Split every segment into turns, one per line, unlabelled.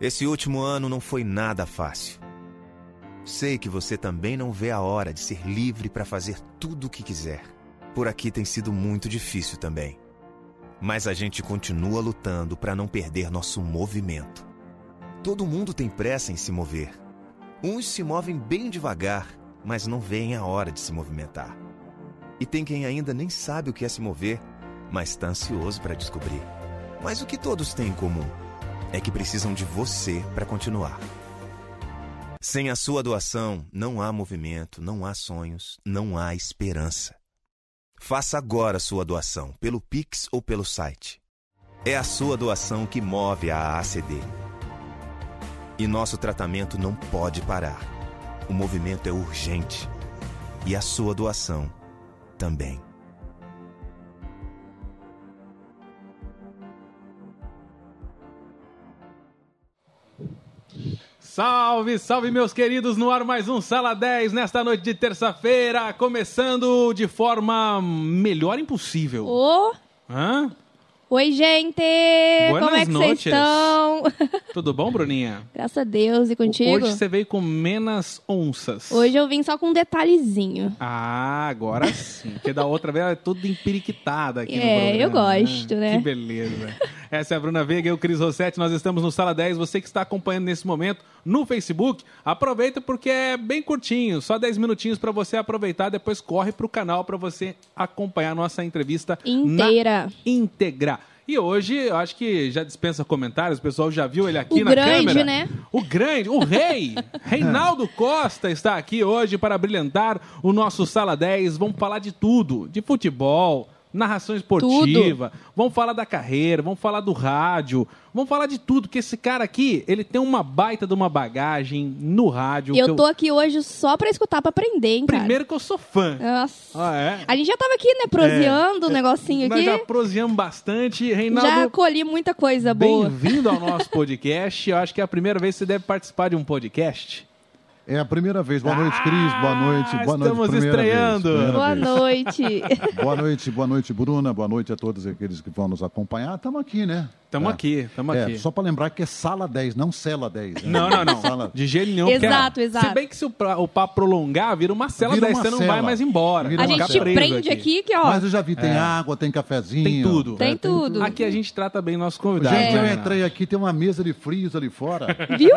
Esse último ano não foi nada fácil. Sei que você também não vê a hora de ser livre para fazer tudo o que quiser. Por aqui tem sido muito difícil também. Mas a gente continua lutando para não perder nosso movimento. Todo mundo tem pressa em se mover. Uns se movem bem devagar, mas não veem a hora de se movimentar. E tem quem ainda nem sabe o que é se mover, mas está ansioso para descobrir. Mas o que todos têm em comum é que precisam de você para continuar. Sem a sua doação, não há movimento, não há sonhos, não há esperança. Faça agora sua doação, pelo Pix ou pelo site. É a sua doação que move a ACD. E nosso tratamento não pode parar. O movimento é urgente. E a sua doação também.
Salve, salve, meus queridos, no ar mais um Sala 10, nesta noite de terça-feira, começando de forma melhor impossível.
Ô,
Hã?
Oi, gente! Como é que vocês
noches.
estão?
Tudo bom, Bruninha?
Graças a Deus, e contigo?
Hoje você veio com menos onças.
Hoje eu vim só com um detalhezinho.
Ah, agora sim. Porque da outra vez era tudo empiriquitada aqui no
É, eu
programa,
gosto, né?
Que beleza. Essa é a Bruna Veiga, eu, Cris Rossetti. Nós estamos no Sala 10. Você que está acompanhando nesse momento no Facebook, aproveita porque é bem curtinho. Só 10 minutinhos para você aproveitar. Depois corre para o canal para você acompanhar nossa entrevista na
Inteira.
integrar. E hoje, eu acho que já dispensa comentários, o pessoal já viu ele aqui
O
na
grande,
câmera.
né?
O grande, o rei!
É.
Reinaldo Costa está aqui hoje para brilhantar o nosso Sala 10. Vamos falar de tudo, de futebol, narração esportiva, vamos falar da carreira, vamos falar do rádio, vamos falar de tudo, porque esse cara aqui, ele tem uma baita de uma bagagem no rádio.
E
que
eu tô aqui hoje só pra escutar, pra aprender, hein, cara?
Primeiro que eu sou fã.
Nossa.
Ah, é?
A gente já tava aqui, né, proseando o negocinho
Nós
Assim, aqui.
É, já proseamos bastante. Reinaldo,
Já colhi muita coisa boa.
Bem-vindo ao nosso podcast. Eu acho que é a primeira vez que você deve participar de um podcast.
É a primeira vez. Boa noite, Cris. Boa noite. Boa noite,
Ah, estamos
primeira vez,
estreando.
primeira
Boa
vez.
noite.
Boa noite, boa noite, Bruna. Boa noite a todos aqueles que vão nos acompanhar. Estamos aqui, né?
Tamo
É.
aqui, tamo
É,
aqui.
Só para lembrar que é sala 10, não cela 10. né?
Não, não, não.
Sala...
De jeito nenhum.
Exato,
porque-
exato.
Se bem que se o, pra- o papo prolongar, vira uma cela,
Vira
daí
uma
você não
cela.
vai mais embora.
Vira
A
uma
Fica
gente
cela.
preso
prende aqui que, ó.
Mas eu já vi, tem água, tem cafezinho.
É. Tem tudo.
Tem tudo.
Aqui a gente trata bem nosso
Gente,
convidado. né,
eu
Renato?
entrei aqui, tem uma mesa de frios ali fora.
Viu?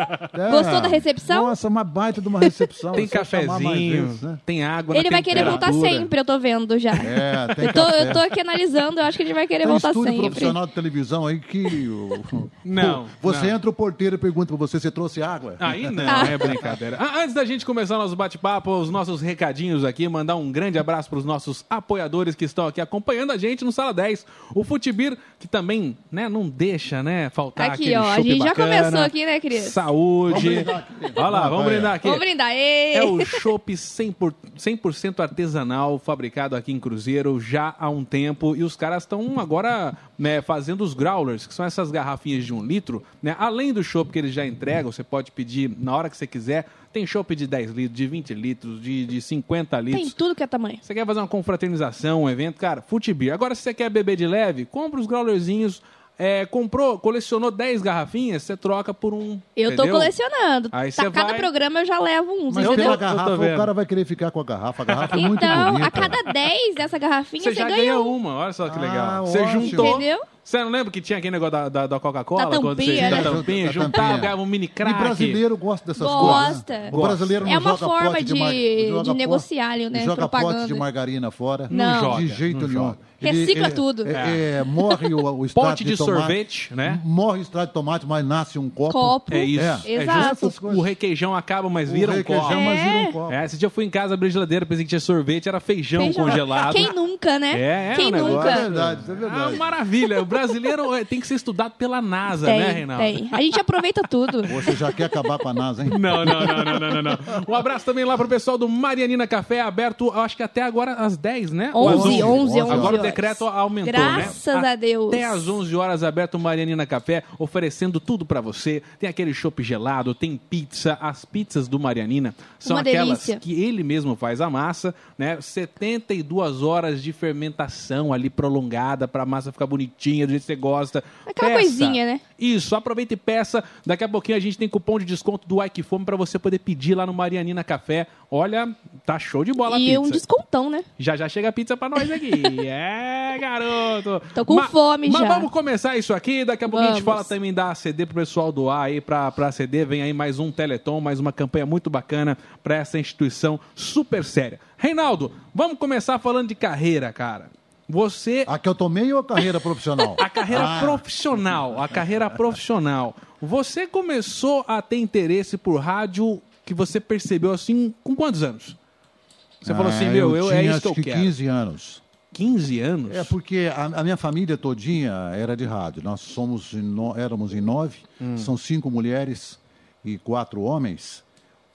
É.
Gostou da recepção?
Nossa, uma baita de uma recepção.
Tem
Só chamar mais
cafezinho,
vezes, né?
tem água
Ele
na
vai querer voltar
temperatura.
sempre, eu tô vendo já.
É, tem
Eu tô,
café.
eu tô aqui analisando, eu acho que ele vai querer
Então
Tem
voltar
estúdio
sempre.
profissional de televisão aí que... o-
Não,
Você
não.
entra o porteiro e pergunta pra você se trouxe água.
Aí não, é brincadeira. Ah, Antes da gente começar o nosso bate-papo, os nossos recadinhos aqui, mandar um grande abraço para os nossos apoiadores que estão aqui acompanhando a gente no Sala 10. O Futibir, que também, né, não deixa, né, faltar
Aqui,
aquele
ó, a
chopp
gente já
bacana.
começou aqui, né, Cris?
Vamos
Saúde.
brindar aqui.
Olha lá, vamos
Vai,
brindar aqui.
Vamos brindar, ei!
É o chopp 100%, por- 100% artesanal, fabricado aqui em Cruzeiro já há um tempo. E os caras estão agora né, fazendo os growlers, que são essas garrafinhas de um litro. né? Além do chopp que eles já entregam, você pode pedir na hora que você quiser. Tem chopp de 10 litros, de 20 litros, de, de 50 litros.
Tem tudo que é tamanho.
Você quer fazer uma confraternização, um evento, cara, futibir. Agora, se você quer beber de leve, compra os growlerzinhos. É, comprou, colecionou 10 garrafinhas, você troca por um.
Eu tô
entendeu?
colecionando.
Aí
tá,
cê
cada
vai-
programa eu já levo uns,
Mas
eu
pela
entendeu?
tô-
garrafa,
vendo.
o cara vai querer ficar com a garrafa. A garrafa é muito
Então,
bonita.
a cada 10 dessa garrafinha,
Você
você
já
ganha,
ganha
um.
uma, olha só que
Ah,
legal. Você
ótimo.
juntou.
Entendeu?
Você não lembra que tinha aquele negócio da, da, da Coca-Cola?
Da
quando
tampinha,
você da
né?
tampinha,
Da
juntava,
tampinha.
ganhava um mini
E
crack.
brasileiro gosta dessas
Gosta.
coisas. né?
Gosta.
O brasileiro não
É uma
joga
forma
pote
de,
de, mar... joga
de
pote-
negociar ali, né?
Joga pote
Propaganda.
de margarina fora.
Não.
Não
De
joga,
jeito
não
nenhum.
joga.
Recicla tudo.
É, é, morre o, o extrato
Pote de,
tomate.
sorvete, né?
Morre o extrato de tomate, mas nasce um copo.
Copo.
É isso.
É.
É
Uhum. Exato.
justo.
Essas coisas.
O requeijão acaba, mas
O
vira um
requeijão,
copo.
mas vira
É.
um copo.
É, esse dia eu fui em casa, abri a geladeira, pensei que tinha sorvete, era feijão,
Feijão.
é um congelado.
Quem nunca, né?
É, é
Quem
um negócio.
Isso é
nunca?
verdade, isso é
Ah,
verdade.
maravilha. O brasileiro é, tem que ser estudado pela NASA,
Tem,
né, Reinaldo?
tem. A gente aproveita tudo.
Você já quer acabar com a NASA, hein?
Não, não, não, não, não, não, não. Um abraço também lá pro pessoal do Marianina Café, aberto, acho que até agora às 10, né? Ou às
11, 11, 11
Agora o
horas.
decreto aumentou,
Graças
né?
a Deus.
Até às 11 horas aberto o Marianina Café, oferecendo tudo pra você. Tem aquele chopp gelado, tem pizza. As pizzas do Marianina são
Uma
aquelas
delícia.
que ele mesmo faz a massa, né? 72 horas de fermentação ali prolongada pra massa ficar bonitinha, do jeito que você gosta.
Aquela coisinha, né?
Isso, aproveita e peça. Daqui a pouquinho a gente tem cupom de desconto do Ike Fome pra você poder pedir lá no Marianina Café. Olha, tá show de bola a
E
pizza.
um descontão, né?
Já já chega a pizza pra nós aqui. é, garoto.
Tô com fome
mas
já.
vamos começar isso aqui. Daqui a pouquinho a gente fala
Vamos.
também da CD pro pessoal doar aí pra, pra CD. Vem aí mais um Teleton, mais uma campanha muito bacana pra essa instituição super séria. Reinaldo, vamos começar falando de carreira, cara. Você.
A que eu tomei ou a carreira profissional?
A carreira
Ah,
profissional. A carreira profissional. Você começou a ter interesse por rádio que você percebeu assim com quantos anos? Você falou assim,
ah,
meu, eu, é
tinha
isso que eu
acho
quero.
15 anos.
15 anos?
É porque a, a minha família todinha era de rádio. Nós somos em no- éramos em nove,
Hum.
são cinco mulheres e quatro homens.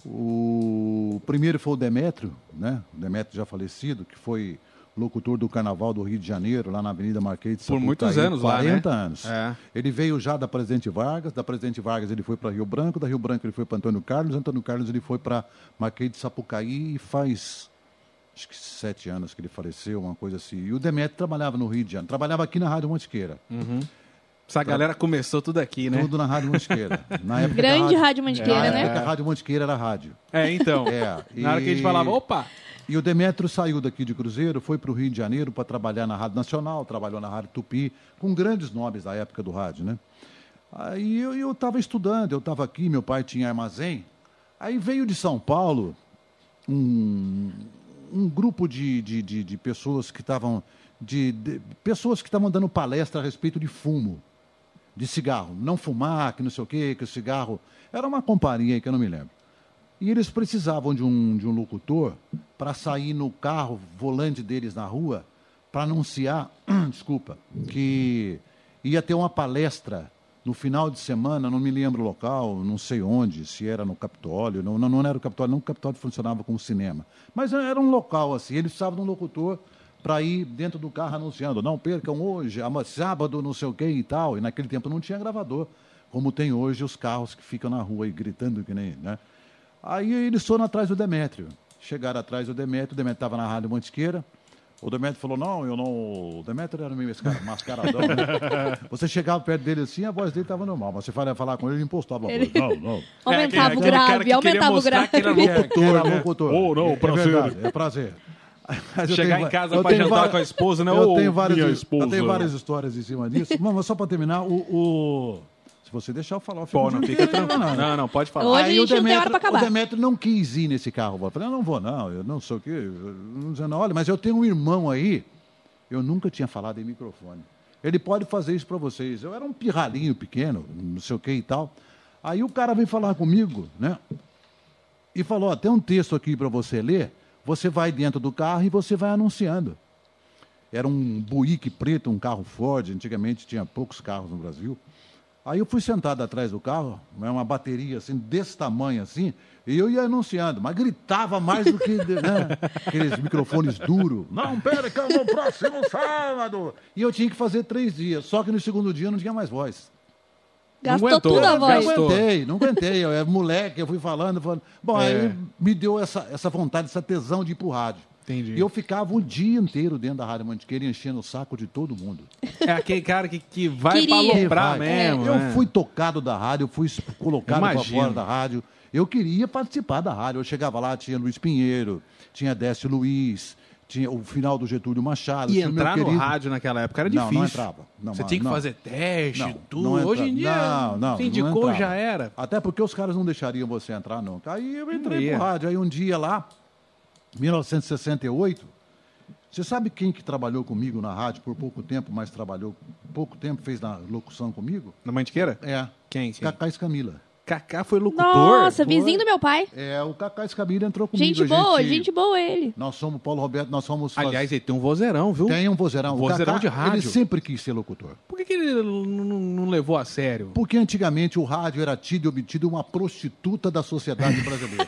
O primeiro foi o Demétrio, né? O Demétrio já falecido, que foi locutor do Carnaval do Rio de Janeiro, lá na Avenida Marquês de
Por
Sapucaí,
muitos anos lá, né?
40 anos.
É.
Ele veio já da Presidente Vargas, da Presidente Vargas ele foi para Rio Branco, da Rio Branco ele foi para Antônio Carlos, Antônio Carlos ele foi para Marquês de Sapucaí e faz acho que sete anos que ele faleceu, uma coisa assim. E o Demetrio trabalhava no Rio de Janeiro, trabalhava aqui na Rádio Mantiqueira.
Essa galera começou tudo aqui, né?
tá Tudo na Rádio Mantiqueira. Na época da
Grande Rádio Mantiqueira,
na
né?
época, a Rádio Mantiqueira era rádio.
É, então.
É, e-
Na hora que a gente falava, opa,
E o Demetrio saiu daqui de Cruzeiro, foi para o Rio de Janeiro para trabalhar na Rádio Nacional, trabalhou na Rádio Tupi, com grandes nomes da época do rádio, né? Aí eu estava estudando, eu estava aqui, meu pai tinha armazém. Aí veio de São Paulo um, um grupo de, de, de, de pessoas que estavam de, de- pessoas que estavam dando palestra a respeito de fumo, de cigarro, não fumar, que não sei o quê, que o cigarro era uma companhia aí que eu não me lembro. E eles precisavam de um, de um locutor para sair no carro, volante deles na rua, para anunciar, desculpa, que ia ter uma palestra no final de semana, não me lembro o local, não sei onde, se era no Capitólio, não, não, não era o Capitólio, não, o Capitólio funcionava como cinema. Mas era um local assim, eles precisavam de um locutor para ir dentro do carro anunciando, não percam hoje, ama- sábado, não sei o quê e tal. E naquele tempo não tinha gravador, como tem hoje os carros que ficam na rua e gritando que nem, né? Aí eles foram atrás do Demétrio. Chegaram atrás do Demétrio, o Demétrio estava na Rádio Mantiqueira. O Demétrio falou, não, eu não... O Demétrio era meio masca- mascaradão, né? Você chegava perto dele assim, a voz dele estava normal. Mas você falava falar com ele, ele impostava a voz.
Ele-
Não, não.
Aumentava o
aquele cara que
grave,
queria
aumentava o
mostrar
grave.
que era
É,
Locutor,
era
né?
locutor.
Oh, não,
É
prazer.
verdade, É prazer. Mas eu
Chegar
tenho
em
va-
casa
eu
pra
tenho
jantar
várias-
com a esposa, né?
Eu
Ô,
tenho várias,
minha
eu
esposa.
tenho várias histórias em cima disso. Mas mas só para terminar, o, o- se você deixar eu falar, eu fico
Pô, não
de-
fica tranquilo. Não, não, pode falar.
Ô, Hoje
Aí
a
o
gente não tem hora pra acabar.
O Demetrio não quis ir nesse carro. Eu falei, eu não vou, não, eu não sei o quê. eu Não sei, não. Olha, mas eu tenho um irmão aí, eu nunca tinha falado em microfone. Ele pode fazer isso pra vocês. Eu era um pirralhinho pequeno, não sei o que e tal. Aí o cara veio falar comigo, né? E falou: ó, tem um texto aqui pra você ler. Você vai dentro do carro e você vai anunciando. Era um Buick preto, um carro Ford. Antigamente tinha poucos carros no Brasil. Aí eu fui sentado atrás do carro, né, uma bateria assim, desse tamanho assim, e eu ia anunciando, mas gritava mais do que né, aqueles microfones duros. Não perca no próximo sábado! E eu tinha que fazer três dias, só que no segundo dia eu não tinha mais voz.
Gastou
aguentou,
tudo a
né?
voz.
Gastou.
Não aguentei, não aguentei. Eu era moleque, eu fui falando, falando. Bom,
É.
aí me deu essa, essa vontade, essa tesão de ir pro rádio.
Entendi.
E eu ficava o dia inteiro dentro da Rádio Mantiqueira enchendo o saco de todo mundo.
É aquele cara que, que vai pra
Queria.
aloprar
Vai.
mesmo.
Eu
né?
fui tocado da rádio, eu fui es- colocado para
Imagino.
fora da rádio. Eu queria participar da rádio. Eu chegava lá, tinha Luiz Pinheiro, tinha Décio Luiz, tinha o final do Getúlio Machado.
E
tinha o meu
entrar no
querido-
rádio naquela época era
Não,
difícil.
não entrava. Não,
Você tinha que
não.
fazer teste,
Não,
tudo.
não
Hoje em
entra-
dia,
não, não, não
sindicou,
entrava.
já era.
Até porque os caras não deixariam você entrar nunca. Aí eu
Não
entrei
ia.
pro rádio. Aí um dia lá, 1968, você sabe quem que trabalhou comigo na rádio por pouco tempo, mas trabalhou pouco tempo, fez na locução comigo?
Na Mantiqueira?
É.
Quem? quem?
Cacá Escamila.
Kaká foi locutor.
Nossa, vizinho do meu pai.
É, o Cacá Escamilha entrou comigo.
Gente
a
boa, gente boa ele.
Nós somos, Paulo Roberto, nós somos...
Aliás, ele tem um vozeirão, viu?
tem um vozeirão. O
Vozeirão
Cacá,
de rádio.
Ele sempre quis ser locutor.
Por que, que ele n- n- não levou a sério?
Porque antigamente o rádio era tido e obtido uma prostituta da sociedade brasileira.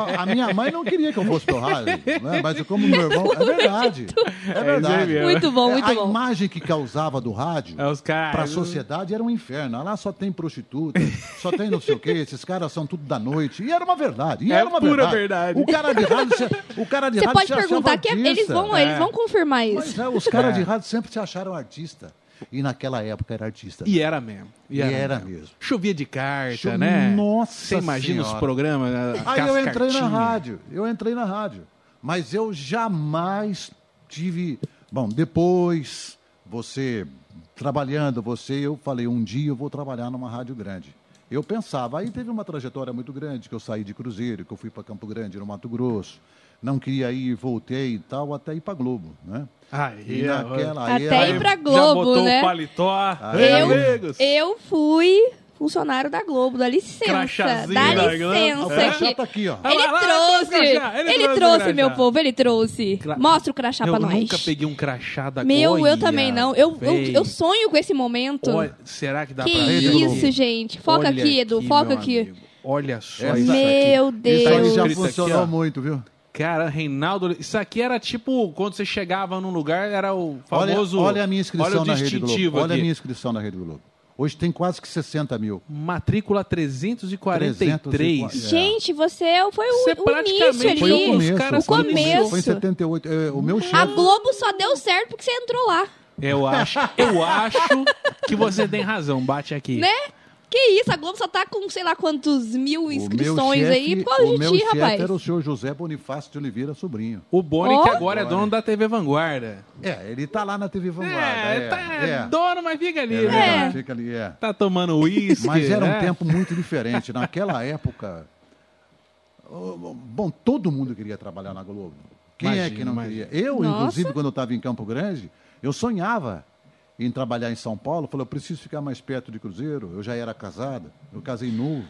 Ó, a minha mãe não queria que eu fosse pro rádio, né? mas como meu irmão... É verdade. É verdade. É,
mesmo.
Muito bom,
a
muito bom.
imagem que causava do rádio
né? É, os caras-
para a sociedade era um inferno. Lá só tem prostituta, só tem não sei o quê, esses caras são tudo da noite. E era uma verdade. E
É
era uma
pura verdade.
verdade. O cara de rádio, se- o cara de
Você
rádio
pode
se achava
perguntar que é-
artista.
eles vão,
É.
eles vão confirmar
Mas
isso.
é, os caras de rádio sempre se acharam artista. E naquela época era artista.
E era mesmo.
E era mesmo.
Chovia de carta,
Chu-
né?
Nossa
Você imagina os
Senhora.
programas. né?
Aí eu
Aquelas
entrei na
cartinhas.
rádio, eu entrei na rádio. Mas eu jamais tive. Bom, depois, você trabalhando, você, eu falei, um dia eu vou trabalhar numa rádio grande. Eu pensava, aí teve uma trajetória muito grande, que eu saí de Cruzeiro, que eu fui para Campo Grande, no Mato Grosso. Não queria ir, voltei e tal, até ir para Globo, né?
Aí, é,
E
ó.
naquela aí
Até
era-
ir pra
Já
Globo,
botou
né?
o paletó.
Aí,
Ei,
eu-
amigos.
Eu fui funcionário da Globo, dá licença.
Crachazinho
Dá
da Globo.
Ah, o
licença
crachá
aqui.
tá aqui, ó.
Ah,
Ele
lá, lá,
trouxe,
trouxe o crachá,
ele,
ele trouxe o crachá.
trouxe, meu povo, ele trouxe.
Cra-
Mostra o crachá
eu
pra nós.
nunca peguei um crachá da
Meu,
Goya,
eu também não. Eu, eu,
véi.
eu sonho com esse momento.
Olha, será que dá
que
pra ver?
isso,
Globo?
gente. Foca
Olha
aqui, Edu,
aqui,
foca
meu
aqui.
amigo. Olha só
Essa
isso aqui.
Meu
Isso
Deus. Tá
aí já
Escrito aqui,
funcionou
ó.
muito, viu?
Cara, Reinaldo, isso aqui era tipo, quando você chegava num lugar, era o
Olha-
famoso.
Olha, a minha inscrição
olha o
na Rede
distintivo
Globo. Olha a
aqui.
minha inscrição na Rede Globo. Hoje tem quase que 60 mil.
Matrícula 343.
343.
Gente, você foi o,
Você
o início
praticamente
ali.
Foi o
Os
começo.
caras
foi
no começo. Ah,
Foi em
um.
78. É, o meu
A
chefe.
Globo só deu certo porque você entrou lá.
Eu acho, eu acho que você tem razão, bate aqui.
Né? Que isso, a Globo só tá com sei lá quantos mil inscrições
o meu
aí
chefe-
por causa
o
de
meu
ti,
chefe
rapaz.
era o senhor José Bonifácio de Oliveira Sobrinho.
O Boni,
Ó.
que agora é dono da TV Vanguarda.
É, ele tá lá na TV Vanguarda.
É,
É,
tá
é.
dono, mas fica
É
ali, né?
verdade, fica ali, é.
Tá tomando uísque.
Mas era um
né?
tempo muito diferente. Naquela época, oh, bom, todo mundo queria trabalhar na Globo. Quem é
Imagina,
que não
imagina.
queria? Eu,
Nossa.
inclusive, quando eu estava em Campo Grande, eu sonhava em trabalhar em São Paulo. Eu Falei, eu preciso ficar mais perto de Cruzeiro. Eu já era casada, eu casei novo.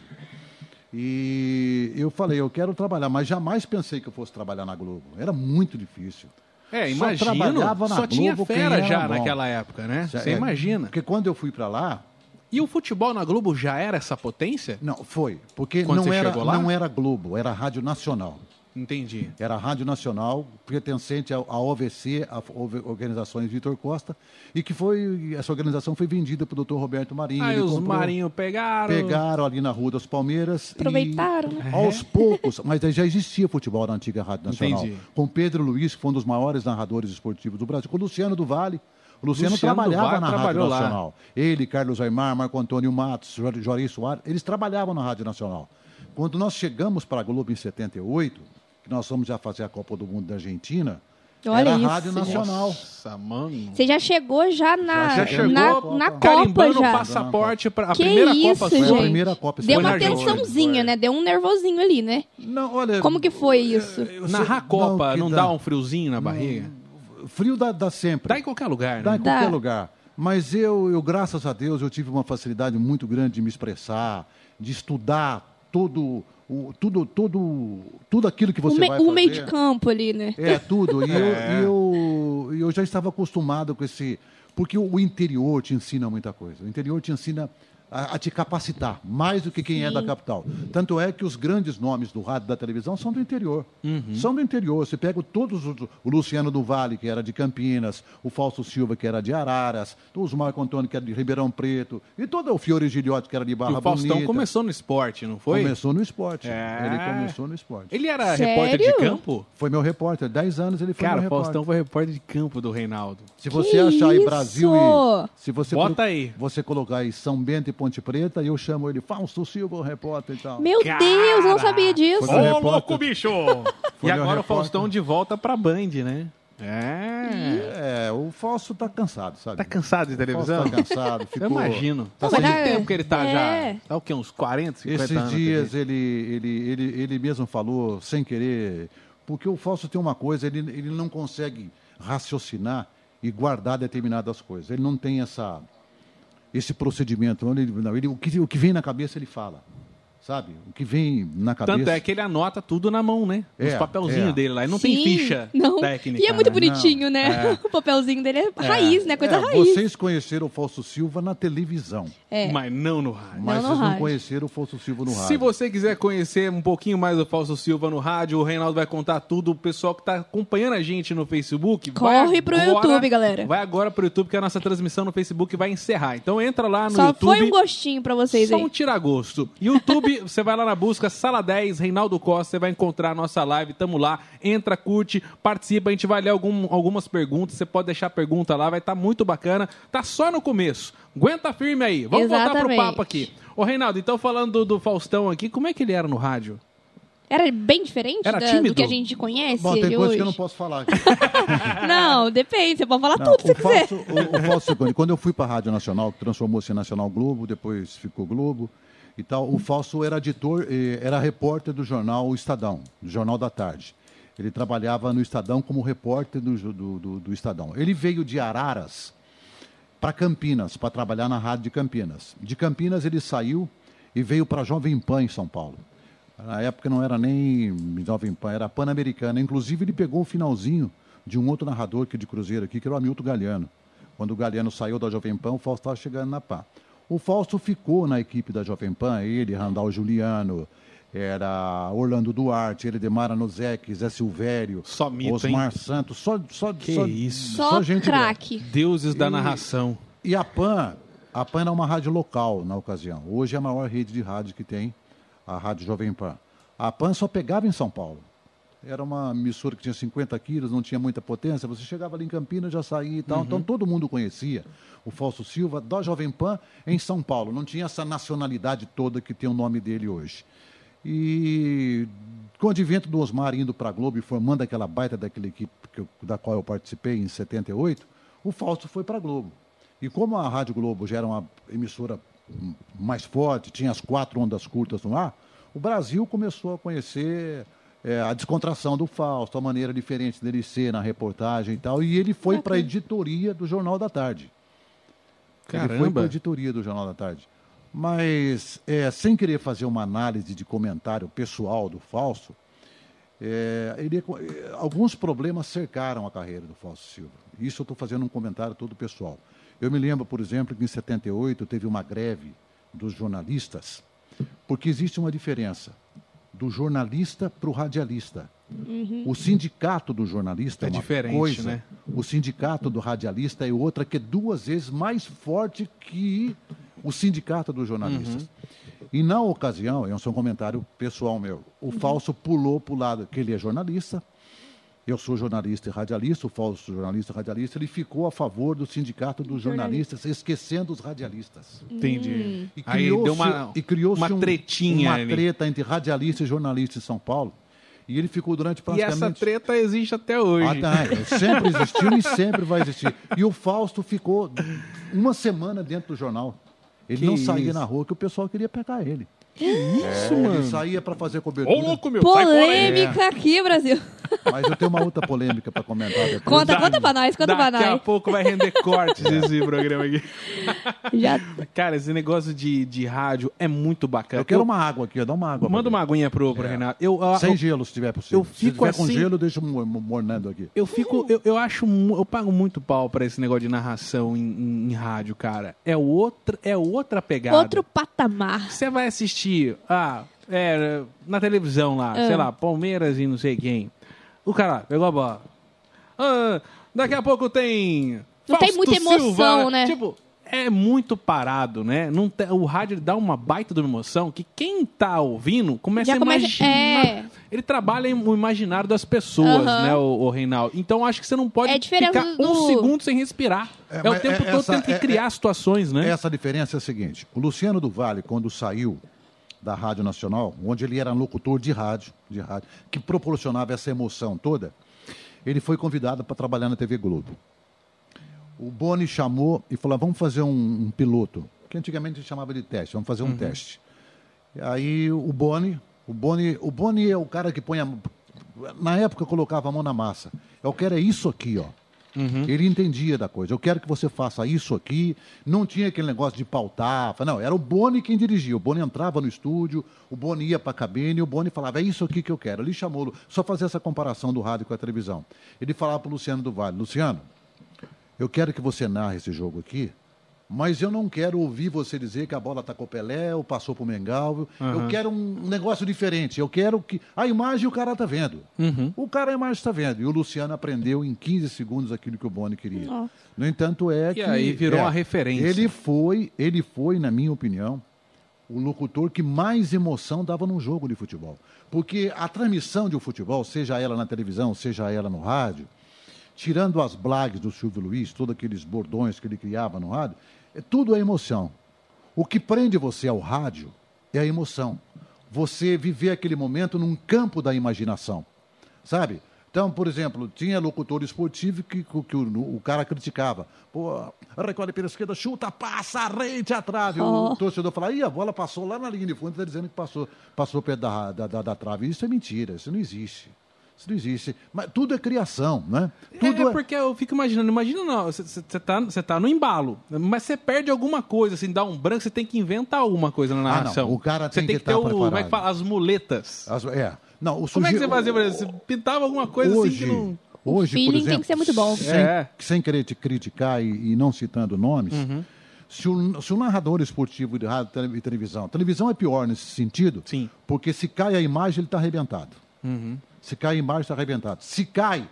E eu falei, eu quero trabalhar, mas jamais pensei que eu fosse trabalhar na Globo. Era muito difícil.
É,
Só
imagino. Só,
trabalhava na
tinha
Globo quem
fera
era
já
bom.
naquela época, né?
Já-
Você
é,
imagina.
Porque quando eu fui para lá,
E o futebol na Globo já era essa potência?
não, foi. Porque
Quando
não
você
era,
chegou lá?
não era Globo, era Rádio Nacional.
Entendi.
Era a Rádio Nacional, pertencente à à OVC, a Ove- Organizações Vitor Costa, e que foi, essa organização foi vendida para o doutor Roberto Marinho.
Aí
ele
Ah, os
comprou,
marinhos pegaram.
pegaram ali na Rua das Palmeiras. e
Aproveitaram, né?
Aos poucos, mas aí já existia futebol na antiga Rádio Nacional.
É. Entendi.
Com Pedro Luiz, que foi um dos maiores narradores esportivos do Brasil, com o Luciano do Vale. O Luciano,
Luciano do
trabalhava
Vale
na
trabalhou
Rádio
lá.
Nacional. Ele, Carlos Aymar, Marco Antônio Matos, Jor- Jorge Soares, eles trabalhavam na Rádio Nacional. Quando nós chegamos para a Globo em 78, que nós fomos já fazer a Copa do Mundo da Argentina,
Olha
era
isso.
a Rádio Nacional.
Nossa, mano.
Você já chegou já tá na,
Já chegou
na, na
a Copa.
Copa
Carimbando o
já.
passaporte pra. A
Que
primeira
isso,
Copa
Foi
gente.
a primeira Copa.
Deu
Foi
uma
na Argentina.
tensãozinha, né? Deu um nervosinho ali, né?
Não, olha,
Como que foi isso?
eu sei-
Narrar Copa
que
não dá um friozinho na barriga?
Frio dá, dá sempre.
Dá em qualquer lugar,
Dá
né?
em qualquer
Dá.
lugar. Mas eu, eu, graças a Deus, eu tive uma facilidade muito grande de me expressar, de estudar todo, o, tudo, todo, tudo aquilo que
O,
você
me-
vai
o
fazer.
meio de campo ali, né?
É, tudo. E eu, e eu, e eu já estava acostumado com esse... Porque o interior te ensina muita coisa. O interior te ensina a, a te capacitar, mais do que quem é da capital. Tanto é que os grandes nomes do rádio e da televisão são do interior.
Uhum.
São do interior. Você pega todos os... O Luciano do Vale, que era de Campinas, o Fausto Silva, que era de Araras, os Marco Antônio, que era de Ribeirão Preto, e todo o Fiore Gilhote, que era de
E
Barra
o Faustão
Bonita.
começou no esporte, não foi?
Começou no esporte.
É.
Ele começou no esporte.
Ele era
Sério?
repórter de campo?
Foi meu repórter. Dez anos ele foi
Cara,
meu repórter.
Faustão foi repórter de campo do Reinaldo.
Se você achar aí
isso?
Brasil e. Se você
Bota
colo-
aí.
Você colocar aí São Bento e Ponte Preta, eu chamo ele Fausto Silva, o repórter e tal.
Meu
Cara!
Deus, não sabia disso.
Foi- Ô, repórter.
louco,
louco,
bicho! e
Foi meu
agora o
repórter.
Faustão de volta pra Band, né? É.
É, o Fausto tá cansado, sabe?
Tá cansado de
O Fausto
televisão?
Tá cansado, ficou.
Eu imagino.
Tá
Faz
Mas
muito
é-
tempo que ele tá
é.
já. Tá o quê? Uns 40, 50
Esses
anos?
dias ele, ele, ele, ele mesmo falou, sem querer, porque o Fausto tem uma coisa, ele, ele não consegue raciocinar e guardar determinadas coisas. Ele não tem essa, esse procedimento. Não, ele, não, ele- o, que, o que vem na cabeça, ele fala. Sabe? O que vem na cabeça.
Tanto é que ele anota tudo na mão, né? Os
É,
papelzinhos
é.
dele lá. E não
Sim,
tem ficha
não.
técnica.
E é muito
né?
bonitinho, né? O papelzinho dele é raiz, né? Coisa
É,
raiz.
Vocês conheceram o Fausto Silva na televisão,
É.
Mas não no rádio.
mas
no
vocês não
rádio.
conheceram o Fausto Silva no rádio.
Se você quiser conhecer um pouquinho mais do Fausto Silva no rádio, o Reinaldo vai contar tudo. O pessoal que tá acompanhando a gente no Facebook. vai
Corre pro YouTube, galera.
Vai agora pro YouTube, que a nossa
tá
transmissão no Facebook vai encerrar. Então entra lá no
Só um
YouTube.
foi um gostinho pra vocês
Só
aí.
um tiragosto. YouTube Fi- Você vai lá na busca, Sala 10, Reinaldo Costa, você vai encontrar a nossa live, tamo lá, entra, curte, participa, a gente vai ler algum- algumas perguntas, você pode deixar a pergunta lá, vai estar muito bacana, tá só no começo, aguenta firme aí, vamos voltar pro
Exatamente.
papo aqui. Ô Reinaldo, então falando do, do Faustão aqui, como é que ele era no rádio?
Era bem diferente
Era
da-
tímido?
do que a gente conhece
Bom, tem
de
coisa
hoje.
que eu não posso falar.
Não, depende, você pode falar
Não,
tudo se você
o
quiser.
Fausto, o, o Fausto Silvani, quando eu fui para a Rádio Nacional, que transformou-se em Nacional Globo, depois ficou Globo e tal, o Fausto era editor, eh, era repórter do jornal O Estadão, do Jornal da Tarde. Ele trabalhava no Estadão como repórter do, jo- do- do- do Estadão. Ele veio de Araras para Campinas, para trabalhar na Rádio de Campinas. De Campinas ele saiu e veio para Jovem Pan em São Paulo. Na época não era nem Jovem Pan, era Pan-Americana. Inclusive ele pegou o finalzinho de um outro narrador aqui de Cruzeiro aqui, que era o Hamilton Galeano. Quando o Galeano saiu da Jovem Pan, o Fausto estava chegando na Pan. O Fausto ficou na equipe da Jovem Pan, ele, Randall Juliano, era Orlando Duarte, ele Demara Nozek, Zé Silvério,
Só mito,
Osmar Santos, só, só,
Que
só,
isso.
Só
gente boa.
craque.
Deuses da narração.
E a PAN, a PAN era uma rádio local na ocasião. Hoje é a maior rede de rádio que tem, a Rádio Jovem Pan. A PAN só pegava em São Paulo. Era uma emissora que tinha 50 quilos, não tinha muita potência. Você chegava ali em Campinas, já saía e tal. Então todo mundo conhecia o Fausto Silva da Jovem Pan em São Paulo. Não tinha essa nacionalidade toda que tem o nome dele hoje. E com o advento do Osmar indo para a Globo e formando aquela baita daquela equipe que eu- da qual eu participei em 78, o Fausto foi para a Globo. E como a Rádio Globo já era uma emissora hum, mais forte, tinha as quatro ondas curtas no ar, o Brasil começou a conhecer é, a descontração do Fausto, a maneira diferente dele ser na reportagem e tal. E ele foi para a editoria do Jornal da Tarde. Ele foi para a
Caramba,
editoria do Jornal da Tarde. Mas, é, sem querer fazer uma análise de comentário pessoal do Fausto, é, ele- é, alguns problemas cercaram a carreira do Fausto Silva. Isso eu estou fazendo um comentário todo pessoal. Eu me lembro, por exemplo, que em 78 teve uma greve dos jornalistas, porque existe uma diferença do jornalista para o radialista. O sindicato do jornalista
É
é, uma
diferente,
coisa,
né?
o sindicato do radialista é outra que é duas vezes mais forte que o sindicato dos jornalistas.
Uhum.
E na ocasião, é um só um comentário pessoal meu, o Falso pulou para o lado, que ele é jornalista, eu sou jornalista e radialista, o Falso jornalista e radialista, ele ficou a favor do sindicato dos jornalistas, esquecendo os radialistas.
Hum.
entendi.
E
Aí deu
criou-se
uma,
e criou-se
uma
um-
tretinha
uma
ali.
treta entre radialista e jornalista em São Paulo. E ele ficou durante
E
praticamente...
essa treta existe até hoje.
Ah, tá. Sempre existiu e sempre vai existir. E o Fausto ficou uma semana dentro do jornal. Ele
Que
não saía
isso.
na rua que o pessoal queria pegar ele. É,
Isso,
Ele saía para fazer cobertura.
Ô, louco, meu, sai fora aí.
Polêmica aqui, Brasil.
Mas eu tenho uma outra polêmica para comentar depois.
Conta, conta pra nós, conta pra
Daqui a
nós.
pouco vai render cortes esse programa aqui.
Já...
Cara, esse negócio de, de rádio é muito bacana.
Eu quero uma água aqui, ó, dá uma água. pra É.
Manda
mim.
uma aguinha pro, pro Renato. Eu, eu,
Sem
eu,
gelo, se tiver possível.
eu
se
fico
tiver com
assim-
gelo, deixa mo- mo- mornando aqui.
eu fico. Eu, eu acho. mu- Eu pago muito pau pra esse negócio de narração em, em- em rádio, cara. É, outra é outra pegada.
Outro patamar.
Você vai assistir ah, é, na televisão lá,
Ah.
sei lá, Palmeiras e não sei quem. O cara lá, pegou a bola. Ah, daqui a pouco tem.
Não tem muita emoção,
Silva,
né?
Tipo, é muito parado, né? Não te- o rádio ele dá uma baita de uma emoção que quem tá ouvindo começa
Já
a
começa-
imaginar.
é.
Ele trabalha em- o imaginário das pessoas,
Aham.
né, o, o Reinaldo? Então acho que você não pode
É diferente
ficar um
do-
segundo sem respirar.
É,
É, o
mas
tempo
é-
todo
essa-
tem que
é-
criar situações, né?
Essa diferença é a seguinte: o Luciano do Vale, quando saiu da Rádio Nacional, onde ele era locutor de rádio, de rádio, que proporcionava essa emoção toda, ele foi convidado para trabalhar na TV Globo. O Boni chamou e falou: vamos fazer um, um piloto, que antigamente se chamava de teste, vamos fazer um teste. E Aí o Boni, o Boni, o Boni é o cara que põe a na época colocava a mão na massa. Eu quero é isso aqui, ó. Ele entendia da coisa. Eu quero que você faça isso aqui. Não tinha aquele negócio de pautar. Não, era o Boni quem dirigia. O Boni entrava no estúdio, o Boni ia para a cabine, o Boni falava: é isso aqui que eu quero. Ele chamou, só fazer essa comparação do rádio com a televisão. Ele falava para o Luciano do Vale: Luciano, eu quero que você narre esse jogo aqui, mas eu não quero ouvir você dizer que a bola atacou Pelé ou passou pro Mengal. Eu quero um negócio diferente. Eu quero que. A imagem o cara tá vendo.
Uhum.
O cara a imagem está vendo. E o Luciano aprendeu em 15 segundos aquilo que o Boni queria. No entanto, é que.
aí virou
é,
uma referência.
Ele foi, ele foi, na minha opinião, o locutor que mais emoção dava num jogo de futebol. Porque a transmissão de um futebol, seja ela na televisão, seja ela no rádio, tirando as blagues do Silvio Luiz, todos aqueles bordões que ele criava no rádio, é, tudo é emoção. O que prende você ao rádio é a emoção. Você viver aquele momento num campo da imaginação, sabe? Então, por exemplo, tinha locutor esportivo que, que, que o, o cara criticava. Pô, recolhe pela esquerda, chuta, passa, rente à trave. O
Oh.
torcedor fala, ih, a bola passou lá na linha de fundo, está dizendo que passou, passou perto da, da, da, da trave. Isso é mentira, isso não existe. Isso não existe. Mas tudo é criação, né? Tudo
é, porque eu fico imaginando, imagina não, você tá, cê tá no embalo, mas você perde alguma coisa, assim, dá um branco, você tem que inventar alguma coisa na
Ah, não,
narração.
o cara
Você
tem que
ter
tá
o, como é que
preparado.
fala, as muletas.
As- é. Não, o
Como é que
suje-
você fazia, por exemplo, você pintava alguma coisa assim
hoje,
que não...
hoje,
feeling
por
tem
exemplo,
que ser muito bom.
Sem,
É.
sem querer te criticar e, e não citando nomes,
Uhum.
se, o, se o narrador esportivo de rádio tele- e televisão, televisão é pior nesse sentido,
Sim.
porque se cai a imagem, ele está arrebentado. Se cai a imagem, está arrebentado. Se cai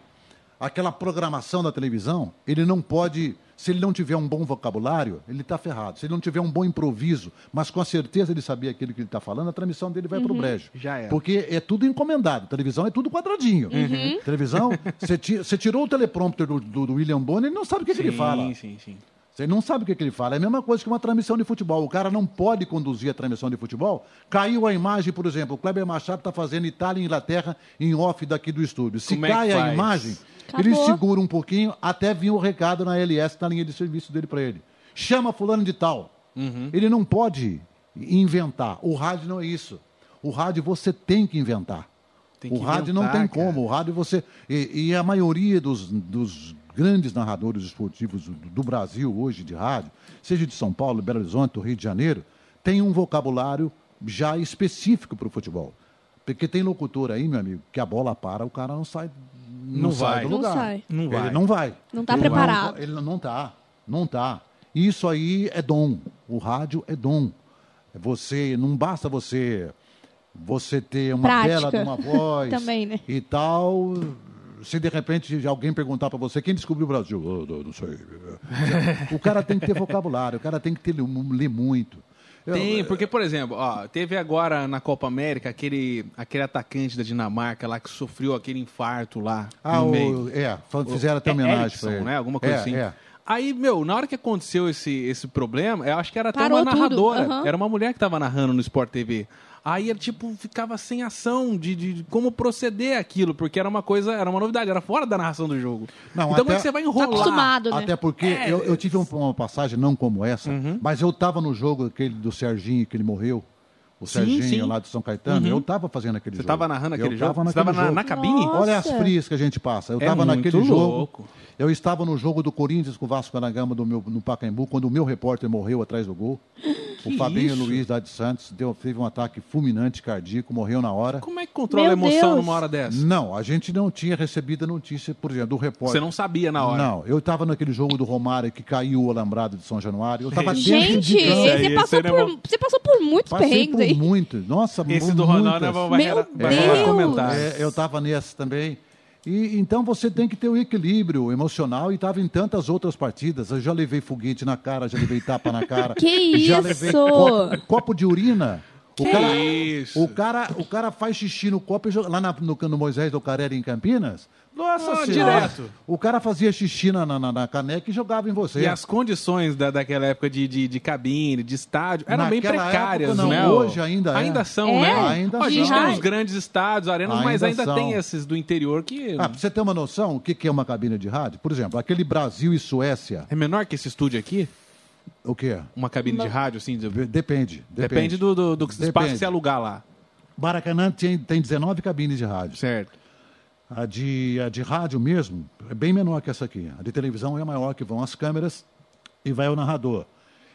aquela programação da televisão, ele não pode. Se ele não tiver um bom vocabulário, ele está ferrado. Se ele não tiver um bom improviso, mas com a certeza ele sabia aquilo que ele está falando, a transmissão dele vai pro brejo.
Já era.
Porque é tudo encomendado. Televisão é tudo quadradinho. Televisão, você ti- você tirou o teleprompter do, do- do William Bonner, ele não sabe o que, que ele fala.
Sim, sim, sim.
Você não sabe o que, que ele fala. É a mesma coisa que uma transmissão de futebol. O cara não pode conduzir a transmissão de futebol. Caiu a imagem, por exemplo, o Kleber Machado está fazendo Itália e Inglaterra em off daqui do estúdio. Se
Como é que
cai a
faz?
imagem,
Acabou.
ele segura um pouquinho até vir o recado na LS, na linha de serviço dele para ele. Chama fulano de tal.
Uhum.
Ele não pode inventar. O rádio não é isso. O rádio você tem que inventar.
Tem
o
que
rádio não
inventar,
tem
cara.
como. O rádio você. E, e a maioria dos, dos grandes narradores esportivos do, do Brasil hoje de rádio, seja de São Paulo, Belo Horizonte, ou Rio de Janeiro, tem um vocabulário já específico para o futebol. Porque tem locutor aí, meu amigo, que a bola para, o cara não sai, não
Não
sai
vai.
do
Não
lugar.
sai.
Não vai.
Ele não vai.
Não tá
Ele
preparado.
ele não tá, não tá. Isso aí é dom. O rádio é dom. Você não basta você você ter uma
Prática.
bela de uma voz
Também, né?
e tal. Se de repente alguém perguntar para você quem descobriu o Brasil, "Ah, não, não sei. o cara tem que ter vocabulário, o cara tem que ter ler mu- ler muito. Eu-
Tem, porque, por exemplo, ó, teve agora na Copa América aquele, aquele atacante da Dinamarca lá que sofreu aquele infarto lá
ah,
no
o-
um meio.
é, fa- fizeram até
É
homenagem
Erickson,
pra ele.
né? Alguma coisa
É,
assim.
é.
Aí, meu, na hora que aconteceu esse, esse problema, eu acho que era até
Parou
uma
tudo,
narradora.
aham.
Era uma mulher que tava narrando no Sport TV. Aí ele, tipo, ficava sem ação de, de- de como proceder aquilo, porque era uma coisa, era uma novidade, era fora da narração do jogo.
Não,
então
até-
como é que você vai enrolar?
Tá acostumado, né?
Ah, Até porque
É.
eu, eu tive um- uma passagem não como essa,
Uhum.
mas eu estava no jogo aquele do Serginho que ele morreu. O
Sim,
Serginho
sim.
lá de São Caetano, eu estava fazendo
Uhum.
aquele
Você
jogo.
tava narrando aquele
eu
jogo?
Tava
Você
naquele
tava na,
jogo.
na cabine?
Nossa.
Olha as frias que a gente passa. Eu
É
estava
muito
naquele
louco.
jogo. Eu estava no jogo do Corinthians com o Vasco da Gama do meu, no Pacaembu, quando o meu repórter morreu atrás do gol. o Fabinho
isso?
Luiz lá de Santos deu, teve um ataque fulminante cardíaco, morreu na hora.
Como é que controla a
Meu
emoção
Deus.
numa hora dessa?
Não, a gente não tinha recebido a notícia, por exemplo, do repórter.
Você não sabia na hora.
Não, eu estava naquele jogo do Romário que caiu o alambrado de São Januário. Eu estava dentro
Gente,
de campo.
Isso aí,
você passou,
isso aí não é
por, você passou por muitos
Passei
perrengues
por
aí.
muito. Nossa,
Esse
mu-
do Ronaldo é
muitas.
vai, vai,
Meu
vai rolar
Deus.
comentário.
É, eu estava nessa também. E, então você tem que ter o equilíbrio emocional e estava em tantas outras partidas. Eu já levei foguete na cara, já levei tapa na cara.
Que
já
isso?
levei copo, copo de urina. O
Que
cara,
isso?
o cara, o cara faz xixi no copo e joga, lá na- no, no Moisés do Carera em Campinas. Nossa
Ah,
senhora.
direto.
O cara fazia xixi na, na- na- na caneca e jogava em você.
E as condições da, daquela época de, de, de cabine, de estádio, eram bem
Naquela
precárias,
época, não.
né?
Hoje ainda é.
Ainda são,
É?
né?
Ainda
Ó, a gente
são.
tem uns grandes estádios, arenas, mas
Ainda
ainda
são.
tem esses do interior que
Ah, pra você ter uma noção, o que, que é uma cabine de rádio? Por exemplo, aquele Brasil e Suécia,
é menor que esse estúdio aqui.
o que é?
Uma cabine de rádio, assim. de- Depende,
Depende. Depende,
do, do, do espaço
Depende.
que você alugar lá,
Baracanã tem, tem 19 cabines de rádio.
certo?
A de, a de rádio mesmo é bem menor que essa aqui. A de televisão é maior, que vão as câmeras e vai o narrador.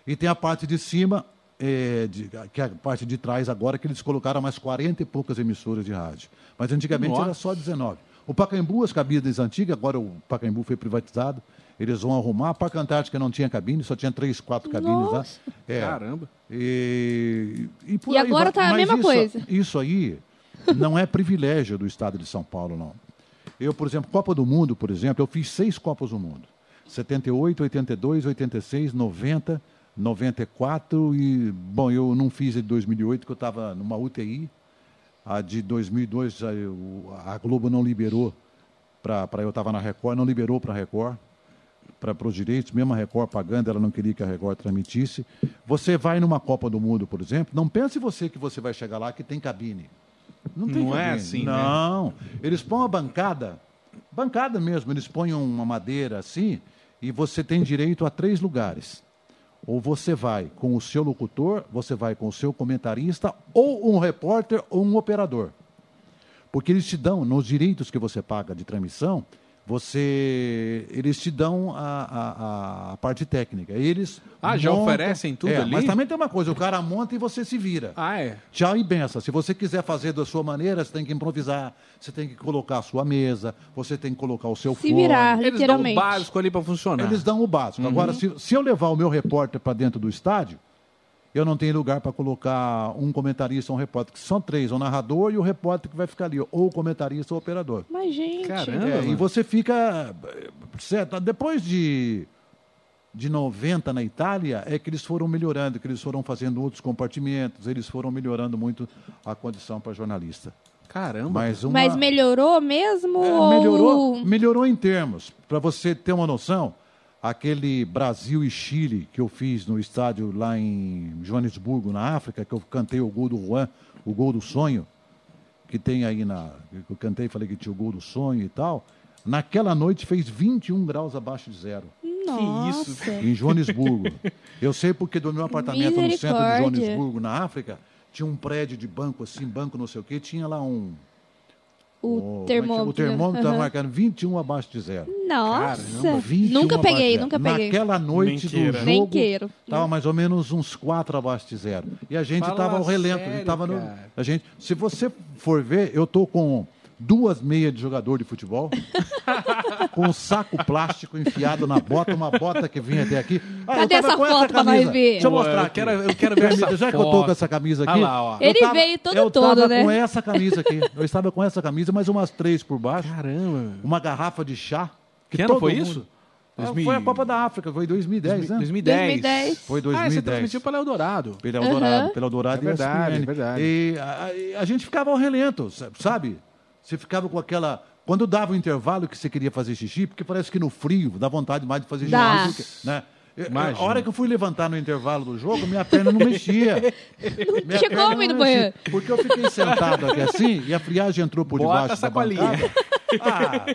E tem a parte de cima, eh, de- que é a parte de trás agora, que eles colocaram mais 40 e poucas emissoras de rádio. Mas antigamente
Nossa.
era só 19. O Pacaembu, as cabines antigas, agora o Pacaembu foi privatizado, eles vão arrumar. A Parque Antártica não tinha cabine, só tinha três, quatro cabines lá.
Nossa.
É.
Caramba.
E, e, por
E
aí
agora
vai.
tá a
Mas
mesma
isso,
coisa.
Isso aí não é privilégio do Estado de São Paulo, não. Eu, por exemplo, Copa do Mundo, por exemplo, eu fiz seis Copas do Mundo. 78, 82, 86, 90, 94 e, bom, eu não fiz a de 2008, porque eu estava numa UTI. A de 2002, a, eu- a Globo não liberou para. Eu estava na Record, não liberou para a Record, para os direitos, mesmo a Record pagando, ela não queria que a Record transmitisse. Você vai numa Copa do Mundo, por exemplo, não pense você que você vai chegar lá que tem cabine. Não tem
Não é
cabine.
assim, né?
Não. Eles põem uma bancada, bancada mesmo, eles põem um, uma madeira assim e você tem direito a três lugares. Ou você vai com o seu locutor, você vai com o seu comentarista, ou um repórter ou um operador. Porque eles te dão, nos direitos que você paga de transmissão, você, eles te dão a, a- a- a parte técnica. Eles
Ah, já oferecem tudo
É,
ali?
Mas também tem uma coisa, o cara monta e você se vira.
Ah, é.
Tchau e benção. Se você quiser fazer da sua maneira, você tem que improvisar, você tem que colocar a sua mesa, você tem que colocar o seu
Se
fone.
virar.
Eles dão o
Ah, Literalmente.
básico ali pra funcionar.
Eles dão o básico.
Uhum.
Agora, se, se eu levar o meu repórter para dentro do estádio, eu não tenho lugar para colocar um comentarista, um repórter, que são três, o narrador e o repórter que vai ficar ali, ou o comentarista ou o operador.
Mas, gente.
Caramba.
É,
mano.
e você fica. eh, Certo, depois de, de 90 na Itália, é que eles foram melhorando, que eles foram fazendo outros compartimentos, eles foram melhorando muito a condição para jornalista.
Caramba.
Mas, uma,
Mas melhorou mesmo?
é,
ou-
melhorou, melhorou em termos. Para você ter uma noção, aquele Brasil e Chile que eu fiz no estádio lá em Joanesburgo, na África, que eu cantei o gol do Juan, o gol do sonho, que tem aí na. que Eu cantei e falei que tinha o gol do sonho e tal. Naquela noite fez 21 graus abaixo de zero,
Nossa.
isso,
em Joanesburgo. eu sei porque do meu apartamento no centro de
Misericórdia.
Joanesburgo, na África, tinha um prédio de banco assim, banco não sei o quê, tinha lá um.
O
como é que chama?
termômetro.
O termômetro estava
Aham.
marcando 21 abaixo de zero.
Nossa.
Caramba, 21
nunca
abaixo de
peguei,
zero.
nunca peguei.
Naquela noite
Mentira.
do
Nem
jogo,
queiro.
tava mais ou menos uns 4 abaixo de zero. E a gente
Fala
tava ao relento, a gente
sério,
tava no,
cara.
a gente, se você for ver, eu tô com duas meias de jogador de futebol, com um saco plástico enfiado na bota, uma bota que vinha até aqui. Ah, eu
Cadê
tava
essa
com
foto pra nós
camisa.
ver?
Deixa eu
Pô,
mostrar
eu
aqui.
quero- eu quero ver
Permita,
essa
Já que eu tô
foto.
com essa camisa aqui.
Ah lá, ó.
eu
Ele
tava-
veio todo
Eu
todo,
tava
né?
com essa camisa aqui. Eu estava com essa camisa, mais umas três por baixo
Caramba. meu.
uma garrafa de chá.
Que ano
todo
foi
mundo-
isso?
Ah,
2000.
Foi a Copa da África, foi em 2010, né? é
2010.
2010.
Foi
Ah,
em
você
2010.
transmitiu para Eldorado.
Pelo Eldorado,
Aham.
pelo Eldorado
É verdade, é verdade.
E a, a- a gente ficava ao relento, sa- sabe? Você ficava com aquela... Quando dava o intervalo que você queria fazer xixi, porque parece que no frio dá vontade mais de fazer
Dá.
xixi. do que- né? Eu-
Imagina.
A hora que eu fui levantar no intervalo do jogo, minha perna não mexia. Minha
Tinha
perna
como ir
não
no
mexia,
banheiro.
Porque eu fiquei sentado aqui assim e a friagem entrou por
Bota
debaixo
a
da
sacolinha.
bancada. Ah,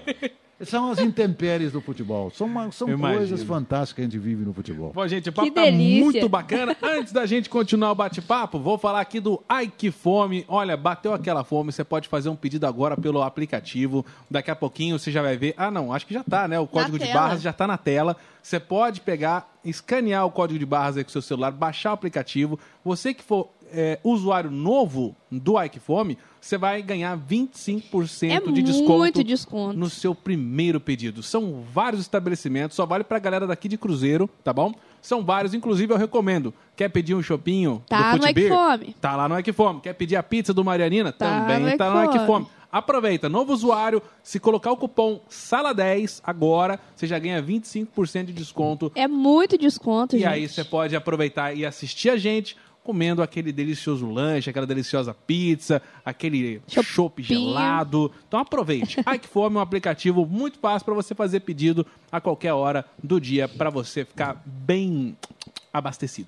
são as intempéries do futebol. São, uma- são
Eu
coisas
imagino.
fantásticas que a gente vive no futebol.
Bom, gente, o papo
Que
tá
delícia.
muito bacana. Antes da gente continuar o bate-papo, vou falar aqui do Ai Que Fome. Olha, bateu aquela fome, você pode fazer um pedido agora pelo aplicativo. Daqui a pouquinho você já vai ver. Ah, não, acho que já tá, né? O código de
tela.
barras já tá na tela. Você pode pegar, escanear o código de barras aí com seu celular, baixar o aplicativo. Você que for é, usuário novo do Ai Que Fome, você vai ganhar 25%
É
de desconto.
muito desconto.
No seu primeiro pedido. São vários estabelecimentos, só vale pra galera daqui de Cruzeiro, tá bom? São vários, inclusive eu recomendo. Quer pedir um chopinho?
Tá
do
no É Que
Futibir?
Fome.
Tá lá no É Que Fome. Quer pedir a pizza do Marianina?
Tá no
Também
É
tá
Que
no É Que
Fome.
Fome. Aproveita, novo usuário, se colocar o cupom SALA10 agora, você já ganha 25% de desconto.
É muito desconto,
E
gente.
aí você pode aproveitar e assistir a gente comendo aquele delicioso lanche, aquela deliciosa pizza, aquele chopp gelado. Então aproveite. Ai que fome, é um aplicativo muito fácil para você fazer pedido a qualquer hora do dia para você ficar bem abastecido.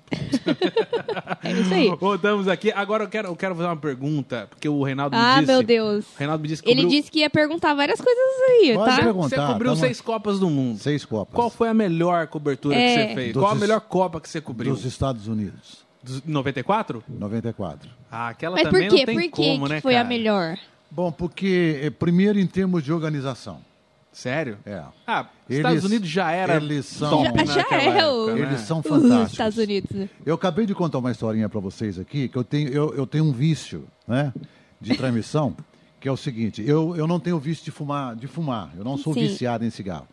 É isso
"Ah,
aí.
Voltamos aqui. Agora eu quero, eu quero fazer uma pergunta, porque o Reinaldo me
Ah,
disse.
meu Deus.
O Reinaldo me disse que
Ele
cobriu-
disse que ia perguntar várias coisas aí,
Pode
tá?
perguntar.
você cobriu
tamo-
seis Copas do Mundo.
seis Copas.
Qual foi a melhor cobertura
É.
que você fez?
Dos-
Qual a melhor Copa que você cobriu?
Dos Estados Unidos,
Dos 94?
94.
Ah, aquela
Mas por
também
quê?
não tem
Por que
como,
que
né,
foi
cara?
a melhor?
Bom, porque, eh, primeiro, em termos de organização.
Sério?
É.
Ah,
Eles-
Estados Unidos já era
eles são-
top
Já-
já
naquela
é
época,
o-
né?
Eles são
Os
fantásticos.
Estados Unidos. né?
Eu acabei de contar uma historinha para vocês aqui, que eu tenho, eu, eu tenho um vício, né? De transmissão, que é o seguinte, eu, eu não tenho vício de fumar, de fumar, eu não sou
Sim.
viciado em cigarro.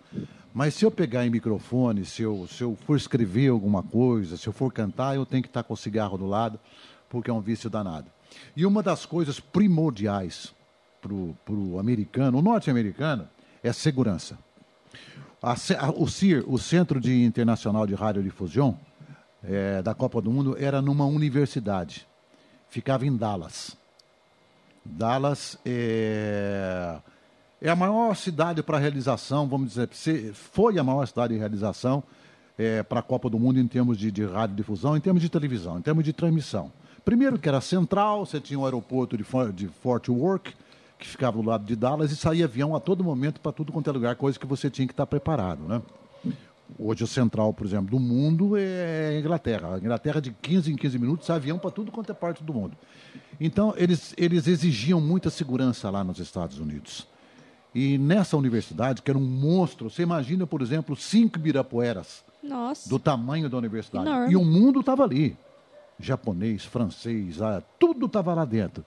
Mas se eu pegar em microfone, se eu, se eu for escrever alguma coisa, se eu for cantar, eu tenho que estar com o cigarro do lado, porque é um vício danado. E uma das coisas primordiais pro, pro americano, o norte-americano, é segurança. A, ce- a- o CIR, o Centro de Internacional de Radiodifusão, eh, da Copa do Mundo era numa universidade. Ficava em Dallas. Dallas é, é a maior cidade para realização, vamos dizer, se- foi a maior cidade de realização é, para a Copa do Mundo em termos de, de radiodifusão, em termos de televisão, em termos de transmissão. Primeiro que era central, você tinha o aeroporto de, Fo- de Fort Worth, que ficava do lado de Dallas, e saía avião a todo momento para tudo quanto é lugar, coisa que você tinha que estar preparado, né? Hoje o central, por exemplo, do mundo é a Inglaterra. A Inglaterra de 15 em 15 minutos sai avião para tudo quanto é parte do mundo. Então eles, eles exigiam muita segurança lá nos Estados Unidos. E nessa universidade, que era um monstro, você imagina, por exemplo, cinco Birapueras
Nossa.
do tamanho da universidade.
Enorme.
E o mundo estava ali. Japonês, francês, ah, tudo estava lá dentro.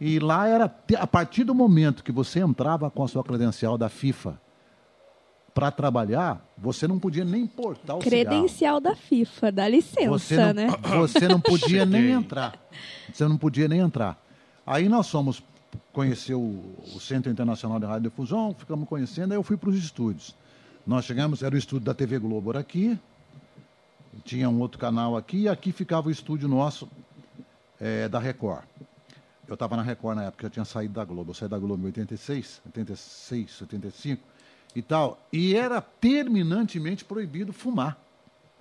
E lá era, te- a partir do momento que você entrava com a sua credencial da FIFA para trabalhar, você não podia nem portar o cigarro.
Credencial da FIFA, dá licença,
Você não,
né?
você não podia nem
Cheguei.
entrar. Você não podia nem entrar. Aí nós fomos conhecer o, o Centro Internacional de Radiodifusão, ficamos conhecendo, aí eu fui para os estúdios. Nós chegamos, era o estúdio da TV Globo era aqui, tinha um outro canal aqui, e aqui ficava o estúdio nosso eh, da Record. Eu estava na Record na época, eu tinha saído da Globo. Eu saí da Globo em 86, 86, 85 e tal. E era terminantemente proibido fumar.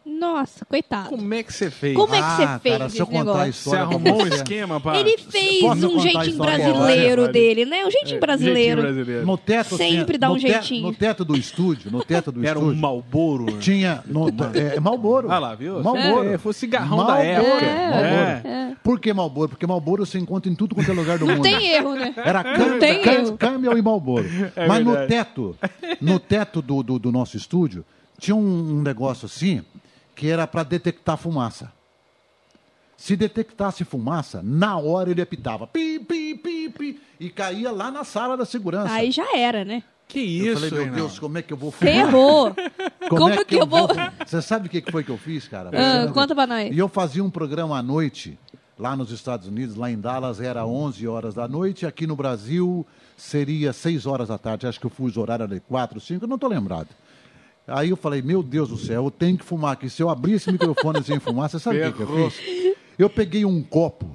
Nossa, coitado.
Como é que você fez?
Como é que você
Ah,
fez
cara, se eu
esse
contar
negócio?
a
Você
história pra
arrumou um
você-
esquema para...
Ele fez
Posso
um
contar a
jeitinho
história?
brasileiro
Pode, pode.
dele, né? Um
É,
jeitinho brasileiro.
No teto,
Sempre
assim,
dá um
no te-
jeitinho.
no teto do estúdio, no teto do
Era um
estúdio,
malboro.
tinha... No, é, é Malboro.
Ah lá, viu?
Malboro.
É, foi o cigarrão da
Malboro,
época.
Malboro.
É.
Por que Malboro? Porque Malboro se encontra em tudo quanto é lugar do
Não
mundo.
tem erro, né?
Era Cam-
tem
Cam-
erro. É
Camel e Malboro. Mas no
verdade.
teto, no teto do, do, do nosso estúdio, tinha um, um negócio assim que era para detectar fumaça. Se detectasse fumaça, na hora ele apitava. Pi, pi, pi, pi, e caía lá na sala da segurança.
Aí já era, né?
Que
eu
isso,
falei, meu
Reinaldo.
Deus, como é que eu vou fumar?
Ferrou.
é
Como é que eu vou-
Você sabe o que que foi que eu fiz, cara?
Ah,
Você não-
conta pra nós.
E eu fazia um programa à noite, lá nos Estados Unidos, lá em Dallas, era 11 horas da noite. Aqui no Brasil seria 6 horas da tarde. Acho que o fuso horário era de 4, 5, eu não estou lembrado. Aí eu falei, meu Deus do céu, eu tenho que fumar aqui. Se eu abrir esse microfone sem fumar, você sabe o que que eu
Ferrou.
fiz? Eu peguei um copo,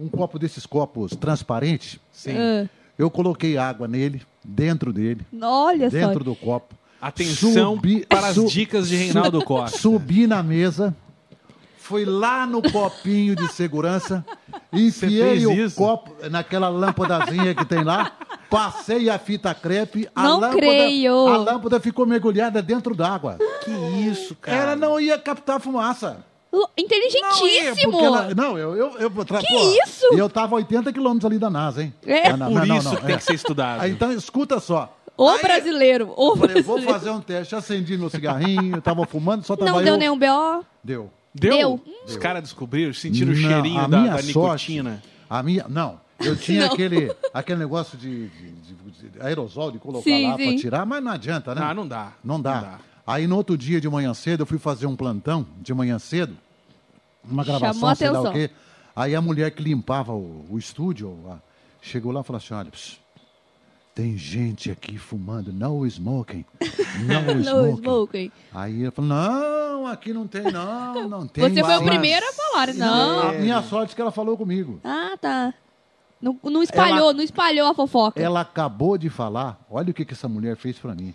um copo desses copos transparentes. Sim.
Ah,
Eu coloquei água nele, dentro dele,
Olha só.
dentro do copo.
Atenção
Subi-
para as
su-
dicas de Reinaldo Costa.
Subi na mesa, fui lá no copinho de segurança, enfiei
fez
o
isso?
copo naquela lâmpadazinha que tem lá, passei a fita crepe, a,
Não
lâmpada,
creio.
a lâmpada ficou mergulhada dentro d'água.
Que isso,
Ela não ia captar fumaça.
Lu-
é, Porque
Inteligentíssimo.
ela, não, eu, eu, eu vou tra-
Que
pô,
isso?
Eu tava a 80 quilômetros ali da NASA, hein?
É.
Ah, não,
Por
não, não,
isso
não,
que tem
é.
que ser estudado.
Ah, Então, escuta só.
O
Aí,
brasileiro. O
eu Falei, eu vou
brasileiro.
fazer um teste. Acendi meu cigarrinho, tava fumando, só tava
Não
eu.
deu nenhum B.O.
Deu.
Deu?
Deu.
Os caras descobriram, sentiram o
Não,
cheirinho
a
da,
minha
da
sorte-
nicotina.
A minha, não. Eu tinha
Não.
aquele, aquele negócio de, de- de- de aerosol de colocar
Sim,
lá para
sim.
tirar, mas não adianta, né?
Ah, não dá.
Não dá.
Não dá.
Aí no outro dia de manhã cedo, eu fui fazer um plantão de manhã cedo, uma
Chamou
gravação,
a
sei lá o
atenção.
quê. Aí a mulher que limpava o, o estúdio lá, chegou lá e falou assim: olha, pss, tem gente aqui fumando, no smoking.
No
No, um smoking.
smoking.
Aí eu falei, não, aqui não tem, não, não tem.
Você foi o
mas-
primeiro a falar. né? Não.
A minha sorte é que ela falou comigo.
Ah, tá. Não, não espalhou,
Ela-
não espalhou a fofoca.
Ela acabou de falar, olha o que, que essa mulher fez para mim.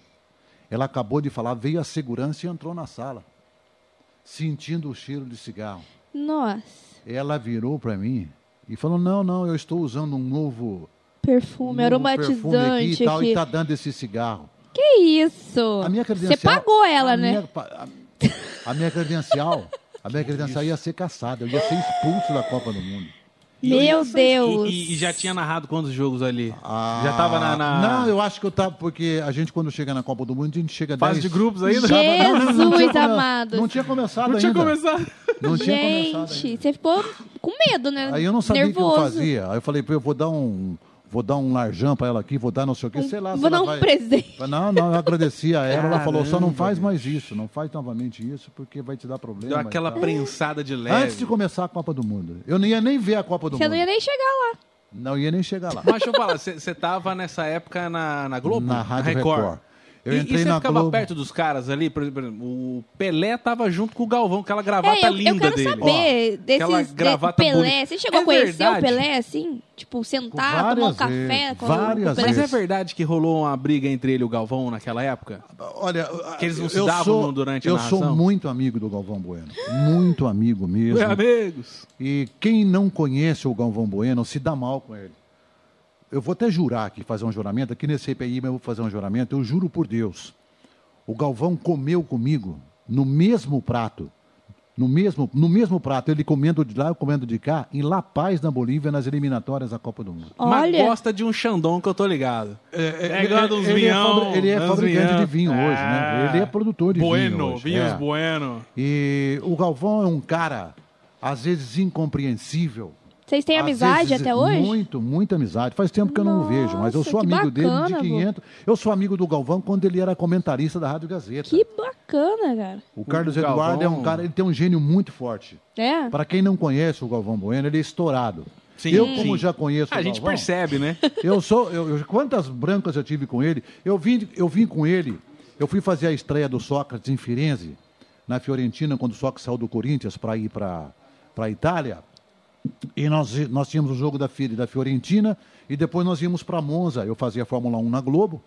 Ela acabou de falar, veio a segurança e entrou na sala, sentindo o cheiro de cigarro.
Nossa.
Ela virou para mim e falou: Não, não, eu estou usando um novo, um
Perfume,
novo perfume aqui
aromatizante
e tal,
aqui.
e está dando esse cigarro.
Que isso?
A minha
Você
credencial.
pagou ela,
a
né?
minha pa- a, a minha credencial. A minha credencial ia ser caçada, eu ia ser expulso da Copa do Mundo.
Meu Deus.
E, e- e já tinha narrado quantos jogos ali?
Ah,
já tava na, na
Não, eu acho que eu tava, porque a gente quando chega na Copa do Mundo, a gente chega
fase
10
de grupos ainda?
Gente,
Não, não, não, não
Jesus
tinha come-
amado.
Não tinha começado
Não tinha
ainda.
começado.
Não tinha começado ainda.
Gente, você ficou com medo, né?
Aí eu não sabia o que eu
Nervoso.
fazia. Aí eu falei, pô, eu vou dar um. Vou dar um larjão pra ela aqui, vou dar não sei o que, sei lá. se
Vou
ela
dar um
vai-
presente.
Não, não, eu agradeci a ela. Ela falou, só não
Caramba,
faz mais isso, não faz novamente isso, porque vai te dar problema.
Deu
e
aquela
tal.
prensada de leve.
tá. Antes de começar a Copa do Mundo. Eu não ia nem ver a Copa do
Você
Mundo.
não ia nem chegar lá.
Não ia nem chegar lá.
Mas deixa eu falar, você tava nessa época na, na Globo?
Na Rádio Record. Eu
e, e
entrei
você
na
ficava
Globo.
perto dos caras ali, por exemplo, o Pelé tava junto com o Galvão, aquela gravata
É, eu,
linda
eu quero
dele.
saber
aquela
desses,
gravata
de Pelé.
bonita.
Você chegou
É
a conhecer
verdade.
o Pelé, assim? Tipo, sentar, tomar um
Várias
café
vezes,
com,
várias
o Pelé?
Mas é
Isso.
verdade que rolou uma briga entre ele e o Galvão naquela época?
Olha,
Que eles não se
eu
davam
sou,
durante a
Eu
narração? É,
sou muito amigo do Galvão Bueno. Muito amigo mesmo.
Meus amigos.
E quem não conhece o Galvão Bueno se dá mal com ele. Eu vou até jurar aqui, fazer um juramento. Aqui nesse CPI eu vou fazer um juramento. Eu juro por Deus. O Galvão comeu comigo no mesmo prato. No mesmo, no mesmo prato, ele comendo de lá, eu comendo de cá, em La Paz, na Bolívia, nas eliminatórias da Copa do Mundo.
Mas
Olha,
gosta de um Xandão que eu tô ligado. É, igual dos
ele, é
vinhão,
fabri- ele é
dos
fabricante
vinhão.
de vinho hoje, né?
Ah.
Ele é produtor de vinho.
Bueno,
hoje.
vinhos
É.
bueno.
E o Galvão é um cara, às vezes, incompreensível.
vocês têm
Às
amizade
vezes,
até hoje?
Muito, muita amizade. Faz tempo que eu não o vejo, mas eu
Nossa,
sou
que
amigo dele
bacana,
de
vô.
500. Eu sou amigo do Galvão quando ele era comentarista da Rádio Gazeta.
Que bacana, cara.
O Carlos
O Galvão-
Eduardo é um cara, ele tem um gênio muito forte.
É?
Para quem não conhece o Galvão Bueno, ele é estourado.
Sim,
eu,
sim.
como já conheço
Ah, A
o
gente
Galvão,
percebe, né?
eu sou. eu- eu- quantas brancas eu tive com ele? Eu vim, eu vim com ele. Eu fui fazer a estreia do Sócrates em Firenze, na Fiorentina, quando o Sócrates saiu do Corinthians para ir para a Itália. E nós, nós tínhamos o jogo da, Fi- da Fiorentina e depois nós íamos para Monza. Eu fazia Fórmula 1 na Globo.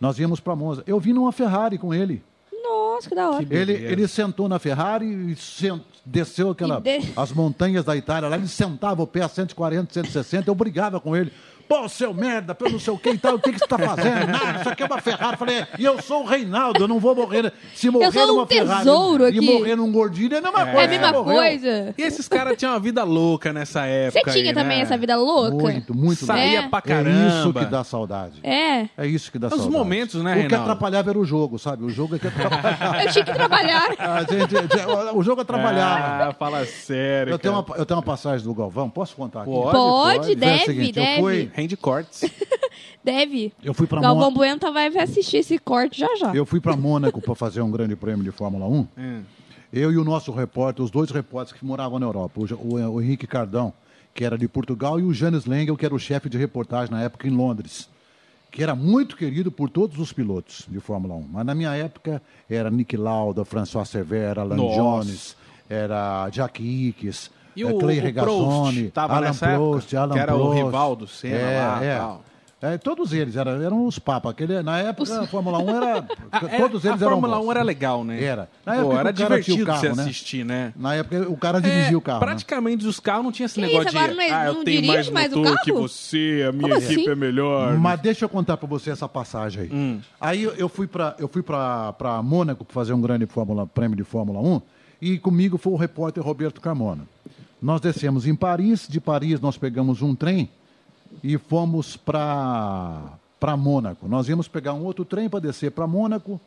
Nós íamos para Monza. Eu vim numa Ferrari com ele.
Nossa, que da hora.
Ele, ele sentou na Ferrari e sent- desceu aquela,
E de-
as montanhas da Itália lá, ele sentava o pé a 140, 160, eu brigava com ele. Pô, seu merda, pelo não sei o que e tal, o que, que você tá fazendo? Nada, isso aqui é uma Ferrari. Eu Falei, e eu sou o Reinaldo, eu não vou morrer. Se morrer
sou um
numa Ferrari
tesouro
e
aqui.
morrer num gordinho, é a mesma
É
coisa.
a mesma
você morreu.
coisa.
E esses caras tinham uma vida louca nessa
Você
época.
tinha
aí,
também
né?
essa vida louca?
Muito, muito louco.
Saía
É.
pra
É isso
caramba.
que dá saudade.
É.
É isso que dá
Os
saudade.
momentos, né,
O que
Reinaldo?
atrapalhava era o jogo, sabe? O jogo é que atrapalhava.
Eu tinha que trabalhar.
A gente- o jogo atrapalhava.
Ah, fala sério.
Eu tenho,
cara.
uma, eu tenho uma passagem do Galvão, posso contar aqui?
Pode,
Pode,
pode.
É o
deve,
seguinte,
deve.
Eu fui,
Rende cortes.
Deve.
eu fui pra
Galvão
Mon-
Bueno tá, vai vai assistir esse corte já já.
eu fui pra Mônaco para fazer um grande prêmio de Fórmula 1.
Hum.
Eu e o nosso repórter, os dois repórteres que moravam na Europa, o, Jo- o- o Henrique Cardão, que era de Portugal, e o Janes Lengel, que era o chefe de reportagem na época em Londres, que era muito querido por todos os pilotos de Fórmula 1. Mas na minha época era Nick Lauda, François Cervera, Alan
Nossa.
Jones, era Jack Ickes,
E
eh,
o-
Clay
o
Regazzoni,
Prost tava
Alan
nessa época?
Prost, Alan
Que era o
Prost.
rival do Senna
é,
lá,
é.
tal.
É, todos eles eram, eram os papas. Aquele, na época, a Fórmula 1 era. todos
É. a
eles eram.
Fórmula
bons.
1 era legal, né?
Era. Na época
Pô,
que
era
o cara tinha
divertido
o carro,
você
né?
assistir, né? É,
Na época, o cara dirigia o carro. né?
Praticamente os carros não tinha esse
Que
negócio
isso,
de.
agora não é-
ah, eu
não
tenho
dirige
mais
mais o
motor que
carro?"
você, a minha
Como
equipe
assim?
é melhor.
Mas deixa eu contar pra você essa passagem aí. Aí eu- eu fui pra eu fui para para Mônaco fazer um grande Fórmula- prêmio de Fórmula 1 e comigo foi o repórter Roberto Carmona. Nós descemos em Paris, de Paris nós pegamos um trem e fomos pra para Mônaco. Nós íamos pegar um outro trem para descer pra Mônaco.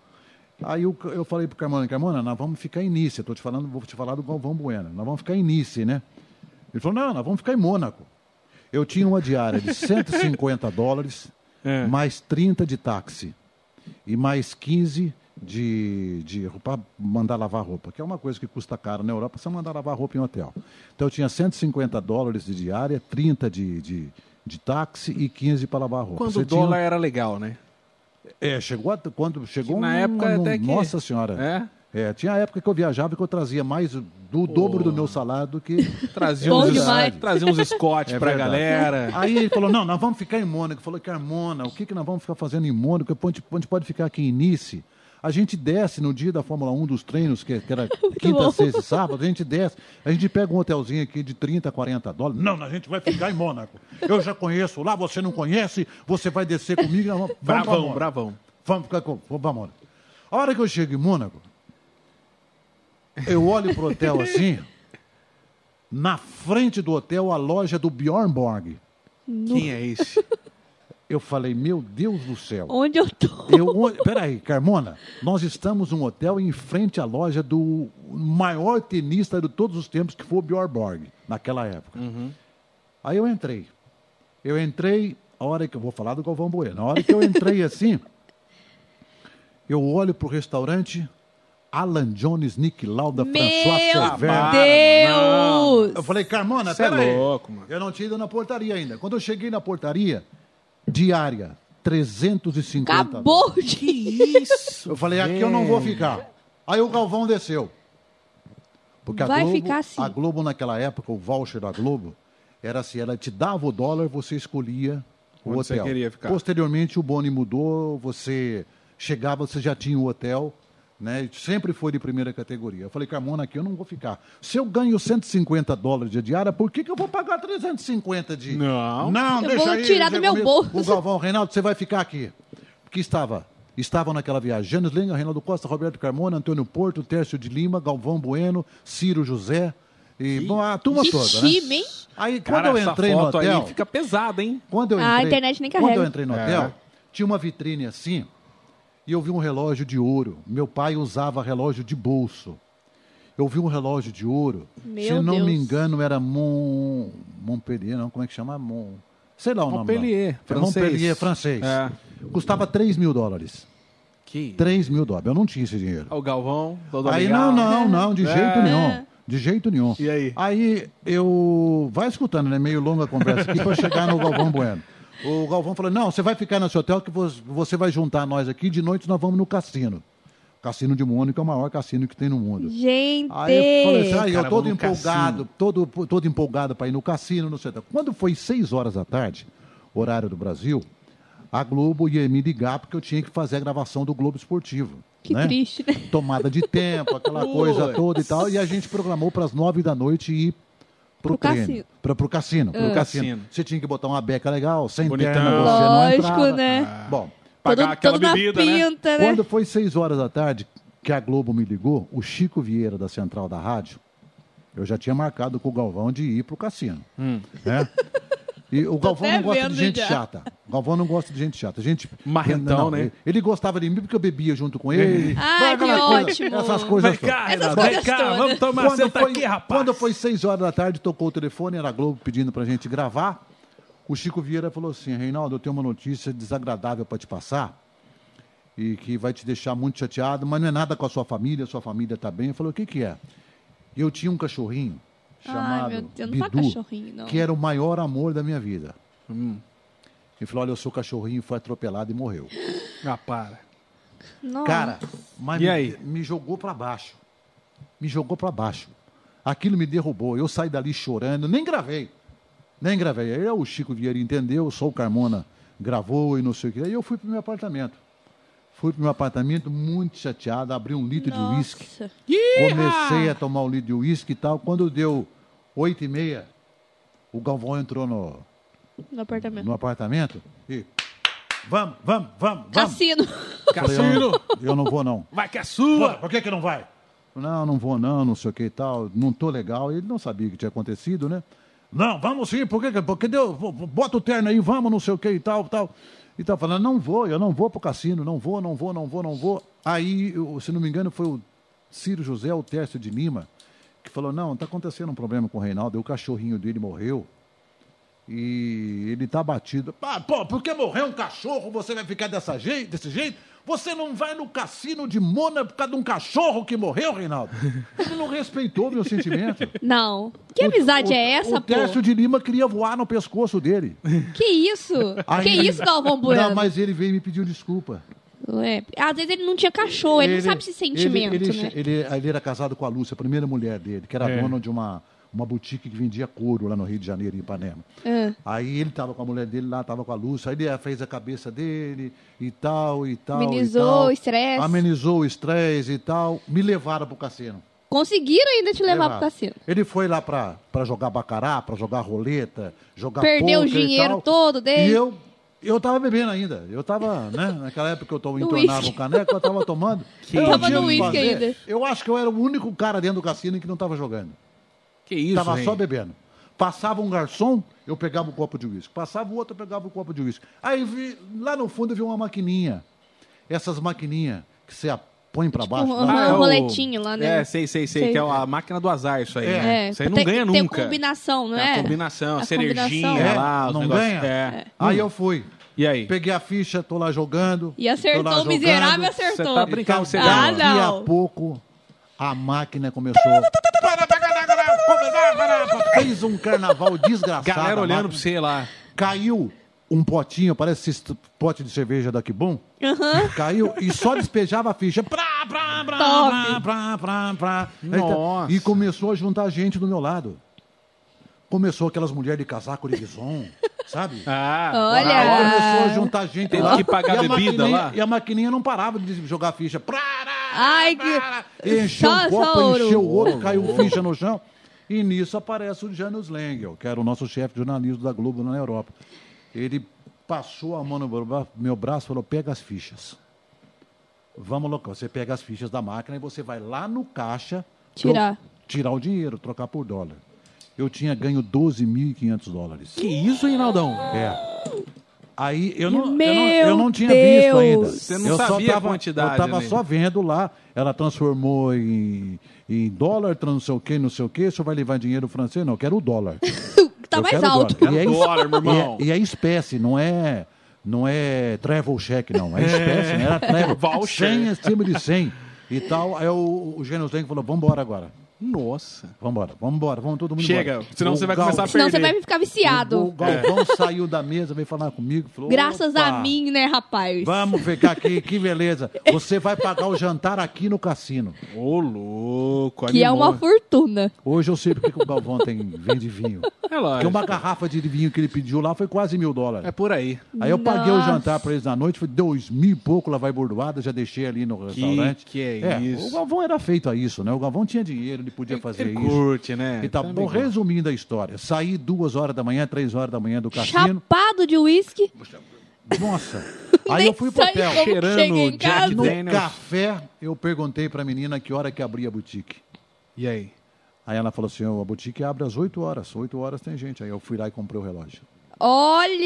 Aí eu, eu falei pro Carmona, Carmona, nós vamos ficar em Nice. Eu tô te falando, vou te falar do Galvão Bueno. Nós vamos ficar em Nice, né? Ele falou, não, nós vamos ficar em Mônaco. Eu tinha uma diária de 150 dólares,
É.
mais 30 de táxi e mais 15 de, de roupa, mandar lavar roupa, que é uma coisa que custa caro na Europa, você mandar lavar roupa em hotel. Então eu tinha 150 dólares de diária, 30 de, de, de táxi e 15 para lavar roupa.
Quando
Você
o
tinha- um
dólar era legal, né?
é, chegou a, quando chegou
Na
um-
época
um-
até que-
Nossa senhora. É? tinha a época que eu viajava e que eu trazia mais do dobro do meu salário do que
Trazia
Bom
uns,
demais.
trazia uns Scott
É
pra
verdade.
galera.
Aí ele falou: não, nós vamos ficar em Mônaco. Eu Falei, Carmona, o que, que nós vamos ficar fazendo em Mônaco? A gente, a gente pode ficar aqui em Nice. A gente desce no dia da Fórmula 1 dos treinos, que, que era quinta,
bom.
sexta e sábado, a gente desce, a gente pega um hotelzinho aqui de 30, 40 dólares. Não, a gente vai ficar em Mônaco. Eu já conheço lá, você não conhece, você vai descer comigo. nós Vamos, vamos pra
Bravão,
Mônaco.
bravão.
Vamos ficar com. Vamos pra Mônaco. A hora que eu chego em Mônaco, eu olho pro hotel assim. Na frente do hotel, a loja do Bjorn Borg.
Quem é esse?
Eu falei, meu Deus do céu.
Onde eu tô?
Eu, o- peraí, Carmona, nós estamos num hotel em frente à loja do maior tenista de todos os tempos, que foi o Björn Borg, naquela época. Aí eu entrei. Eu entrei, a hora que eu vou falar do Galvão Bueno, na hora que eu entrei assim, eu olho pro restaurante, Alan Jones, Nick Lauda,
Meu
François Cervera.
Deus!
Eu falei, Carmona,
Cê é
peraí.
louco, mano.
Eu não tinha ido na portaria ainda. Quando eu cheguei na portaria, diária, 350 dólares.
Acabou de.
Isso.
Eu falei, aqui eu não vou ficar. Aí o Galvão desceu. Porque a
Vai
Globo,
ficar assim.
a Globo naquela época, o voucher da Globo, era assim, ela te dava o dólar, você escolhia o
Onde você
hotel.
queria ficar.
Posteriormente o Boni mudou, você chegava, você já tinha o hotel, né? E Sempre foi de primeira categoria. Eu falei, Carmona, aqui eu não vou ficar. Se eu ganho 150 dólares de diária, por que, que eu vou pagar 350 de...
Não.
Não,
Eu
deixa
vou
aí,
tirar do
deixa
meu
comigo.
bolso.
O Galvão, Reinaldo, você vai ficar aqui. Porque estava. Estavam naquela viagem Janes Lenga, Reinaldo Costa, Roberto Carmona, Antônio Porto, Tércio de Lima, Galvão Bueno, Ciro José e bom, a turma
Que
toda.
time,
né?
hein?
Aí
Cara,
quando eu
essa
entrei no
foto
hotel.
aí fica pesada, hein?
Quando eu
Ah, a
entrei,
internet nem
Quando
carrega.
eu entrei no
É.
hotel, tinha uma vitrine assim e eu vi um relógio de ouro. Meu pai usava relógio de bolso. Eu vi um relógio de ouro. Se
Meu
eu não me
Deus.
engano, era Mon... Montpellier, não, como é que chama? Mon... Sei lá o nome. lá.
Montpellier,
É
francês.
Montpellier, francês.
É.
Custava 3 mil dólares.
Que.
3 mil dólares. Eu não tinha esse dinheiro.
O Galvão, Dodô
Aí
Miguel.
não, não, não, de
É.
jeito nenhum. De jeito nenhum.
E aí?
Aí eu. Vai escutando, né? Meio longa a conversa aqui para chegar no Galvão Bueno. O Galvão falou: não, você vai ficar nesse hotel que vo- você vai juntar nós aqui. De noite nós vamos no cassino. Cassino de Mônica é o maior cassino que tem no mundo.
Gente.
Aí eu falei assim, aí eu
Cara,
todo
vamos no
empolgado, todo, todo empolgado para ir no cassino, não sei. o quê. Quando foi seis horas da tarde, horário do Brasil, a Globo ia me ligar porque eu tinha que fazer a gravação do Globo Esportivo.
que
né?
triste, né?
tomada de tempo, aquela
Ui.
coisa toda e tal. E a gente programou para as nove da noite ir
Pro
pro, treino.
cassino. É.
Pra, pro cassino. Pro cassino.
Cassino.
Você tinha que botar uma beca legal, sem
Bonitão.
terno, você não
Lógico,
entrava.
né?
Bom,
Pagar
Todo-
aquela
todo na
bebida, né?
pinta, né?
quando foi seis horas da tarde que a Globo me ligou, o Chico Vieira, da Central da Rádio, eu já tinha marcado com o Galvão de ir pro cassino. Né? E o Galvão
até
não gosta
vendo
de gente
já.
chata. O Galvão não gosta de gente chata. Gente,
Marrentão,
não,
né?
Ele, ele gostava de mim porque eu bebia junto com ele.
Ai, que
Aquela coisa-
ótimo.
Essas coisas
Vem
todas.
cá,
Essas
Renato, vem
coisas
cá,
todas.
vamos tomar
Quando
senta
foi-
Então, tá aqui, rapaz.
Quando foi 6 horas da tarde, tocou o telefone, era a Globo pedindo pra gente gravar. O Chico Vieira falou assim: Reinaldo, eu tenho uma notícia desagradável pra te passar e que vai te deixar muito chateado, mas não é nada com a sua família, sua família tá bem. Eu falei: o que que é? E eu tinha um cachorrinho
Ai,
chamado
meu Deus, não
Bidu,
fala cachorrinho, não.
que era o maior amor da minha vida.
Hum.
Ele falou: olha, o seu cachorrinho foi atropelado e morreu.
Ah, para.
Nossa.
Cara, mas
Ah. E
me,
aí?
me jogou pra baixo. Me jogou pra baixo. Aquilo me derrubou. Eu saí dali chorando, nem gravei. Nem gravei. Aí é o Chico Vieira entendeu, só o Carmona gravou e não sei o que. Aí eu fui pro meu apartamento. Fui pro meu apartamento muito chateado, abri um litro de uísque.
Nossa.
Comecei a tomar um litro de uísque e tal. Quando deu oito e meia, o Galvão entrou no,
No apartamento.
no apartamento e... Vamos, vamos, vamos, vamos.
Cassino.
Eu falei, eu não-
Cassino,
eu não vou não.
vai que é
um- Pô,
sua.
por que que não vai? Não, não vou não, não sei o que e tal, não tô legal. Ele não sabia o que tinha acontecido, né? Não, vamos sim, por que que- porque deu, bo- bo- bota o terno aí, vamos, não sei o que e tal, tal. E tá falando, não vou, eu não vou pro cassino, não vou, não vou, não vou, não vou. Aí, eu- se não me engano, foi o Ciro José, o Tércio de Lima, que falou, não, tá acontecendo um problema com o Reinaldo, o cachorrinho dele morreu. E ele tá batido. Ah, pô, porque morreu um cachorro, você vai ficar dessa jei- desse jeito? Você não vai no cassino de Mona por causa de um cachorro que morreu, Reinaldo? Ele não respeitou meu sentimento.
Não. Que amizade
O-
é essa,
O
pô?
Tércio de Lima queria voar no pescoço dele.
Que isso?
Aí-
Que isso, Galvão Bueno?
Não, mas ele veio e me pediu desculpa.
Ué, às vezes ele não tinha cachorro, ele, não sabe esse sentimento,
ele,
né?
Ele, ele era casado com a Lúcia, a primeira mulher dele, que era dona de uma, uma boutique que vendia couro lá no Rio de Janeiro, em Ipanema.
Ah.
Aí ele tava com a mulher dele lá, tava com a Lúcia, aí ele é, fez a cabeça dele e tal, e tal. e
Amenizou
tal.
o estresse.
Amenizou o estresse e tal. Me levaram pro cassino.
Conseguiram ainda te levar
Levaram.
pro cassino.
Ele foi lá pra, pra jogar bacará, pra jogar roleta, jogar
Perdeu o
pôquer e
dinheiro
tal.
todo dele.
E eu, eu tava bebendo ainda. Eu tava, né? Naquela época que eu to- entornava
Uísque.
o caneco, eu tava tomando. Que eu
Tava
tinha
no
o que
uísque
fazer.
ainda.
Eu acho que eu era o único cara dentro do cassino que não tava jogando.
Que isso,
Tava
hein?
só bebendo. Passava um garçom, eu pegava um copo de uísque. Passava o outro, eu pegava um copo de uísque. Aí vi, lá no fundo eu vi uma maquininha. Essas maquininhas que você a põe pra baixo.
um-
lá.
uma-
Ah, é o-
roletinho lá, né?
É, sei, sei, sei,
Sei.
Que é a máquina do azar isso aí.
É.
né? Isso aí não
tem,
ganha
tem
nunca.
combinação, não
É
é?
a combinação, a,
A
cerejinha
combinação.
É, lá, os
É, não
negócios-
ganha?
É. Hum.
Aí eu fui.
E aí?
Peguei a ficha, tô lá jogando.
E
tô
acertou,
lá
o miserável
jogando.
Você
acertou.
tá brincando com você.
Ah,
não.
Daqui a
não.
pouco, a máquina começou. Fez um carnaval desgraçado.
Galera
a
olhando
máquina.
pra você lá.
Caiu um potinho, parece esse pote de cerveja daqui bom. Caiu e só despejava a ficha. Prá, prá, prá,
Top.
prá, prá, prá, prá.
Nossa.
tá, E começou a juntar gente do meu lado. Começou aquelas mulheres de casaco de bison, sabe?
Ah,
Olha.
Aí começou a juntar gente
Teve
lá.
que pagar
e a
bebida
maquininha-
lá.
E a maquininha não parava de jogar ficha. Prá, prá,
Ai, que-
prá, Encheu
Só-
um copo,
só ouro.
encheu o outro, caiu ficha no chão. E nisso aparece o Janus Lengel, que era o nosso chefe de jornalismo da Globo na Europa. Ele passou a mão no meu bra- meu braço e falou, pega as fichas. Vamos, Locão, você pega as fichas da máquina e você vai lá no caixa... tro-
Tirar.
Tirar o dinheiro, trocar por dólar. Eu tinha ganho 12.500 dólares.
que isso, Reinaldão?
É. Aí eu não, eu
Meu
não, eu não tinha visto
Deus.
ainda.
Você
não
eu
sabia a
tava,
quantidade,
Eu tava
né?
só vendo lá. Ela transformou em, em dólar, trans- não sei o que, não sei o que. Só vai levar dinheiro francês? Não, eu quero o dólar.
tá
Eu
mais
quero o
alto.
dólar. E é,
Quero
es-
dólar, meu irmão.
E é, e é espécie, não é, não é travel check, não. É espécie, né? Era travel.
Voucher.
100 acima de 100 e tal. Aí o, o Gênio Zen falou, vambora agora.
Nossa.
Vambora, vambora, vamos todo mundo
Chega,
embora.
senão
O
você vai
Gal-
começar a É.
Senão você
perder.
vai ficar
o
viciado.
Galvão saiu da mesa, veio falar comigo. Falou,
Graças a
"Opa,
mim, né, rapaz?
Vamos ficar aqui, que beleza. Você vai pagar o jantar aqui no cassino.
Ô, louco.
Que é
animou.
uma fortuna.
Hoje eu sei porque que o Galvão tem, vende vinho.
É lógico.
Porque uma garrafa de vinho que ele pediu lá foi quase mil dólares.
É por aí.
Aí eu paguei o
Nossa.
jantar pra eles na noite, foi dois mil e pouco, lá vai bordoada, já deixei ali no restaurante.
que é isso?
O Galvão era feito a isso, né? O Galvão tinha dinheiro, ele podia fazer
Ele
isso.
curte, né?
E tá
Também
bom,
curte.
resumindo a história, saí duas horas da manhã, três horas da manhã do
Tá
cassino.
Chapado de uísque.
Nossa! Aí eu
Nem
fui pro
sei
hotel.
como
cheirando
cheguei em
Jack
casa.
No
Daniels.
café, eu perguntei pra menina que hora que abria a boutique.
E aí?
Aí ela falou assim: "Ó, a boutique abre às 8 horas, 8 horas tem gente. Aí eu fui lá e comprei o relógio.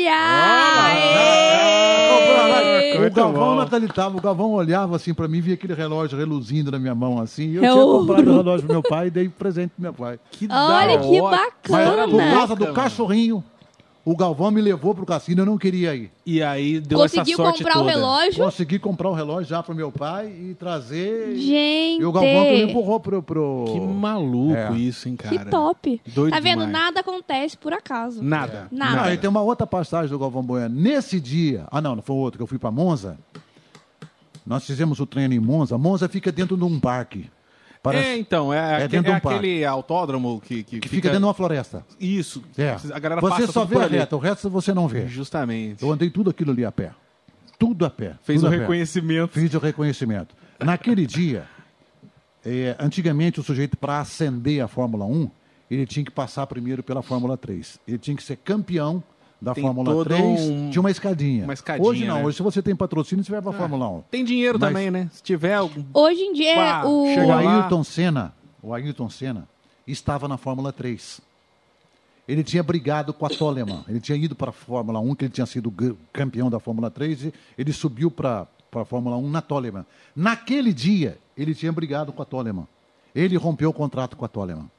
tá,
Olha! Ei!
o
Muito
Galvão
bom.
naquele o Galvão olhava assim pra mim, via aquele relógio reluzindo na minha mão assim. e Eu
É
tinha
ouro.
comprado o relógio pro meu pai e dei presente pro meu pai.
Que
Olha
da
que
hora.
Mas
bacana.
Cara
por
louca,
causa do
mano.
cachorrinho, o Galvão me levou pro cassino, eu não queria ir.
E aí deu essa
Conseguiu
sorte
comprar o
toda.
relógio.
Consegui comprar o relógio já pro meu pai e trazer.
Gente.
E o Galvão é que me empurrou pro. pro...
Que maluco
É.
isso, hein, cara?
Que top.
Doido
tá vendo?
demais.
Nada acontece por acaso.
Hum.
Nada. então,
Nada.
Não, e tem uma outra passagem do Galvão Bueno. Nesse dia, ah não, não foi outro, que eu fui pra Monza. Nós fizemos o treino em Monza. Monza fica dentro de um parque. Parece
É, então, é, aque-
dentro de
é
um parque.
aquele autódromo que, que,
que fica, dentro de uma floresta.
Isso.
É.
A galera
você
passa
só
tudo
vê
por
a
ali.
reta, o resto você não vê.
Justamente.
Eu andei tudo aquilo ali a pé. Tudo a pé.
Fez um o
tudo a pé.
reconhecimento.
Fiz o reconhecimento. Naquele dia, eh, antigamente o sujeito, para ascender a Fórmula 1, ele tinha que passar primeiro pela Fórmula 3. Ele tinha que ser campeão da
Tem
Fórmula
todo
3.
um-
Tinha uma escadinha.
uma escadinha,
Hoje não,
né? É.
hoje se você tem patrocínio, você vai para a Fórmula 1.
Tem dinheiro
Mas-
também, né? Se tiver algum.
Hoje em dia,
Pá,
o...
O
chega lá.
Ayrton Senna, o Ayrton Senna, estava na Fórmula 3. Ele tinha brigado com a Toleman. Ele tinha ido para a Fórmula 1, que ele tinha sido gr- campeão da Fórmula 3, e ele subiu para a Fórmula 1 na Toleman. Naquele dia, ele tinha brigado com a Toleman. Ele rompeu o contrato com a Toleman.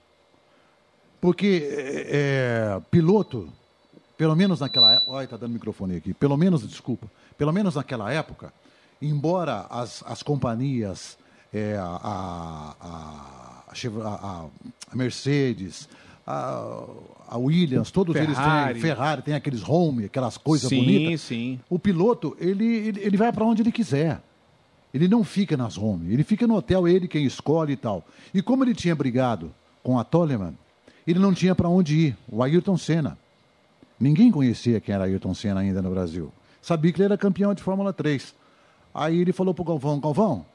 Porque é, é, piloto, pelo menos naquela época. Olha, tá dando microfone aqui. Pelo menos, desculpa. Pelo menos naquela época, embora as, as companhias, é, a, a, a Chev- a- a- a Mercedes, a, a Williams, todos eles
Ferrari.
têm. Ferrari, tem aqueles home, aquelas coisas
sim,
bonitas.
sim.
O piloto, ele, ele, ele vai para onde ele quiser. Ele não fica nas home, ele fica no hotel, ele quem escolhe e tal. E como ele tinha brigado com a Toleman, ele não tinha para onde ir, o Ayrton Senna. Ninguém conhecia quem era Ayrton Senna ainda no Brasil. Sabia que ele era campeão de Fórmula 3. Aí ele falou pro Galvão, Galvão,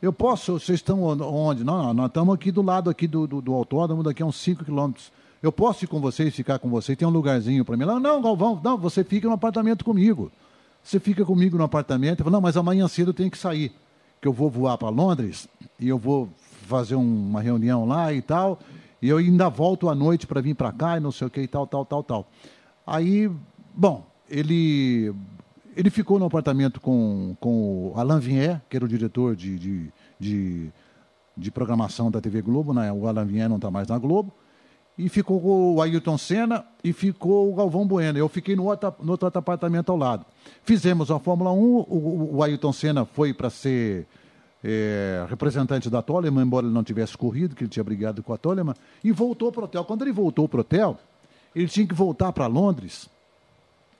eu posso, vocês estão on- onde? Não, não, nós estamos aqui do lado aqui do, do, do autódromo, daqui a uns 5 quilômetros. Eu posso ir com vocês, ficar com vocês, tem um lugarzinho para mim. Não, não, Galvão, não, você fica no apartamento comigo. Você fica comigo no apartamento. Eu falo, não, mas amanhã cedo eu tenho que sair, que eu vou voar para Londres e eu vou fazer um- uma reunião lá e tal. E eu ainda volto à noite para vir para cá e não sei o que e tal, tal, tal, tal. Aí, bom, ele ele ficou no apartamento com, com o Alain Vier, que era o diretor de, de, de, de programação da TV Globo, né? o Alain Vier não está mais na Globo, e ficou com o Ailton Senna e ficou o Galvão Bueno. Eu fiquei no outro, no outro apartamento ao lado. Fizemos a Fórmula 1, o, o, o Ailton Senna foi para ser é, representante da Toleman, embora ele não tivesse corrido, que ele tinha brigado com a Toleman, e voltou para o hotel. Quando ele voltou para o hotel, ele tinha que voltar para Londres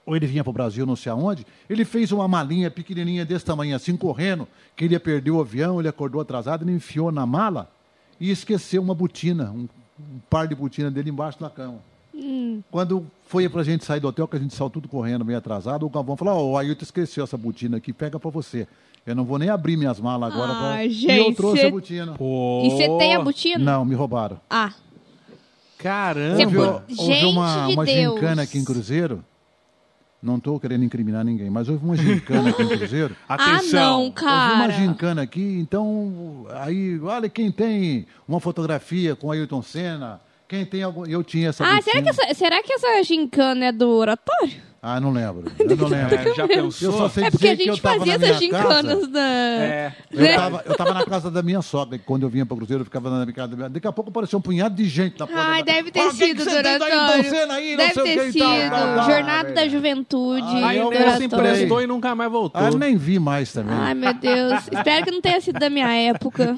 ou ele vinha para o Brasil, não sei aonde, ele fez uma malinha pequenininha desse tamanho assim, correndo, que ele ia perder o avião, ele acordou atrasado, ele enfiou na mala e esqueceu uma botina, um, um par de botina dele embaixo da cama.
Hum.
Quando foi pra gente sair do hotel, que a gente saiu tudo correndo, meio atrasado, o Galvão falou, ó, o Ailton esqueceu essa botina aqui, pega pra você. Eu não vou nem abrir minhas malas agora.
Ah,
pra... e eu
gente,
trouxe
cê-
a botina.
Pô,
E você tem a botina?
Oh, Não, me roubaram.
Ah,
Caramba!
Você
Houve,
pô-
houve
Gente
uma,
de
uma
Deus.
gincana aqui em Cruzeiro. Não tô querendo incriminar ninguém, mas houve uma gincana aqui em Cruzeiro.
Atenção!
ah não,
Houve uma
cara.
gincana aqui, então aí, olha quem tem uma fotografia com Ailton Senna, quem tem algum, eu tinha essa
Ah,
botina.
será que, essa, será que essa gincana é do oratório?
Ah, não lembro. Eu não lembro.
É, já pensou?
Eu só sei
É porque a
dizer que eu
gente
tava
fazia
na minha
essas gincanas
Casa,
na...
É.
eu,
né?
tava, eu tava na casa da minha sogra, que quando eu vinha pra Cruzeiro, eu ficava na minha casa. da minha- Daqui a pouco apareceu um punhado de gente na porta.
Ai,
da-
deve ter
Ah, o que que
sido
você
do
tem daí,
oratório.
Ailton Senna aí? Não
Deve
sei o
ter
que e tal, Tá,
sido.
tal, tal.
Jornada da
Ai,
Juventude.
Ai,
Aí o
eu
negócio
do
gostei,
oratório.
emprestou e nunca mais voltou.
Ah, nem vi mais também.
Ai, meu Deus. Espero que não tenha sido da minha época.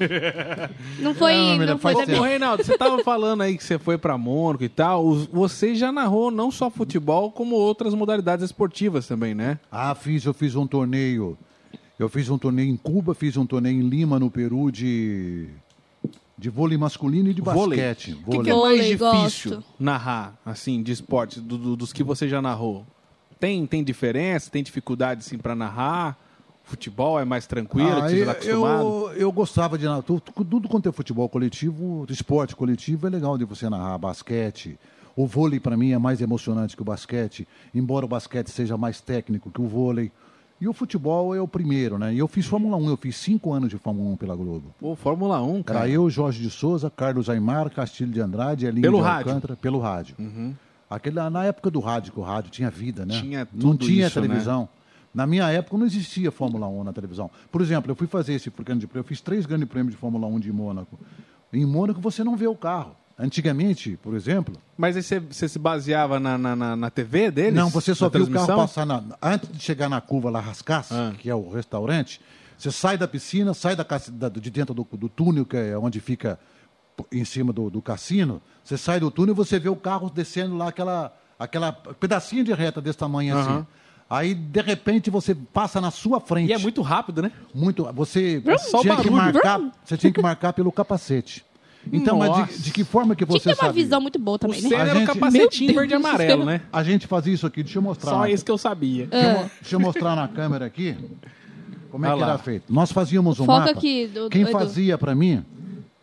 Não foi,
Não,
não,
menina,
foi
faz
da
Ô,
minha...
tempo.
é Reinaldo, você tava falando aí que você foi pra Mônaco e tal. Os- Você já narrou não só futebol, como outras modalidades esportivas também, né?
Ah, fiz, eu fiz um torneio. Eu fiz um torneio em Cuba, fiz um torneio em Lima, no Peru, de, de vôlei masculino e de
Vôlei.
basquete.
O que, que
Vôlei.
é mais
Vôlei,
difícil
gosto.
narrar, assim, de esporte, do- do- dos que você já narrou? Tem, tem diferença? Tem dificuldade, assim, pra narrar? Futebol é mais tranquilo,
Ah,
que você já tá acostumado?
eu, eu gostava de narrar. Tudo, tudo quanto é futebol coletivo, esporte coletivo, é legal de você narrar basquete. O vôlei, para mim, é mais emocionante que o basquete, embora o basquete seja mais técnico que o vôlei. E o futebol é o primeiro, né? E eu fiz Fórmula 1, eu fiz cinco anos de Fórmula 1 pela Globo.
Pô, Fórmula 1, cara.
Era eu, Jorge de Souza, Carlos Aymar, Castilho de Andrade, Elinho
Pelo
de
rádio. Uhum.
Alcântara, pelo rádio. Aquele, lá- na época do rádio, que o rádio tinha vida, né?
Tinha
Não
tudo
tinha
isso, né?
televisão. Na minha época não existia Fórmula 1 na televisão. Por exemplo, eu fui fazer esse grande prêmio, eu fiz três grandes prêmios de Fórmula 1 de Mônaco. Em Mônaco você não vê o carro. Antigamente, por exemplo,
Mas aí você, você se baseava na, na, na, na TV deles?
não, você só
Na
viu o carro
transmissão? Ah.
passar na- antes de chegar na curva lá Rascasse, que é o restaurante. Você sai da piscina, sai da, cassi- da- de dentro do, do túnel, que é onde fica p- em cima do, do cassino. Você sai do túnel e você vê o carro descendo lá aquela, aquela pedacinho de reta desse tamanho assim.
Aham.
Aí, de repente, você passa na sua frente.
E é muito rápido, né?
Muito. Você
só
tinha que
barulho.
marcar. Você tinha que marcar pelo capacete. Então, mas de- de,
Nossa.
que forma que
Tinha que
você
ter uma
sabe?
visão muito boa
O
também, né?
Senna era o
gente-
capacetinho
Meu
verde e
Deus do
amarelo,
céu.
né?
A gente fazia isso aqui. Deixa eu mostrar.
Só
uma-
isso que eu sabia.
É.
Deixa, eu, mo- deixa eu mostrar na câmera aqui como é
Olha
que
lá.
era feito. Nós fazíamos um
Foca
mapa.
aqui, do-
Quem
Edu.
fazia para mim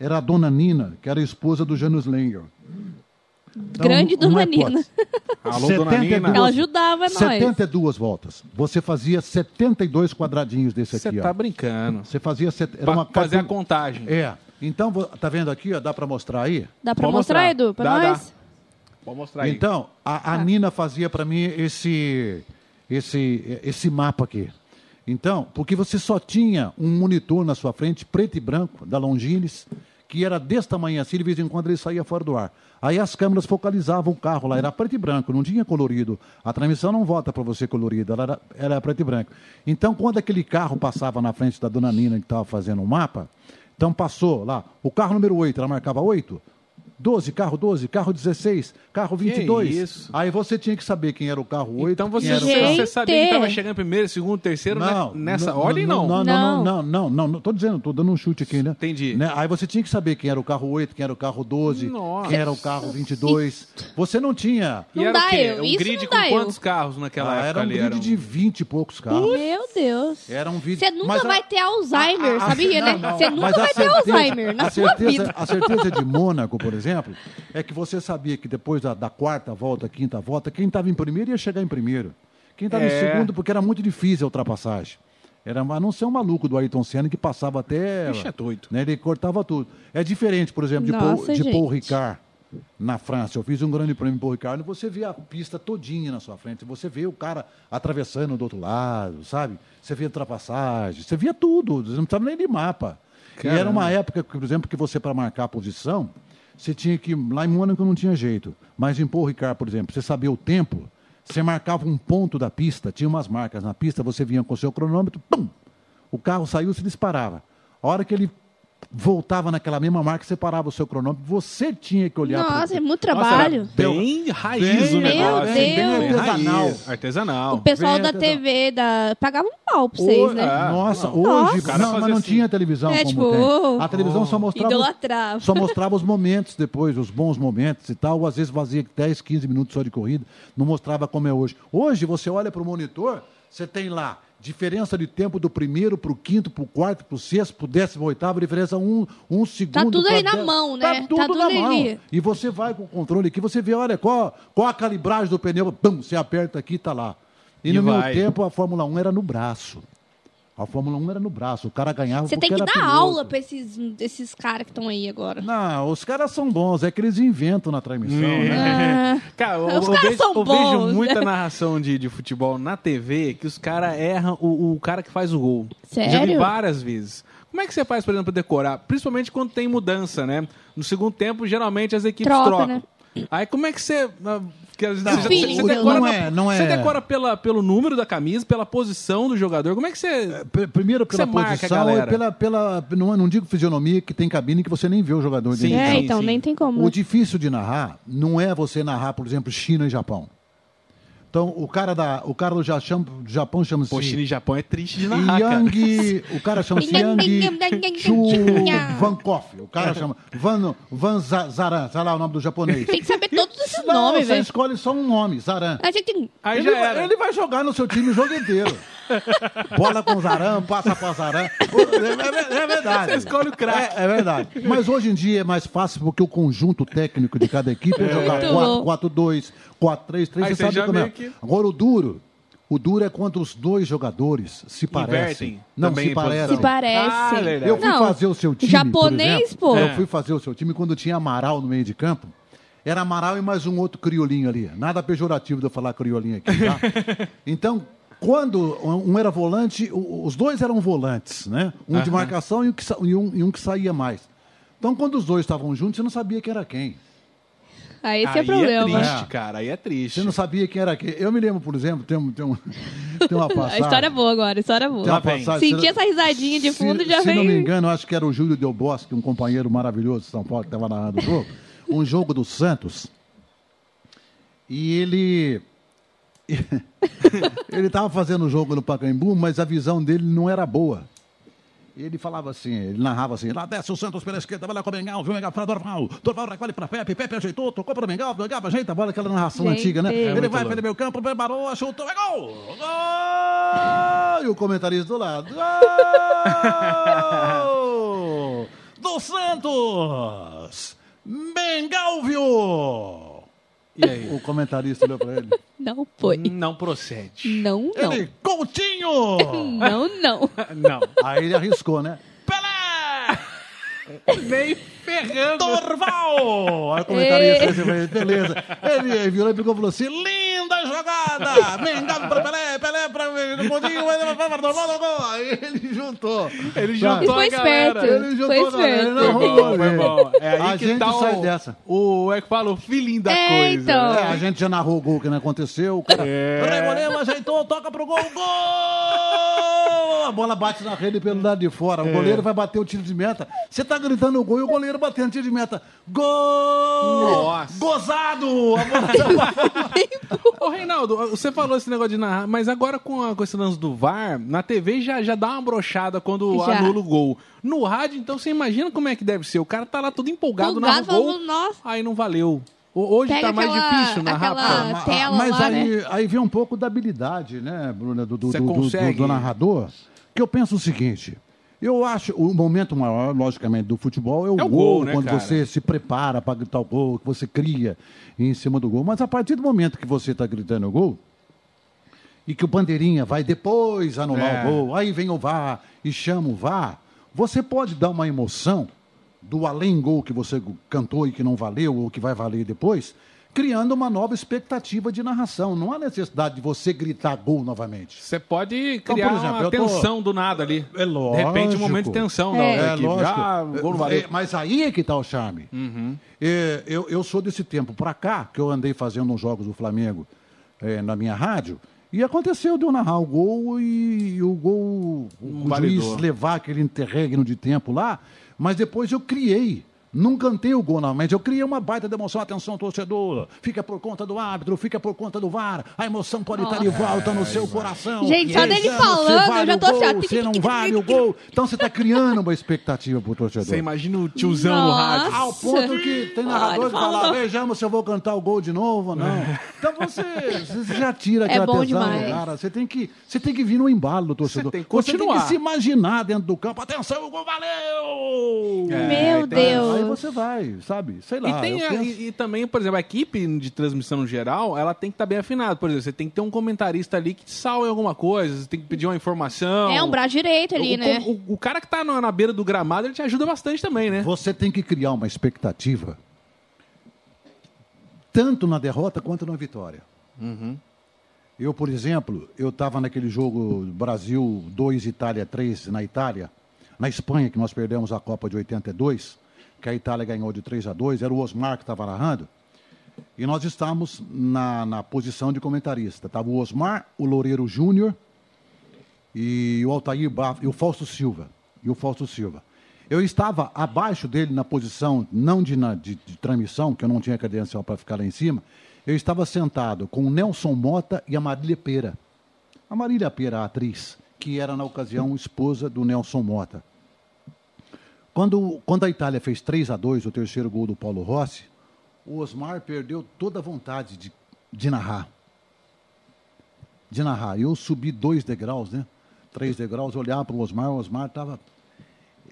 era a dona Nina, que era a esposa do Janus Langer.
Grande
do
dona Nina.
Alô, dona
72.
Nina.
Ela ajudava nós.
72 voltas. Você fazia 72 quadradinhos desse
Você
aqui,
tá
ó.
brincando.
Você fazia... set- Era
Pra
uma
fazer a
calcul-
contagem.
É. Então, vo- tá vendo aqui, ó? Dá para mostrar aí?
Dá pra
Pode
mostrar,
mostrar.
Edu? Pra
Dá,
nós?
Pode mostrar aí.
Então, a, a Nina fazia para mim esse, esse, esse mapa aqui. Então, porque você só tinha um monitor na sua frente, preto e branco, da Longines, que era desse tamanho assim, de vez em quando ele saía fora do ar. Aí as câmeras focalizavam o carro lá, era preto e branco, não tinha colorido. A transmissão não volta para você colorida, ela era, era preto e branco. Então, quando aquele carro passava na frente da dona Nina, que estava fazendo o mapa, então passou lá, o carro número 8, ela marcava 8, 12, carro 12, carro 16, carro 22.
isso?
Aí você tinha que saber quem era o carro 8.
Então
quem
você,
era o
Gente.
carro...
você sabia que tava
Gente.
chegando primeiro, segundo, terceiro
Não,
né? nessa
não,
ordem, não?
Não, não, não,
Não.
não, não, não, não. Tô dizendo, tô dando um chute aqui, né?
Entendi.
Né? Aí você tinha que saber quem era o carro 8, quem era o carro 12,
Nossa.
quem era o carro 22. Você não tinha.
E
Não
era
dá
o quê?
eu,
Um
isso
grid
não
com
dá eu.
quantos carros naquela
Ah,
época
era um
ali?
vídeo
um-
de 20 e poucos carros.
Meu Deus.
Era um vídeo.
Você nunca
Tá. Mas a-
vai ter Alzheimer,
a- a-
sabia,
não,
né?
não.
Você nunca
Mas a
vai ter
certeza-
Alzheimer na
a
sua
certeza, é
vida.
A certeza de Mônaco, por exemplo, é que você sabia que depois da, da quarta volta, quinta volta, quem estava em primeiro ia chegar em primeiro. Quem estava em
É.
segundo, porque era muito difícil a ultrapassagem. Era, a não ser um maluco do Ayrton Senna que passava até.
Bicho é doido.
né, ele cortava tudo. É diferente, por exemplo, de, Paul,
Nossa,
de Paul
gente.
Ricard na França. Eu fiz um grande prêmio em Paul Ricard e você vê a pista todinha na sua frente. Você vê o cara atravessando do outro lado, sabe? Você vê ultrapassagem, você via tudo. Você não precisava nem de mapa. E era uma época, que, por exemplo, que você, para marcar a posição, você tinha que. Lá em Mônaco não tinha jeito. Mas em Paul Ricard, por exemplo, você sabia o tempo, você marcava um ponto da pista, tinha umas marcas na pista, você vinha com o seu cronômetro, pum! O carro saiu e se disparava. A hora que ele voltava naquela mesma marca, separava o seu cronômetro, você tinha que olhar
Nossa,
pro-
é muito
Nossa,
trabalho.
era bem raiz o
Bem-
negócio.
Meu
hein? Bem
Deus.
artesanal.
Raiz.
Artesanal.
O Ah. pessoal da
Venta,
TV da... pagava um pau pra vocês,
Hoje-
né?
Ah,
Nossa,
não.
hoje.
O cara
não, mas
fazia
não
assim.
tinha televisão
É,
como
tipo,
tem.
oh.
A televisão só mostrava.
Idolatrava.
Só mostrava os momentos depois, os bons momentos e tal. Às vezes fazia 10, 15 minutos só de corrida, não mostrava como é hoje. Hoje você olha para o monitor, você tem lá diferença de tempo do primeiro para o quinto, para o quarto, para o sexto, para o décimo oitavo, diferença um, um segundo.
Tá tudo
pra
aí na
dez-
mão,
Tá
né?
tudo,
Tá
na
tudo ali.
mão. E você vai com o controle aqui, você vê, olha, qual, qual a calibragem do pneu, pum, você aperta aqui e tá lá. E,
E
no meu
vai.
tempo a Fórmula 1 era no braço. A Fórmula 1 era no braço, o cara ganhava
Você
porque
tem que
era
dar
piloto.
aula pra esses, esses caras que estão aí agora.
Não, os caras são bons, é que eles inventam na transmissão, né?
Ah,
Cara, eu,
Os
eu
caras
vejo,
são
eu vejo
bons, né?
muita narração de, de futebol na TV que os caras erram o, o cara que faz o gol. Já vi
Sério?
várias vezes. Como é que você faz, por exemplo, pra decorar? Principalmente quando tem mudança, né? No segundo tempo, geralmente as equipes
Troca,
trocam.
né?
Aí como é que você. ah, que às vezes
Não,
você,
feeling,
você
né?
decora,
Não
na-
é, não é.
você decora pela, pelo número da camisa, pela posição do jogador. Como é que você.
P- Primeiro
Que
pela
você marca a
posição e
galera.
pela, pela não, não digo fisionomia, que tem cabine que você nem vê o jogador
Sim.
dentro.
é,
sim,
então,
sim.
nem tem como.
O
né?
difícil de narrar não é você narrar, por exemplo, China e Japão. Então, o cara, da, o cara do Japão, do Japão chama-se...
Pô, China e Japão é triste de narrar, cara.
Yang, o cara chama-se Yang Chu Van Koff. O cara chama Van, Van Za- Zaran, sei lá o nome do japonês.
Tem que saber todos esses
Não, Ah,
nomes,
você
velho.
escolhe só um nome, Zaran.
A gente tem...
Aí
ele,
já
vai,
era.
ele vai jogar no seu time o jogo inteiro. Bola com Zaran, passa pra Zaran. É, é- é verdade.
Você escolhe o craque.
É, é verdade. Mas hoje em dia é mais fácil porque o conjunto técnico de cada equipe é jogar 4-4-2, 4-3-3,
Aí
você
você
sabe
já
como é.
meio que-
Agora o duro. O duro é quando os dois jogadores se parecem.
Invertem
Não,
também
se
em posição.
parecem.
Se parecem.
Ah, é verdade.
Eu fui
Não,
fazer o seu time.
japonês,
por exemplo, É.
pô.
Eu fui fazer o seu time quando tinha Amaral no meio de campo. Era Amaral e mais um outro criolinho ali. Nada pejorativo de eu falar criolinho aqui, tá? então, quando um era volante, o- os dois eram volantes, né? Um de marcação e um, que sa- e um- e um que saía mais. Então, quando os dois estavam juntos, você não sabia quem era quem.
Aí esse
Aí
é o problema.
triste,
É.
cara. Aí é triste.
Você não sabia quem era quem. Eu me lembro, por exemplo, tem, um- tem, um- tem uma
a
passagem.
história é boa agora, a história é
Tem
boa.
uma
Lá vem.
passagem-
Senti
você-
essa risadinha de fundo e
se,
já
se
vem...
não me engano, eu acho que era o Júlio Del Bosque, um companheiro maravilhoso de São Paulo que estava narrando o jogo. um jogo do Santos. E ele. ele estava fazendo o jogo no Pacaembu, mas a visão dele não era boa. E ele falava assim, ele narrava assim, lá desce o Santos pela esquerda, vai lá com o Mengão, viu o Mengão para Dorval, Dorval recolhe para Pepe, Pepe ajeitou, tocou para o Mengão, Mengão ajeita, bola aquela narração
Gente.
antiga, né?
É
ele
muito
vai
louco.
pelo meu campo, preparou, chutou, é gol! Gol! E o comentarista do lado, gol! do Santos! Mengalvio!
E aí?
O comentarista olhou para ele.
Então,
Não foi.
Não procede.
Não, não.
Ele, Coutinho!
Não, não.
Não.
Aí ele arriscou, né?
Nem ferrando.
Dorval! Aí o comentarista disse, "Mas assim, beleza. Ele virou e pegou e falou assim: linda jogada! Mengão para Pelé, Pelé para Coutinho, ele vai para Dorval, no gol! Aí ele juntou.
Ele
Sabe?
juntou
Foi
a galera.
esperto.
Ele juntou
Foi
a galera, ele
esperto.
Foi
não
bom,
roubou,
foi
velho.
bom. É aí
A
que
gente
tá
sai
o,
dessa.
O, é que fala, o feeling da
É,
coisa. né?
então.
É, a gente já narrou o gol que não aconteceu. O cara Reboleu, ajeitou, toca pro gol, gol! A bola bate na rede pelo lado de fora. O goleiro vai bater o tiro de meta. Você tá gritando o gol e o goleiro batendo o tiro de meta. Gol!
Nossa.
Gozado! A bola
Ô, Reinaldo, você falou esse negócio de narrar, mas agora com, a, com esse lance do VAR, na TV já, já dá uma brochada quando
Já.
anula o gol. No rádio, então, você imagina como é que deve ser. O cara tá lá todo empolgado, narra
Empolgado,
o gol,
falando, nossa.
aí não valeu. Ho- Hoje
Pega
tá mais
aquela-
difícil narrar.
aquela-
porque-
a tela
Ah, Mas
lá, né?
aí, aí vem um pouco da habilidade, né, Bruna, do, do,
Você
do- do-
consegue.
do narrador. Que eu penso o seguinte. Eu acho o momento maior, logicamente, do futebol é o,
É o
gol,
gol, né,
quando
cara?
você se prepara para gritar o gol, que você cria em cima do gol. Mas a partir do momento que você está gritando o gol, e que o bandeirinha vai depois anular
É.
o gol, aí vem o VAR e chama o VAR, você pode dar uma emoção do além gol que você cantou e que não valeu ou que vai valer depois, criando uma nova expectativa de narração. Não há necessidade de você gritar gol novamente.
Você pode
Então, por
criar
exemplo,
uma
eu tô-
tensão do nada ali.
É
De repente,
lógico.
um momento de tensão da
É.
outra
É,
equipe.
lógico.
Ah, gol não valeu.
É, mas aí é que está o charme. É, eu, eu sou desse tempo pra cá, que eu andei fazendo uns jogos do Flamengo é, na minha rádio, e aconteceu de eu narrar o gol e, e o gol, o
validou.
juiz levar aquele interregno de tempo lá, Mas depois eu criei. Não cantei o gol, não, mas eu criei uma baita de emoção. Atenção, torcedor. Fica por conta do árbitro, fica por conta do VAR. A emoção pode estar de volta no seu coração.
Gente, só
Exame,
dele
se
falando,
vale
eu já
o
tô
gol,
assim, ó,
Se não vale o gol. Então você está criando uma expectativa pro torcedor.
Você imagina o tiozão no
Nossa.
rádio.
Ao ponto que tem narrador que fala, vejamos se eu vou cantar o gol de novo ou não.
É.
Então você, você já tira aquela
É bom
atenção,
demais.
cara. Você tem, que, você tem que vir no embalo do torcedor.
tem que
Você tem
continuar.
que se imaginar dentro do campo. Atenção, o gol valeu!
Meu
Aí
Deus.
você vai, sabe? Sei
É, então E,
lá.
tem
Ah, eu
Ah, a-
penso-
e- e também, por exemplo, a equipe de transmissão no geral, ela tem que estar bem afinada. Por exemplo, você tem que ter um comentarista ali que salve alguma coisa, você tem que pedir uma informação.
É um braço direito ali,
o,
né?
o- o cara que tá na, na beira do gramado, ele te ajuda bastante também, né?
Você tem que criar uma expectativa tanto na derrota quanto na vitória. Eu, por exemplo, eu estava naquele jogo Brasil 2, Itália 3 na Itália, na Espanha, que nós perdemos a Copa de 82, que a Itália ganhou de 3 a 2, era o Osmar que estava narrando. E nós estávamos na, na posição de comentarista. Estava o Osmar, o Loureiro Júnior e o Altair Baf, e o Fausto Silva. E o Fausto Silva. Eu estava abaixo dele na posição, não de, na- de- de transmissão, que eu não tinha credencial para ficar lá em cima. Eu estava sentado com o Nelson Mota e a Marília Pera. A Marília Pera, a atriz, que era na ocasião esposa do Nelson Mota. Quando, quando a Itália fez 3 a 2 o terceiro gol do Paulo Rossi, o Osmar perdeu toda a vontade de, de narrar de narrar. Eu subi dois degraus, né? Três degraus, olhar para o Osmar, o Osmar estava.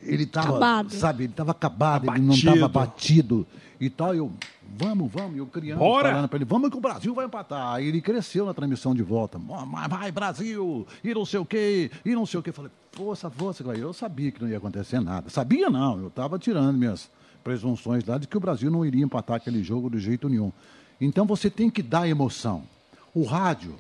Ele estava,
Acabado.
sabe, ele estava acabado, ele não estava batido e tal. Eu, vamos, vamos, eu criando,
Bora!
falando para ele, vamos que o Brasil vai empatar. Aí ele cresceu na transmissão de volta. "Ó, mas Vai, Brasil! E não sei o quê, e não sei o quê. Falei, força, força, Clay. Eu sabia que não ia acontecer nada. Sabia não, eu estava tirando minhas presunções lá de que o Brasil não iria empatar aquele jogo de jeito nenhum. Então você tem que dar emoção. O rádio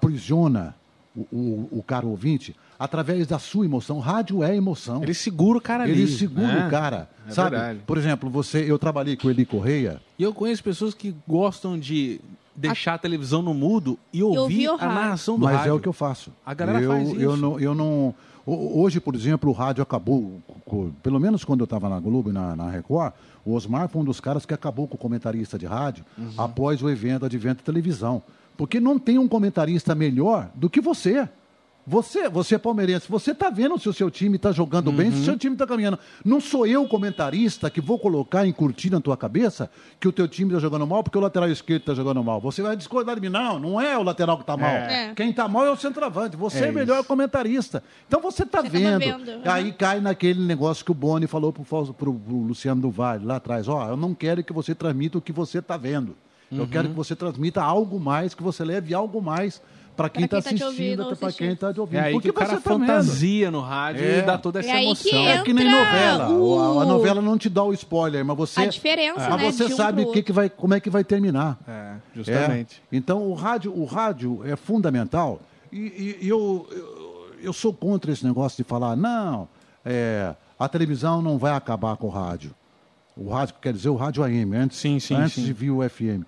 aprisiona o, o, o cara ouvinte através da sua emoção. Rádio é emoção.
Ele segura o cara ali.
Ele segura
né?
o cara,
É
sabe?
verdade.
Por exemplo, você, eu trabalhei com o Eli Correia.
E eu conheço pessoas que gostam de deixar a televisão no mudo e ouvir
ouvir o
a
rádio.
narração do
Mas
rádio.
é o que eu faço.
A galera
eu,
faz
Eu
isso.
não, eu não, ho- hoje, por exemplo, o rádio acabou, co- pelo menos quando eu estava na Globo e na, na Record, o Osmar foi um dos caras que acabou com o comentarista de rádio
Uhum.
após o evento Advento Televisão. Porque não tem um comentarista melhor do que você. Você, você é palmeirense, você está vendo se o seu time está jogando bem, se o seu
Uhum.
time está caminhando. Não sou eu, comentarista, que vou colocar em curtir na tua cabeça que o teu time está jogando mal porque o lateral esquerdo está jogando mal. Você vai discordar de mim. Não, não é o lateral que está mal.
É.
Quem está mal é o centroavante. Você é, melhor comentarista. Então você está
Você tá
vendo.
vendo.
Aí cai naquele negócio que o Boni falou pro, Fausto- pro, pro Luciano do Vale lá atrás. Ó, eu não quero que você transmita o que você está vendo.
Uhum.
Eu quero que você transmita algo mais, que você leve algo mais para quem está
Pra quem tá te ouvindo
assistindo,
ou
até para
assistindo.
quem está te ouvindo.
É aí
Porque
que o cara
você tá vendo.
fantasia no rádio
É.
e dá toda essa
É aí que
emoção.
entra.
É que nem novela.
o-
A- A novela não te dá o spoiler, mas você.
A diferença,
Ah,
mas
né,
você
de um
sabe
pro
que que vai, como é que vai terminar.
É,
É. Então o rádio, o rádio é fundamental. E, e- e eu, eu, eu sou contra esse negócio de falar, não, é, a televisão não vai acabar com o rádio. O rádio, quer dizer, o rádio AM, antes,
Sim, sim,
antes
sim.
de vir o FM.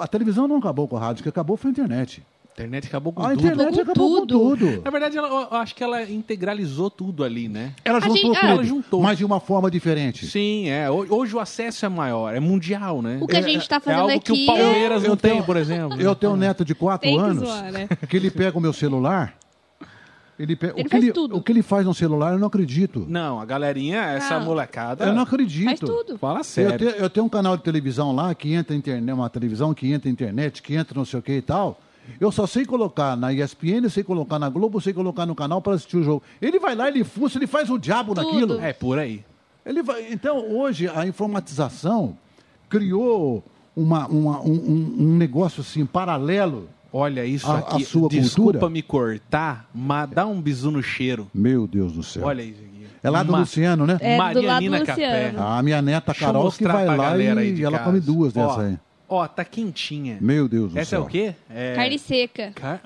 A televisão não acabou com o rádio, o que acabou foi a internet.
A internet acabou com
É. A
tudo.
internet
Com
acabou com
tudo.
tudo.
Na verdade, ela- eu acho que ela integralizou tudo ali, né?
Ela
A
juntou
gente-
tudo,
ah, ela
juntou.
mas de uma forma diferente.
Sim, é. Ho- Hoje o acesso é maior, é mundial, né?
O que a gente tá
é
fazendo
algo que o
aqui.
Palmeiras
Eu
não tem,
tenho-
por exemplo.
Eu tenho um neto de 4
Tem que
anos
zoar, né?
que ele pega o meu celular. Ele pega,
Ele
o, que
faz
ele,
tudo.
o que ele faz no celular, eu não acredito.
Não, a galerinha, essa
Ah.
molecada.
Eu não acredito.
Faz tudo.
Fala
Eu
sério.
tenho, eu tenho um canal de televisão lá que entra internet, uma televisão que entra internet, que entra não sei o que e tal. Eu só sei colocar na ESPN, sei colocar na Globo, sei colocar no canal para assistir o jogo. Ele vai lá, ele fuça, ele faz o diabo
Tudo.
naquilo.
É por aí.
Ele vai- então, hoje, a informatização criou uma- uma- um, um- um negócio assim, paralelo.
Olha isso
A- a
aqui.
sua
Desculpa
cultura?
me cortar, mas dá um bisu no cheiro.
Meu Deus do céu.
Olha isso aqui.
é lá do
Ma-
Luciano, né?
É, do lado
Marianina
do
Café. Ah,
Luciano.
A minha neta
Deixa eu
Carol que
mostrar
vai
pra
lá
galera aí
e
de
ela
casa.
come duas
Ó,
dessa aí.
Ó, tá quentinha.
Meu Deus do
Essa
céu.
é o quê? É...
Carne seca.
Car...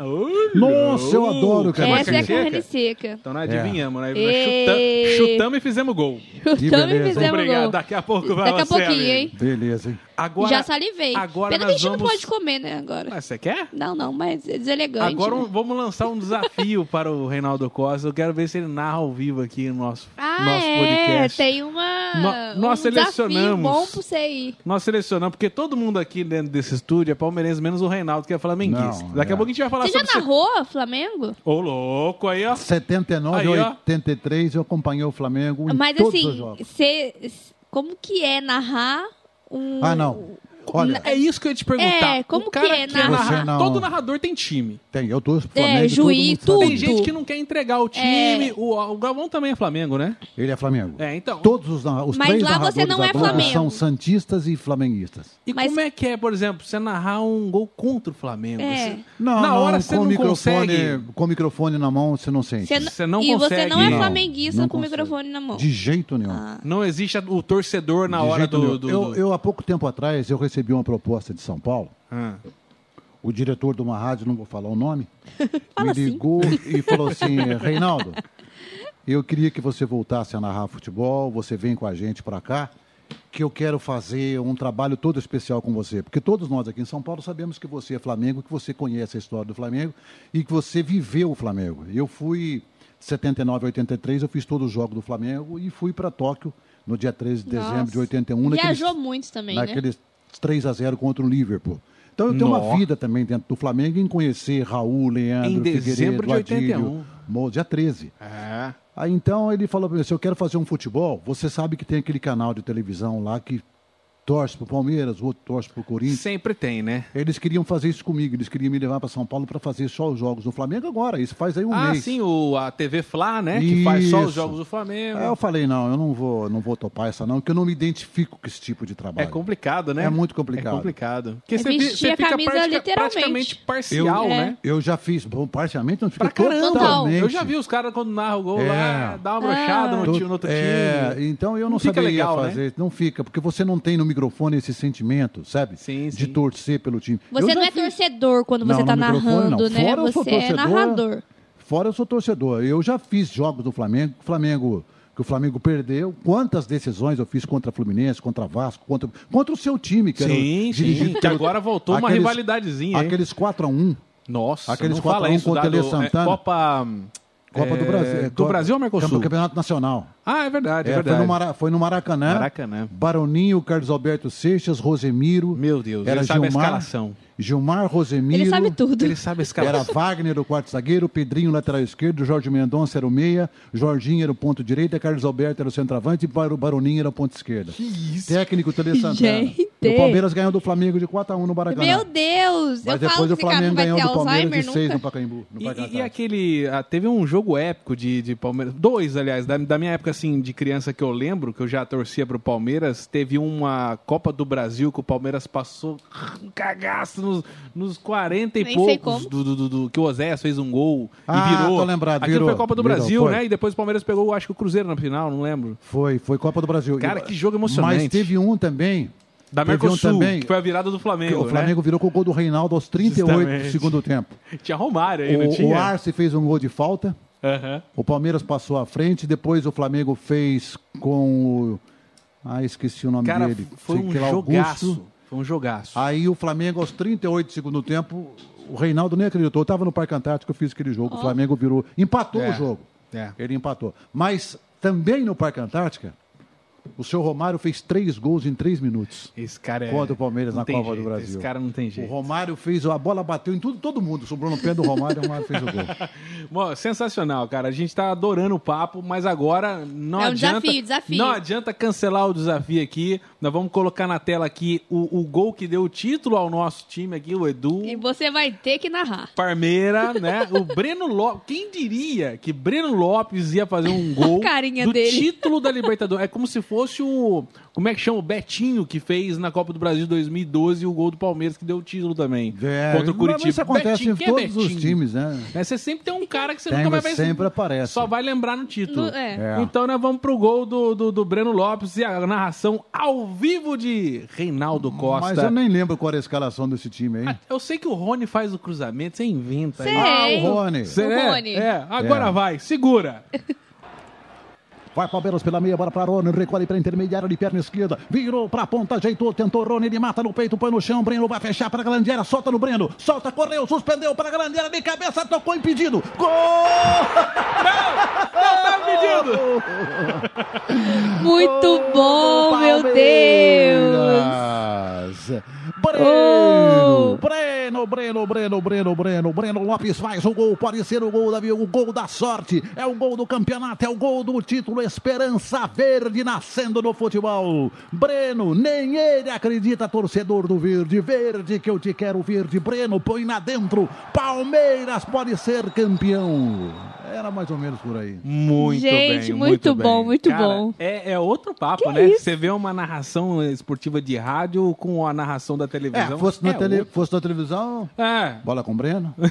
Nossa, eu adoro
É uma
Essa é
carne
a
seca?
carne seca.
Então nós adivinhamos, né?
Ei.
Chutamos, chutamos e fizemos gol.
Chutamos e
beleza.
fizemos
Obrigado.
um gol.
Daqui a pouco vai
Daqui a
você,
pouquinho,
amigo.
hein?
Beleza, hein?
Agora,
Já salivei.
agora
Pena que a
nós
gente não
vamos-
pode comer, né, agora.
Ah, Você quer?
Não, não, mas é deselegante.
Agora um-
né?
vamos lançar um desafio para o Reinaldo Costa. Eu quero ver se ele narra ao vivo aqui no nosso,
Ah,
nosso
é,
podcast.
tem uma...
No- nós
um
selecionamos.
desafio bom pra você ir.
Nós selecionamos, porque todo mundo aqui dentro desse estúdio é palmeirense, menos o Reinaldo, que é flamenguista.
Não,
Daqui a
é.
pouco a gente vai falar
Você já
sobre... se-
narrou Flamengo?
Ô, louco, aí, ó.
79
Aí, ó.
83, eu acompanhei o Flamengo em
Mas
todos os
assim,
jogos.
cê- como que é narrar um...
Ah, não. Olha,
É isso que eu ia te perguntar.
É,
O
como
cara
que é
quer
narrar?
Você não-
Todo narrador tem time.
tem, eu torço pro Flamengo.
É,
todo mundo
juiz,
sabe
tudo.
Tem
disso.
gente que não quer entregar o time. O, o Galvão também é Flamengo, né?
Ele é Flamengo.
É, então.
Todos os, narra- os
Mas
três
lá você
narradores
não é
da Globo
Flamengo.
são santistas e flamenguistas.
E
Mas-
como é que é, por exemplo, você narrar um gol contra o Flamengo?
É.
Você-
Não,
Na
não,
hora você
com o
não
microfone,
consegue.
Com o microfone na mão, você não sente.
Cê
Você não
e você
consegue.
não é
Não,
flamenguista
não
com o
consegue.
microfone na mão.
De jeito nenhum.
Ah.
Não existe o torcedor na
De
hora
jeito
do.
nenhum.
do-
Eu,
do-
eu, há pouco tempo atrás, eu recebi uma proposta de São Paulo.
Ah.
O diretor de uma rádio, não vou falar o nome,
Fala
me
assim.
ligou e falou assim, Reinaldo, eu queria que você voltasse a narrar futebol, você vem com a gente para cá, que eu quero fazer um trabalho todo especial com você. Porque todos nós aqui em São Paulo sabemos que você é Flamengo, que você conhece a história do Flamengo e que você viveu o Flamengo. Eu fui, 79, 83, eu fiz todo o jogo do Flamengo e fui para Tóquio no dia 13 de dezembro de
Nossa.
81. naqueles-
Viajou muito também, né?
naqueles 3 a 0 contra o Liverpool. Então eu tenho
Nó.
uma vida também dentro do Flamengo em conhecer Raul, Leandro,
Em dezembro
Figueiredo,
de 81.
Adílio, Mo- dia 13.
É.
Aí então ele falou para mim, se eu quero fazer um futebol, você sabe que tem aquele canal de televisão lá que torce pro Palmeiras, o outro torce pro Corinthians.
Sempre tem, né?
Eles queriam fazer isso comigo, eles queriam me levar para São Paulo para fazer só os jogos do Flamengo agora, isso faz aí um
ah,
mês.
sim, o, a TV Flá, né? Que faz só os
Isso. É
jogos do Flamengo.
Aí eu falei, não, eu não vou, não vou topar essa não, porque eu não me identifico com esse tipo de
É
trabalho.
complicado, né?
É muito complicado.
É complicado. Porque
É
você, fi-
vestir
você
a
fica
camisa
pratica-
literalmente. É.
praticamente parcial,
Eu-
né?
Eu já fiz, bom, parcialmente não fica
Pra caramba.
totalmente.
Eu já vi os caras quando narra o gol
É.
lá, dá uma brochada no,
Tô-
time, no outro
é,
time.
Então eu não,
Não fica
saberia
legal, né?
fazer, não fica, porque você não tem no microfone esse sentimento, sabe?
Sim,
De
sim.
torcer pelo time. Eu
Você
já
não é
fiz-
torcedor quando você
Não,
tá
no microfone,
narrando,
não.
né?
Fora eu sou
você é
torcedor.
narrador.
Fora eu sou torcedor. Eu já fiz jogos do Flamengo, que o Flamengo que o Flamengo perdeu, quantas decisões eu fiz contra Fluminense, contra Vasco, contra, contra o seu time, que era
Sim,
dirigido
sim. Que
pelo-
agora voltou uma rivalidadezinha, hein?
Aqueles 4 a 1
Nossa,
Aqueles
não fala
4 a 1
isso
contra
da
o Tele
do- é,
Santana.
Copa,
Copa
é,
do Brasil.
Do
Copa-
Brasil ou Mercosul?
Campeonato Nacional.
Ah, é verdade, é,
É, foi,
verdade.
no Mara- foi no Maracanã.
Maracanã.
Baroninho, Carlos Alberto Seixas, Rosemiro.
Meu Deus, ele sabe a escalação.
Gilmar, Rosemiro.
Ele sabe tudo.
Ele sabe a
Era
escalação.
Wagner, o quarto zagueiro, Pedrinho, lateral esquerdo, Jorge Mendonça era o meia, Jorginho era o ponto direita, Carlos Alberto era o centroavante e Bar- Baroninho era o ponto esquerda. Que isso? Técnico Tele Santana.
Gente!
E o Palmeiras ganhou do Flamengo de 4 a 1 no Maracanã.
Meu Deus!
Mas
eu falo
depois
que esse cara
o
não
Flamengo
vai
ganhou
ter
do Palmeiras de
Alzheimer
6
nunca.
no Pacaembu. no Pacaembu.
E, e aquele. ah, teve um jogo épico de, de Palmeiras. Dois, aliás, da, da minha época assim de criança que eu lembro, que eu já torcia pro Palmeiras. Teve uma Copa do Brasil que o Palmeiras passou um cagaço nos, nos 40 e
Nem sei
poucos do,
como.
do- do- do- que o Oséias fez um gol e
Ah,
virou.
tô lembrado,
Aquilo
virou,
foi a Copa do
virou,
Brasil,
foi.
né? E depois o Palmeiras pegou, acho que o Cruzeiro na final, não lembro.
Foi, foi Copa do Brasil.
Cara,
E-
que jogo emocionante.
Mas teve um também.
Da
teve um
Mercosul,
também,
que foi a virada do Flamengo. né?
o Flamengo virou com o gol do Reinaldo aos 38
Justamente. é.
do segundo tempo.
né? Tinha Romário aí, não
O, o
tinha?
Arce fez um gol de falta,
Aham.
o Palmeiras passou à frente, depois o Flamengo fez com o. Ah, esqueci o nome
Cara,
dele.
foi
Sei
um
que lá,
jogaço.
Augusto.
Foi um jogaço.
Aí o Flamengo aos 38 do segundo tempo, o Reinaldo nem acreditou. Eu tava no Parque Antártico, eu fiz aquele
Oh.
jogo, o Flamengo virou. Empatou
É,
o jogo.
é.
Ele empatou. Mas também no Parque Antártica, o seu Romário fez três gols em três minutos.
Esse cara é.
Contra o Palmeiras
não
na
tem
Copa do
jeito,
Brasil.
Esse cara não tem
O
jeito.
Romário fez, a bola bateu em tudo, todo mundo. Sobrou no pé do Romário, o Romário fez o gol.
Bom, sensacional, cara. A gente tá adorando o papo, mas agora não
É um
adianta.
desafio, desafio.
Não adianta cancelar o desafio aqui. Nós vamos colocar na tela aqui o, o gol que deu o título ao nosso time aqui, o Edu.
E você vai ter que narrar.
Parmeira, né? O Breno Lopes. Quem diria que Breno Lopes ia fazer um gol
carinha
do
dele.
título da Libertadores? É como se fosse o. Como é que chama? O Betinho, que fez na Copa do Brasil de 2012 o gol do Palmeiras, que deu o título também. contra o Curitiba.
É, Mas isso acontece
Betinho,
em
quem é
todos os
Betinho?
times, né?
É, você sempre tem um cara que você
Tem,
nunca
mas
mais vai
sempre aparece.
Só vai lembrar no título.
No- é.
É.
Então nós vamos pro gol do, do, do Breno Lopes e a narração ao vivo de Reinaldo Costa.
Mas eu nem lembro qual era a escalação desse time aí.
Eu sei que o Rony faz o cruzamento, você inventa. aí.
Sei.
Ah, o
Ei.
Rony.
Você-
O
é,
Rony.
É, agora vai, segura.
Vai Palmeiras pela meia, bola para Rony, recolhe para intermediária de perna esquerda, virou para ponta, ajeitou, tentou Rony, ele mata no peito, põe no chão, Breno vai fechar para a grande área, solta no Breno, solta, correu, suspendeu para a grande área de cabeça, tocou impedido. Gol!
Não tá pedindo!
Muito
Oh,
bom, Oh, meu Deus.
Deus! Breno, Breno, Breno, Breno, Breno, Breno, Breno Lopes faz o gol, pode ser o gol da o gol da sorte, é o gol do campeonato, é o gol do título, esperança verde nascendo no futebol. Breno, nem ele acredita, torcedor do verde, verde que eu te quero, verde, Breno, põe na dentro, Palmeiras pode ser campeão. Era mais ou menos por aí.
Muito
Gente,
bem,
muito bom,
bem.
muito
Cara,
bom.
É, é outro papo, né? Você vê uma narração esportiva de rádio com a narração da
É,
televisão.
fosse na, tele-
outro.
fosse na televisão,
É.
bola com Breno, pra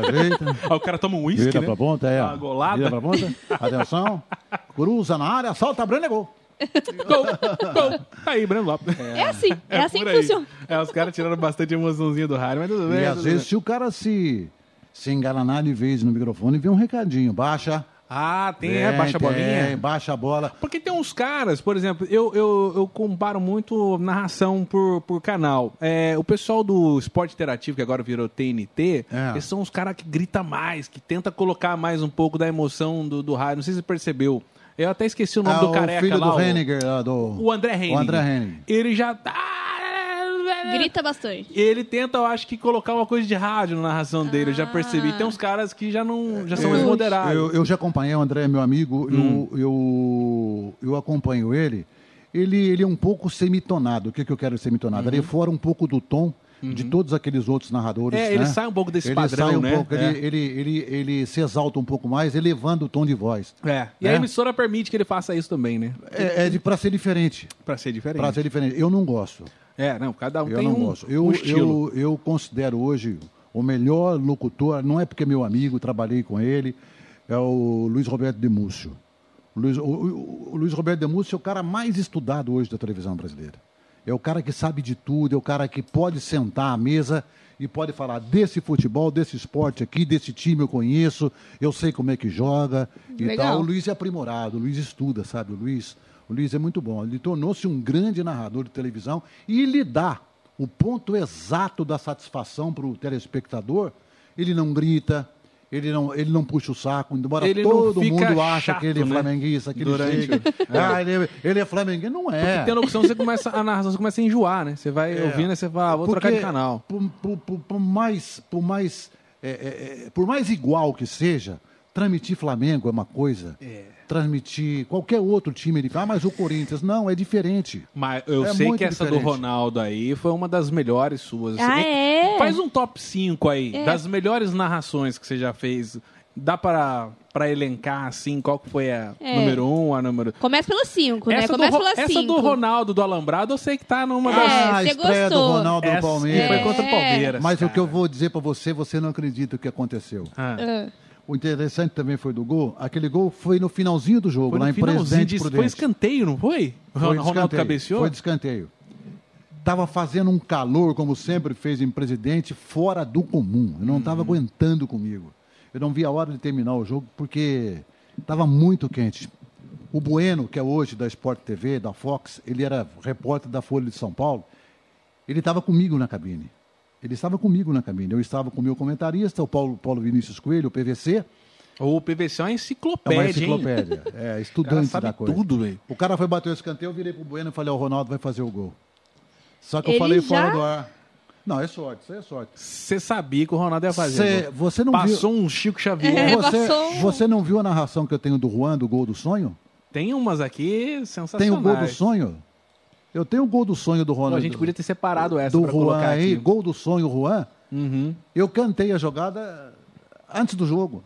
direita.
Aí o cara toma um uísque,
Vira
né?
pra ponta, é.
Uma golada.
Vira pra ponta. Atenção. Cruza na área, solta, Breno é gol.
Gol, gol. Tá aí, Breno Lopes.
É assim, é, assim
por
que
aí.
funciona.
É, os caras tiraram bastante emoçãozinha do rádio, mas tudo bem.
E às
tudo
vezes,
bem.
se o cara se, se engananar de vez no microfone, vem um recadinho. Baixa.
Ah, tem, é, baixa a
tem,
bolinha.
baixa a bola.
Porque tem uns caras, por exemplo, eu, eu, eu comparo muito narração por, por canal. É, o pessoal do esporte interativo, que agora virou TNT,
É.
eles são os caras que grita mais, que tenta colocar mais um pouco da emoção do, do rádio. Não sei se você percebeu. Eu até esqueci o nome
Ah,
do careca
o filho
lá.
do
o-
Henninger, lá do...
O André Henning.
O André Henning.
Ele já tá...
Grita bastante.
Ele tenta, eu acho que, colocar uma coisa de rádio na narração dele. Eu já percebi. Tem uns caras que já não já são mais moderados.
Eu, eu já acompanhei o André, meu amigo, eu, eu, eu acompanho ele. ele. Ele é um pouco semitonado. O que, que eu quero semitonado?
Uhum.
Ele fora um pouco do tom de todos aqueles outros narradores.
É, ele
né?
sai um pouco desse
Ele
padrão,
sai um
né?
pouco,
É.
ele, ele, ele, ele se exalta um pouco mais, elevando o tom de voz.
É. E
É?
a emissora permite que ele faça isso também, né?
É, é de, pra ser diferente.
Pra ser diferente.
Pra ser diferente. Eu não gosto.
É, não, cada um
Eu
tem
não
um,
gosto. Eu,
um estilo.
eu, eu considero hoje o melhor locutor, não é porque é meu amigo, trabalhei com ele, é o Luiz Roberto de Múcio. Luiz, o, o- o Luiz Roberto de Múcio é o cara mais estudado hoje da televisão brasileira. É o cara que sabe de tudo, é o cara que pode sentar à mesa e pode falar desse futebol, desse esporte aqui, desse time eu conheço, eu sei como é que joga e
Legal.
tal. O Luiz é aprimorado, o Luiz estuda, sabe? O Luiz, o Luiz é muito bom. Ele tornou-se um grande narrador de televisão e ele dá o ponto exato da satisfação para o telespectador. Ele não grita, ele não, ele não puxa o saco, embora
Ele não
todo
fica
mundo acha
chato,
que ele é
né?
flamenguista, que
Durante-
ele chega. Ah, ele, é- ele é flamenguista. Não é.
Tem locução, você começa, a narração você começa a enjoar, né? Você vai ouvindo e você fala, ah, vou trocar de
Porque
canal.
Por, por- por- por mais, por, mais, é, é, é, por mais igual que seja, transmitir Flamengo é uma coisa. Transmitir qualquer outro time, ele fala, ah, mas o Corinthians. Não, é diferente.
Mas eu
É
sei
muito
que essa
diferente.
do Ronaldo aí foi uma das melhores suas.
Ah, é?
Faz um top 5 aí, das melhores narrações que você já fez. Dá pra, pra elencar, assim, qual que foi a
É.
número 1, um, a número...
Começa pela 5, né?
Essa, do,
Começa
Ro-
pela 5.
essa do Ronaldo do Alambrado, eu sei que tá numa das...
ah, a
É, você
estreia do
gostou.
Ronaldo
Essa
no
que Foi
Palmeiras.
contra o
É.
Palmeiras.
Mas o
cara.
que eu vou dizer pra você, você não acredita o que aconteceu.
Ah.
Ah.
O interessante também foi do gol. Aquele gol foi no finalzinho do jogo,
Foi
lá
no
em
finalzinho
Presidente
de...
Prudente.
Foi escanteio, não foi? O
Foi de
Ronaldo
escanteio,
cabeceou?
Foi de escanteio. Tava fazendo um calor, como sempre fez em presidente, fora do comum. Eu não
Uhum.
tava aguentando comigo. Eu não vi a hora de terminar o jogo porque tava muito quente. O Bueno, que é hoje da Sport TV, da Fox, ele era repórter da Folha de São Paulo. Ele estava comigo na cabine. Ele estava comigo na cabine. Eu estava com o meu comentarista, o Paulo, Paulo Vinícius Coelho, o PVC.
O PVC é uma
É
enciclopédia,
uma
hein?
enciclopédia. É,
O cara
estudante
sabe
da coisa.
tudo, velho.
O cara foi bater o escanteio, eu virei pro Bueno e falei, o Ronaldo vai fazer o gol. Só que eu
Ele
falei
já-
fora do ar. Não, é sorte, isso é aí é sorte.
Você sabia que o Ronaldo ia fazer.
Cê-
né?
você não
Passou um Chico Xavier.
É,
você,
passou um-
você não viu a narração que eu tenho do Juan, do gol do sonho?
Tem umas aqui
Tem
sensacionais.
o gol do sonho? Eu tenho o gol do sonho do
Tá Pô,
Ronaldo.
a gente podia ter separado essa
do
pra
Juan
colocar
aí,
aqui.
gol do sonho, Juan.
Uhum.
Eu cantei a jogada antes do jogo.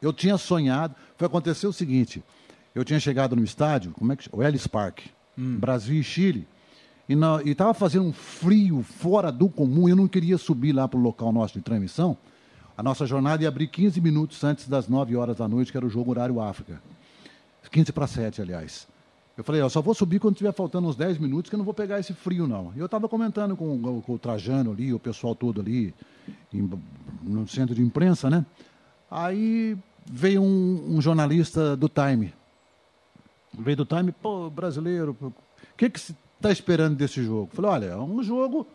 Eu tinha sonhado. Foi acontecer o seguinte: Eu tinha chegado no estádio, como é que chama? O Ellis Park,
Hum.
Brasil e Chile. E na- e estava fazendo um frio fora do comum. Eu não queria subir lá para o local nosso de transmissão. A nossa jornada ia abrir 15 minutos antes das 9 horas da noite, que era o jogo horário África. 15 para 7, aliás. Eu falei, eu só vou subir quando tiver faltando uns 10 minutos, que eu não vou pegar esse frio, não. E eu estava comentando com, o- com o Trajano ali, o pessoal todo ali, em- no centro de imprensa, né? Aí veio um, um jornalista do Time. Veio do Time, pô, brasileiro, pô, o que que você está esperando desse jogo? Eu Falei, olha, é um jogo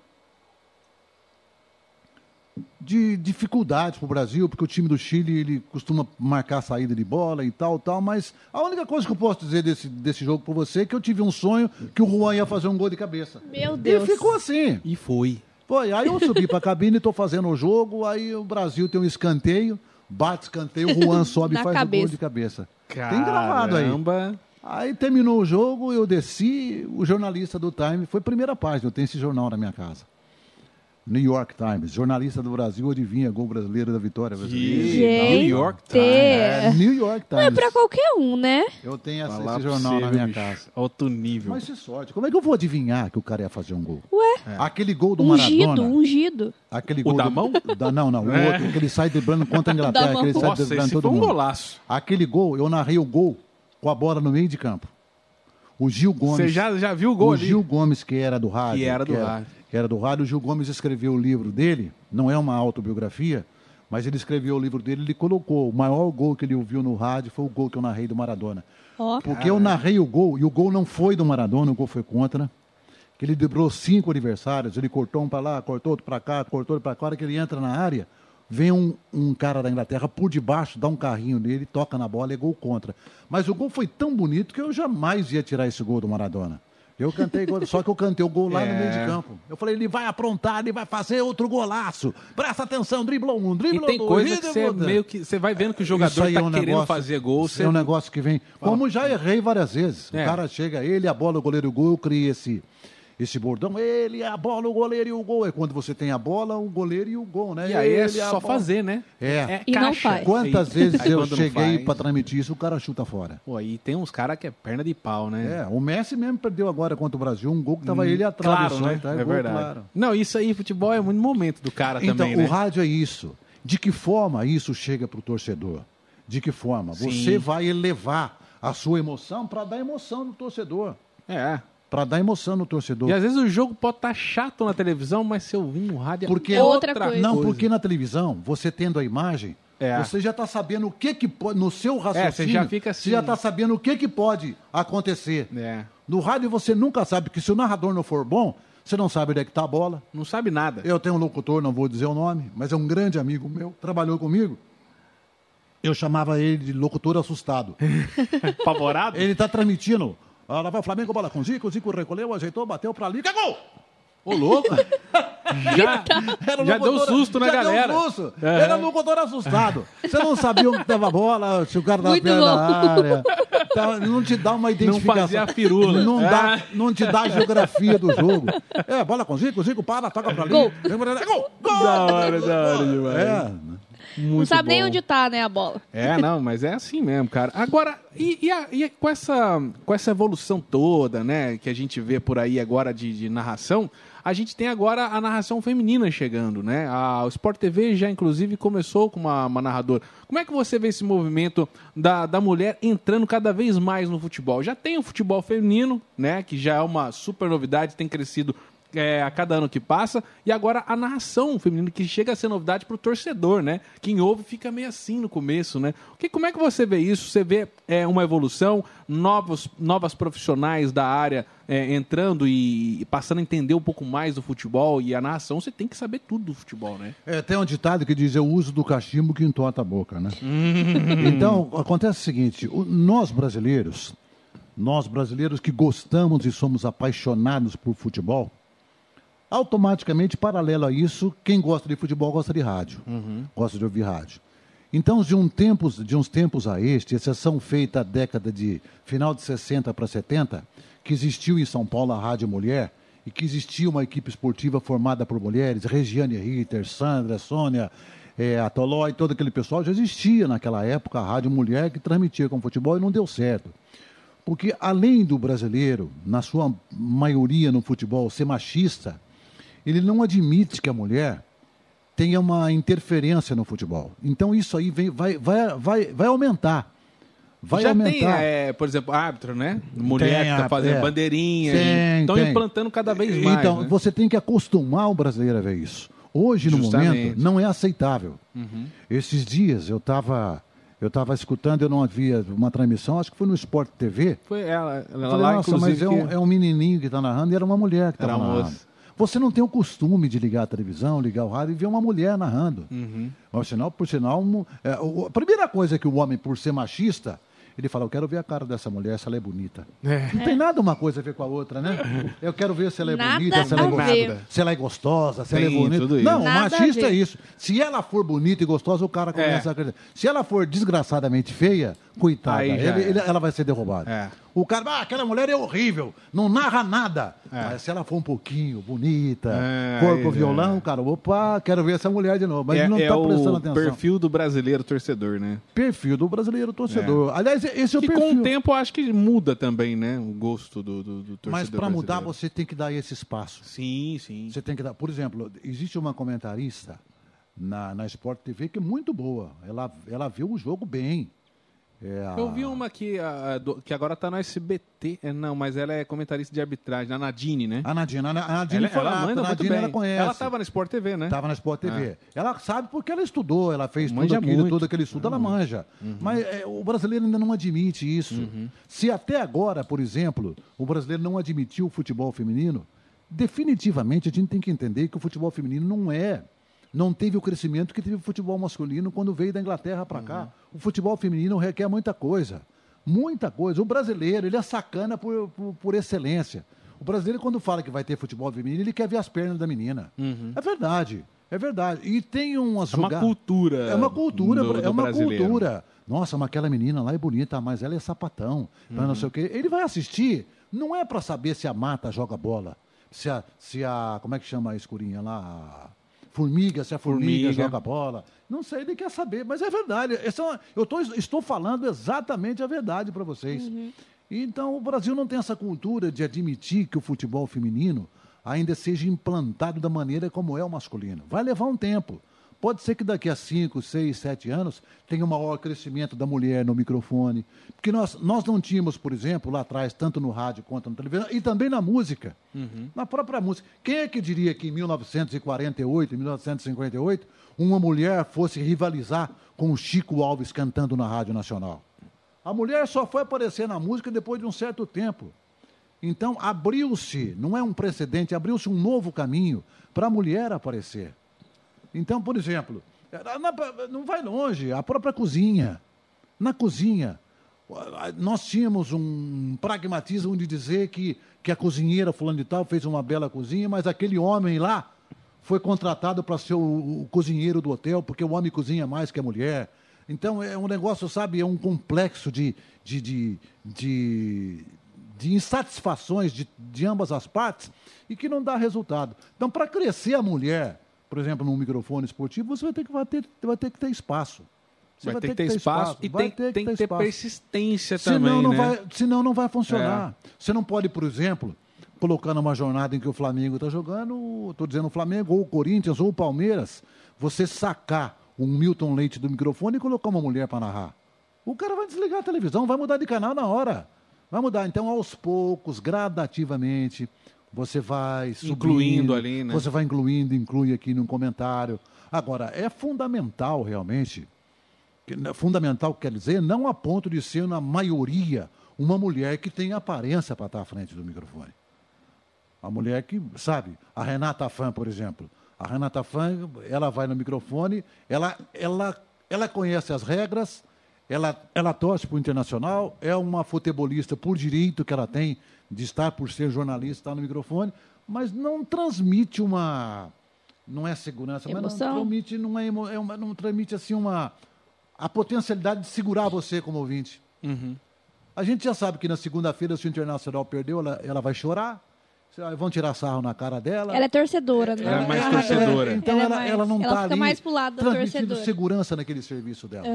de dificuldades para o Brasil, porque o time do Chile ele costuma marcar saída de bola e tal, tal, mas a única coisa que eu posso dizer desse, desse jogo para você é que eu tive um sonho que o Juan ia fazer um gol de cabeça.
Meu
E
Deus.
ficou assim.
E foi.
Foi, aí eu subi pra cabine, tô fazendo o jogo, aí o Brasil tem um escanteio, bate escanteio, o Juan sobe e
Na
faz o gol
cabeça.
de cabeça.
Caramba.
Tem gravado aí. Aí terminou o jogo, eu desci, o jornalista do Time, foi primeira página, eu tenho esse jornal na minha casa. New York Times, jornalista do Brasil, adivinha, gol brasileiro da vitória brasileira.
Gente.
New York Times.
É, New York
Não
Times.
é pra qualquer um, né?
Eu tenho essa-
Falar
esse
pra
jornal
você,
na
viu,
minha
bicho?
casa.
Alto nível.
Mas que sorte, como é que eu vou adivinhar que o cara ia fazer um gol?
Ué.
Aquele gol do
Um Ungido,
Maradona.
ungido.
É.
Aquele
O
gol
da
do-
mão?
da- não, não. O
É.
outro, que ele sai driblando contra a
Da
Inglaterra,
mão.
que ele sai
Nossa,
driblando
esse foi
é todo
um
mundo.
golaço.
Aquele gol, eu narrei o gol com a bola no meio de campo. O Gil Gomes.
Você já, já viu o gol
o
ali?
Gil Gomes, que era do rádio.
Que era do rádio.
que era do rádio. O Gil Gomes escreveu o livro dele, não é uma autobiografia, mas ele escreveu o livro dele, ele colocou. O maior gol que ele ouviu no rádio foi o gol que eu narrei do Maradona.
Ó.
Porque eu narrei o gol, e o gol não foi do Maradona, o gol foi contra. Que ele driblou cinco adversários, ele cortou um para lá, cortou outro para cá, cortou outro para cá. A hora que ele entra na área, vem um, um cara da Inglaterra por debaixo, dá um carrinho nele, toca na bola, é gol contra. Mas o gol foi tão bonito que eu jamais ia tirar esse gol do Maradona. Eu cantei gol, só que eu cantei o gol lá no meio
É.
de campo. Eu falei, ele vai aprontar, ele vai fazer outro golaço. Presta atenção, driblou um,
E
driblou
tem
dois,
coisa que você é
driblou três.
meio que. Você vai vendo que o
Isso
jogador
aí
tá
é um
querendo
negócio-
fazer gol.
isso
Você...
É um negócio que vem. Como já errei várias vezes.
É.
O cara chega, ele, a bola, o goleiro, o gol, eu criei esse, esse bordão. Ele, a bola, o goleiro e o gol. É quando você tem a bola, o goleiro e o gol, né?
E aí é
Ele, a
só
bola.
fazer, né?
É.
E não faz.
Quantas vezes
Aí
eu
quando não
cheguei
faz-
pra transmitir isso, o cara chuta fora.
Pô, aí tem uns caras que é perna de pau, né?
É, o Messi mesmo perdeu agora contra o Brasil um gol que tava ele atrás.
Claro, né?
Tá?
é
Gol,
verdade.
claro.
Não, isso aí, futebol é muito momento do cara
Então,
também,
o
né?
rádio é isso. De que forma isso chega para o torcedor? De que forma?
Sim.
Você vai elevar a sua emoção para dar emoção no torcedor.
É.
Para dar emoção no torcedor.
E às vezes o jogo pode estar chato na televisão, mas se eu vir no rádio
Porque-
é outra,
Outra coisa.
coisa.
Não, porque na televisão, você tendo a imagem,
É.
você já está sabendo o que que pode, no seu raciocínio,
É, você já fica assim.
você já está sabendo o que que pode acontecer.
É.
No rádio você nunca sabe, porque se o narrador não for bom, você não sabe onde é que está a bola.
Não sabe nada.
Eu tenho um locutor, não vou dizer o nome, mas é um grande amigo meu, trabalhou comigo. Eu chamava ele de locutor assustado.
Apavorado?
Ele está transmitindo. Ah, lá vai o Flamengo, bola com Zico, Zico recolheu, ajeitou, bateu para ali, que é gol!
Ô, louco! já
tá- Era um
já deu
locutor-
susto na
já
galera.
Deu um susto.
É.
Era um locutor assustado. Você não sabia onde estava a bola, se o cara estava
Muito
perto da
louco.
área. Tá, Não te dá uma identificação.
fazia a firula.
Não,
Ah.
dá, não te dá a geografia do jogo. É, bola com Zico, Zico para, toca pra ali.
Gol.
É Gol! Gol!
Da hora, da hora demais.
É.
não sabe nem onde tá, né, a bola.
É, não, mas é assim mesmo, cara. Agora, e, e a- e com, essa, com essa evolução toda, né, que a gente vê por aí agora de, de narração, a gente tem agora a narração feminina chegando, né? A, o Sport TV já, inclusive, começou com uma, uma narradora. Como é que você vê esse movimento da, da mulher entrando cada vez mais no futebol? Já tem o futebol feminino, né, que já é uma super novidade, tem crescido é, a cada ano que passa. E agora a narração feminina, que chega a ser novidade pro torcedor, né? Quem ouve fica meio assim no começo, né? Que, como é que você vê isso? Você vê é, uma evolução, novos, novas profissionais da área é, entrando e, e passando a entender um pouco mais do futebol e a narração, você tem que saber tudo do futebol, né?
É, tem um ditado que diz: eu uso do cachimbo que entorta a boca, né? então, acontece o seguinte: o- nós brasileiros, nós brasileiros que gostamos e somos apaixonados por futebol, automaticamente, paralelo a isso, quem gosta de futebol gosta de rádio, gosta de ouvir rádio. Então, de, um tempos, de uns tempos a este, exceção feita à década de final de 60 para 70, que existiu em São Paulo a Rádio Mulher e que existia uma equipe esportiva formada por mulheres, Regiane Ritter, Sandra, Sônia, é, a Tolói, todo aquele pessoal, já existia naquela época a Rádio Mulher que transmitia com futebol e não deu certo. Porque além do brasileiro, na sua maioria no futebol, ser machista, ele não admite que a mulher tenha uma interferência no futebol. Então isso aí vem- vai, vai, vai, vai aumentar. Vai
Já
aumentar.
tem, é, por exemplo, árbitro, né? Mulher
Tem
que tá
árbitro,
fazendo
é.
bandeirinha.
Tem,
Estão
tem.
implantando cada vez mais.
Então,
né?
você tem que acostumar o brasileiro a ver isso. Hoje, no
Justamente. Uhum.
momento, não é aceitável. Esses dias eu estava eu tava escutando, eu não havia uma transmissão, acho que foi no Sport TV.
Foi ela, ela
Falei,
lá,
Nossa,
inclusive.
mas é um,
que-
é um menininho que está narrando e era uma mulher que
Era
estava
uma
narrando.
moça.
Você não tem o costume de ligar a televisão, ligar o rádio e ver uma mulher narrando.
Uhum.
Por sinal, por sinal um- é, o- a primeira coisa que o homem, por ser machista, ele fala, eu quero ver a cara dessa mulher, se ela é bonita. Não tem nada uma coisa a ver com a outra, né? Eu quero ver se ela é
Nada
bonita, se ela é,
a
gostosa,
ver.
se ela é gostosa, se ela é
Tem
bonita.
tudo isso.
Não,
Nada
o
a
machista
ver.
é isso. Se ela for bonita e gostosa, o
É.
cara começa a acreditar. Se ela for desgraçadamente feia, coitada,
Aí já
ele-
é.
ele- ela vai ser derrubada.
É.
O cara, ah, aquela mulher é horrível, não narra nada.
É.
Mas se ela for um pouquinho bonita,
É,
for pro
aí,
violão, cara, opa, quero ver essa mulher de novo. Mas
é,
ele não
é
está prestando
o
atenção. Perfil...
perfil do brasileiro torcedor, né?
do brasileiro torcedor. Aliás, esse é o
que
perfil.
com o tempo eu acho que muda também, né? O gosto do, do, do torcedor
Mas para mudar,
brasileiro.
você tem que dar esse espaço.
Sim, sim.
Você tem que dar. Por exemplo, existe uma comentarista na, na Sport TV que é muito boa. Ela, ela viu o jogo bem. É a-
Eu vi uma que, a- a do- que agora tá no SBT. É, Não, mas ela é comentarista de arbitragem, a Nadine, né?
A Nadine, a Na- a Nadine
ela,
foi
ela
lá,
manda
a
muito
Nadine
bem.
ela conhece.
Ela tava na Sport TV, né?
Tava na Sport TV. Ela sabe porque ela estudou, ela fez
Manja
tudo aquilo,
muito. Uhum.
todo aquele estudo, ela manja. Mas é, o brasileiro ainda não admite isso.
Uhum.
Se até agora, por exemplo, o brasileiro não admitiu o futebol feminino, definitivamente a gente tem que entender que o futebol feminino não é. Não teve o crescimento que teve o futebol masculino quando veio da Inglaterra para cá.
Uhum.
O futebol feminino requer muita coisa. Muita coisa. O brasileiro, ele é sacana por, por, por excelência. O brasileiro, quando fala que vai ter futebol feminino, ele quer ver as pernas da menina.
Uhum.
É verdade. É verdade. E tem umas
É uma
joga-
cultura
É uma cultura,
do-
é
do
uma
brasileiro.
cultura. Nossa, mas aquela menina lá é bonita, mas ela é sapatão, mas não sei o quê. Ele vai assistir, não é para saber se a mata joga bola, se a, se a como é que chama a escurinha lá, A formiga, se a formiga,
Formiga.
joga bola. Não sei, ele quer saber, mas é verdade. Essa é uma- eu tô- estou falando exatamente a verdade para vocês. Então, o Brasil não tem essa cultura de admitir que o futebol feminino ainda seja implantado da maneira como é o masculino. Vai levar um tempo. Pode ser que daqui a 5, 6, 7 anos tenha um maior crescimento da mulher no microfone. Porque nós, nós não tínhamos, por exemplo, lá atrás, tanto no rádio quanto na televisão, e também na música. Na própria música. Quem é que diria que em 1948, 1958, uma mulher fosse rivalizar com o Chico Alves cantando na Rádio Nacional? A mulher só foi aparecer na música depois de um certo tempo. Então abriu-se, não é um precedente, abriu-se um novo caminho para a mulher aparecer. Então, por exemplo, era na- não vai longe, a própria cozinha. Na cozinha, a- nós tínhamos um pragmatismo de dizer que, que a cozinheira fulano de tal fez uma bela cozinha, mas aquele homem lá foi contratado para ser o, o cozinheiro do hotel, porque o homem cozinha mais que a mulher. Então, é um negócio, sabe, é um complexo de, de, de, de de insatisfações de, de ambas as partes e que não dá resultado. Então, para crescer a mulher, por exemplo, num microfone esportivo, você vai ter que, vai ter, vai ter que ter espaço. Você
Vai, ter que ter espaço, e
vai
tem, tem que ter
espaço.
persistência
Senão
também,
não,
né? É.
vai, senão não vai funcionar. Você não pode, por exemplo, colocar numa jornada em que o Flamengo está jogando, estou dizendo o Flamengo, ou o Corinthians, ou o Palmeiras, você sacar um Milton Leite do microfone e colocar uma mulher para narrar. O cara vai desligar a televisão, vai mudar de canal na hora. Vai mudar. Então, aos poucos, gradativamente, você vai subindo.
Incluindo ali, né?
Você vai incluindo, inclui aqui num comentário. Agora, é fundamental realmente que não- fundamental quer dizer não a ponto de ser na maioria uma mulher que tem aparência para estar à frente do microfone. A mulher que, sabe, a Renata Fã, por exemplo. A Renata Fã, ela vai no microfone, ela, ela, ela conhece as regras, ela, ela torce para o internacional, é uma futebolista por direito que ela tem de estar por ser jornalista, estar no microfone, mas não transmite uma. Não é segurança, mas não
Emoção?
transmite, não, é emo- é uma- não transmite assim uma. a potencialidade de segurar você como ouvinte. A gente já sabe que na segunda-feira, se o Internacional perdeu, ela, ela vai chorar. "Ah, Vão tirar sarro na cara dela.
Ela é torcedora, né?
Ela é mais
Ah,
torcedora.
então
Ela é
ela,
mais-
ela não
ela
está
fica
ali
mais pro lado da
transmitindo
torcedora.
segurança naquele serviço dela.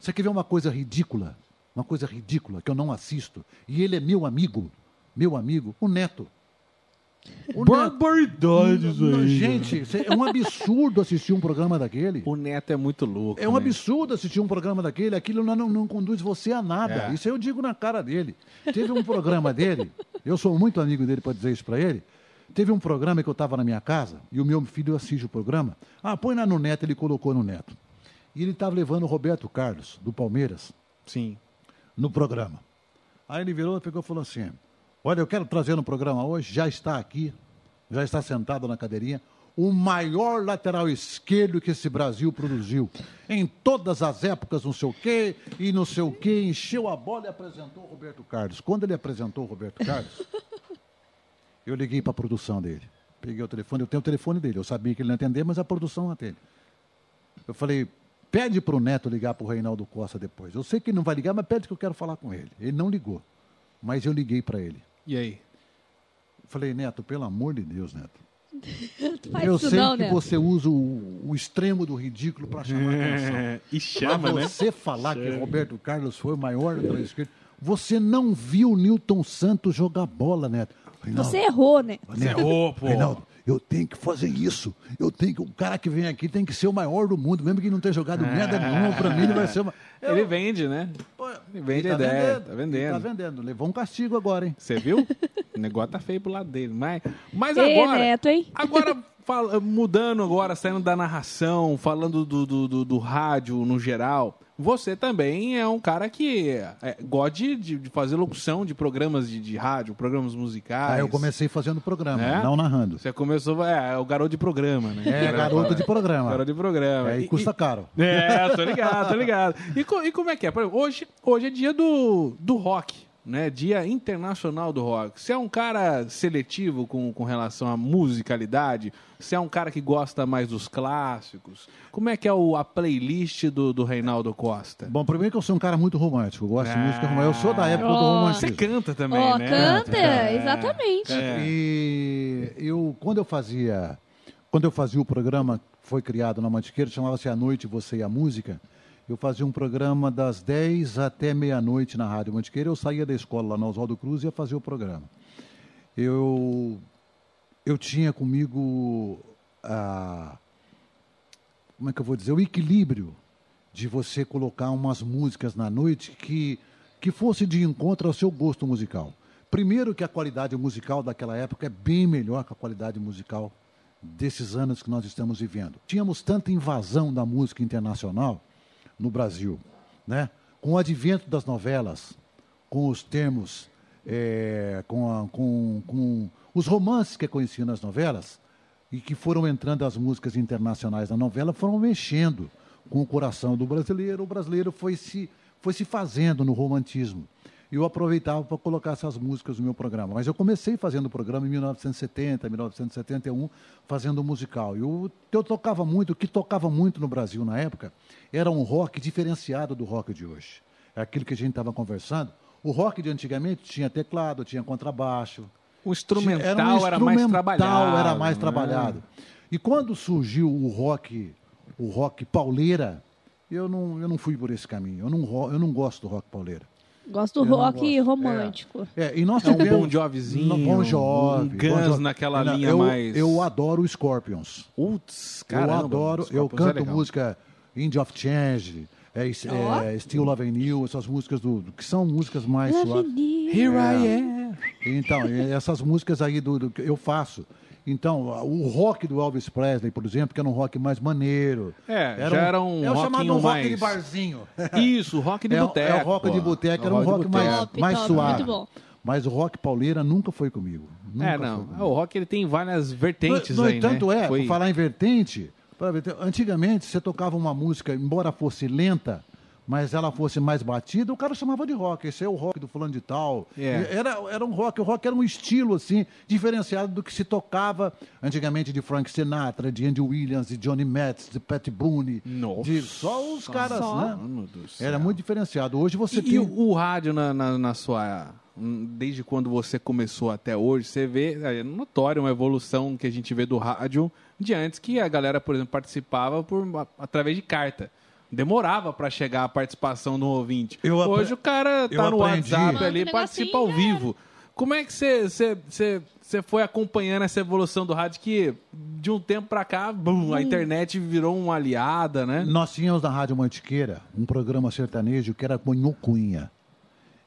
Você quer ver uma coisa ridícula? Uma coisa ridícula que eu não assisto. E ele é meu amigo. Meu amigo, o Neto. O
Barbaridades
Neto.
aí.
Gente, cê- é um absurdo assistir um programa daquele.
O Neto é muito louco.
É um
né?
absurdo assistir um programa daquele, aquilo não, não- não conduz você a nada.
É.
Isso eu digo na cara dele. Teve um programa dele, eu sou muito amigo dele para dizer isso para ele. Teve um programa que eu estava na minha casa e o meu filho assiste o programa. Ah, põe lá no Neto, ele colocou no Neto. E ele estava levando o Roberto Carlos, do Palmeiras,
Sim.
no programa. Aí ele virou, pegou e falou assim: Olha, eu quero trazer no programa hoje, já está aqui, já está sentado na cadeirinha, o maior lateral esquerdo que esse Brasil produziu. Em todas as épocas, não sei o quê, e não sei o quê, encheu a bola e apresentou o Roberto Carlos. Quando ele apresentou o Roberto Carlos, eu liguei para a produção dele. Peguei o telefone, eu tenho o telefone dele, eu sabia que ele não ia atender, mas a produção é atende. Eu falei, pede para o Neto ligar para o Reinaldo Costa depois. Eu sei que ele não vai ligar, mas pede que eu quero falar com ele. Ele não ligou, mas eu liguei para ele.
E aí?
Eu falei, Neto, pelo amor de Deus, Neto.
Tu faz
eu
isso
sei
não,
que
né?
você usa o, o extremo do ridículo para chamar atenção.
É, e
Pra você falar que Roberto Carlos foi o maior da esquerda, você não viu o Newton Santos jogar bola, Neto. Reinaldo,
Você errou, né?
Você errou, pô.
Reinaldo, eu tenho que fazer isso. Eu tenho que, o cara que vem aqui tem que ser o maior do mundo. Mesmo que não tenha jogado merda nenhuma, pra mim ele vai ser uma. Eu-
Ele vende, né?
Pô,
Ele vende a ideia, tá vendendo.
ele Tá vendendo. Levou um castigo agora, hein?
Você viu? o negócio tá feio pro lado dele. Mas, mas
Ei,
agora.
Neto, hein?
Agora, fala- mudando agora, saindo da narração, falando do, do, do- do rádio no geral, você também é um cara que é, gosta de, de- de fazer locução de programas de, de rádio, programas musicais.
Aí Ah, eu comecei fazendo programa,
Ah, É?
não narrando.
Você começou, é, é o garoto de programa, né?
É, garoto de programa.
Garoto de programa.
É, e
E-
custa caro.
e- É, tô ligado, tô ligado. E, co- e como é que é? Por exemplo, hoje, hoje é dia do, do rock, né? Dia internacional do rock. Você é um cara seletivo com, com relação à musicalidade? Você é um cara que gosta mais dos clássicos? Como é que é o- a playlist do, do Reinaldo Costa?
Bom, primeiro que eu sou um cara muito romântico. Eu gosto de música romântica. Eu sou da época do
Ó.
Você
romantismo.
canta também,
Ó,
né?
canta,
É.
exatamente.
É.
E eu, quando eu fazia, quando eu fazia o programa que foi criado na Mantiqueira, chamava-se A Noite Você e a Música. Eu fazia um programa das 10 até meia-noite na Rádio Mantiqueira. Eu saía da escola lá na Oswaldo Cruz e ia fazer o programa. Eu eu tinha comigo a como é que eu vou dizer, o equilíbrio de você colocar umas músicas na noite que, que fosse de encontro ao seu gosto musical. Primeiro que a qualidade musical daquela época é bem melhor que a qualidade musical desses anos que nós estamos vivendo. Tínhamos tanta invasão da música internacional no Brasil, né? Com o advento das novelas, com os termos, eh, com, a- com- com os romances que é conhecido nas novelas, e que foram entrando as músicas internacionais na novela, foram mexendo com o coração do brasileiro. O brasileiro foi se, foi se fazendo no romantismo. E eu aproveitava para colocar essas músicas no meu programa. Mas eu comecei fazendo o programa em 1970, 1971, fazendo musical. E o que eu tocava muito, o que tocava muito no Brasil na época, era um rock diferenciado do rock de hoje. É aquilo que a gente estava conversando. O rock de antigamente tinha teclado, tinha contrabaixo,
O instrumental era,
um
mais
instrumental,
trabalhado.
era mais
né?
trabalhado. E quando surgiu o rock, o rock pauleira, eu não, eu não fui por esse caminho. Eu não, ro- eu não gosto do rock pauleira.
Gosto
É. Eu
do
não
rock
gosto.
romântico.
É, e nós
É um
tivemos-
Bon Jovizinho,
no- Bon Jovi,
um
Bon
Guns
Jovi.
naquela
Não,
linha
eu,
mais-
Eu adoro o Scorpions.
Putz, caramba.
eu adoro, eu
Scorpions é
canto
legal.
música Indie of Change, é, es- é, Still Love and You, essas músicas do, do- que são músicas mais suaves.
Here I
É.
am.
Então, e essas músicas aí do, do que eu faço. Então, a- o rock do Elvis Presley, por exemplo, que era um rock mais maneiro.
É, já era um
é o chamado
rockinho
rock
mais-
de barzinho.
Isso, rock de
é,
boteco.
é o rock de
pô.
boteco,
É
era um rock
de
mais,
boteco.
Top,
mais
top,
suave.
muito bom.
Mas o rock pauleira nunca foi comigo. Nunca
É,
foi
não.
comigo.
O rock ele tem várias vertentes
No, no
aí,
entanto,
né?
é, por falar em vertente, pra ver, tem- antigamente você tocava uma música, embora fosse lenta, mas ela fosse mais batida, o cara chamava de rock. Esse é o rock do fulano de tal.
É.
E Era, era um rock, o rock era um estilo, assim, diferenciado do que se tocava antigamente de Frank Sinatra, de Andy Williams, de Johnny Metz, de Pat Boone.
Nossa.
De só os caras, né?
Mano do céu.
Era muito diferenciado. Hoje você
E,
tem... um
e o, o rádio na, na, na sua hum, desde quando você começou até hoje, você vê, é notória uma evolução que a gente vê do rádio de antes, que a galera, por exemplo, participava por, a- através de carta. Demorava para chegar a participação no ouvinte.
Eu apre-
hoje o cara tá
eu
no
aprendi.
WhatsApp
Manda um
ali,
negocinho,
participa ao
já
vivo. Como é que você- você você- você foi acompanhando essa evolução do rádio que, de um tempo para cá, bum, a internet virou uma aliada, né?
Nós tínhamos na Rádio Mantiqueira um programa sertanejo que era com o Nho Cunha.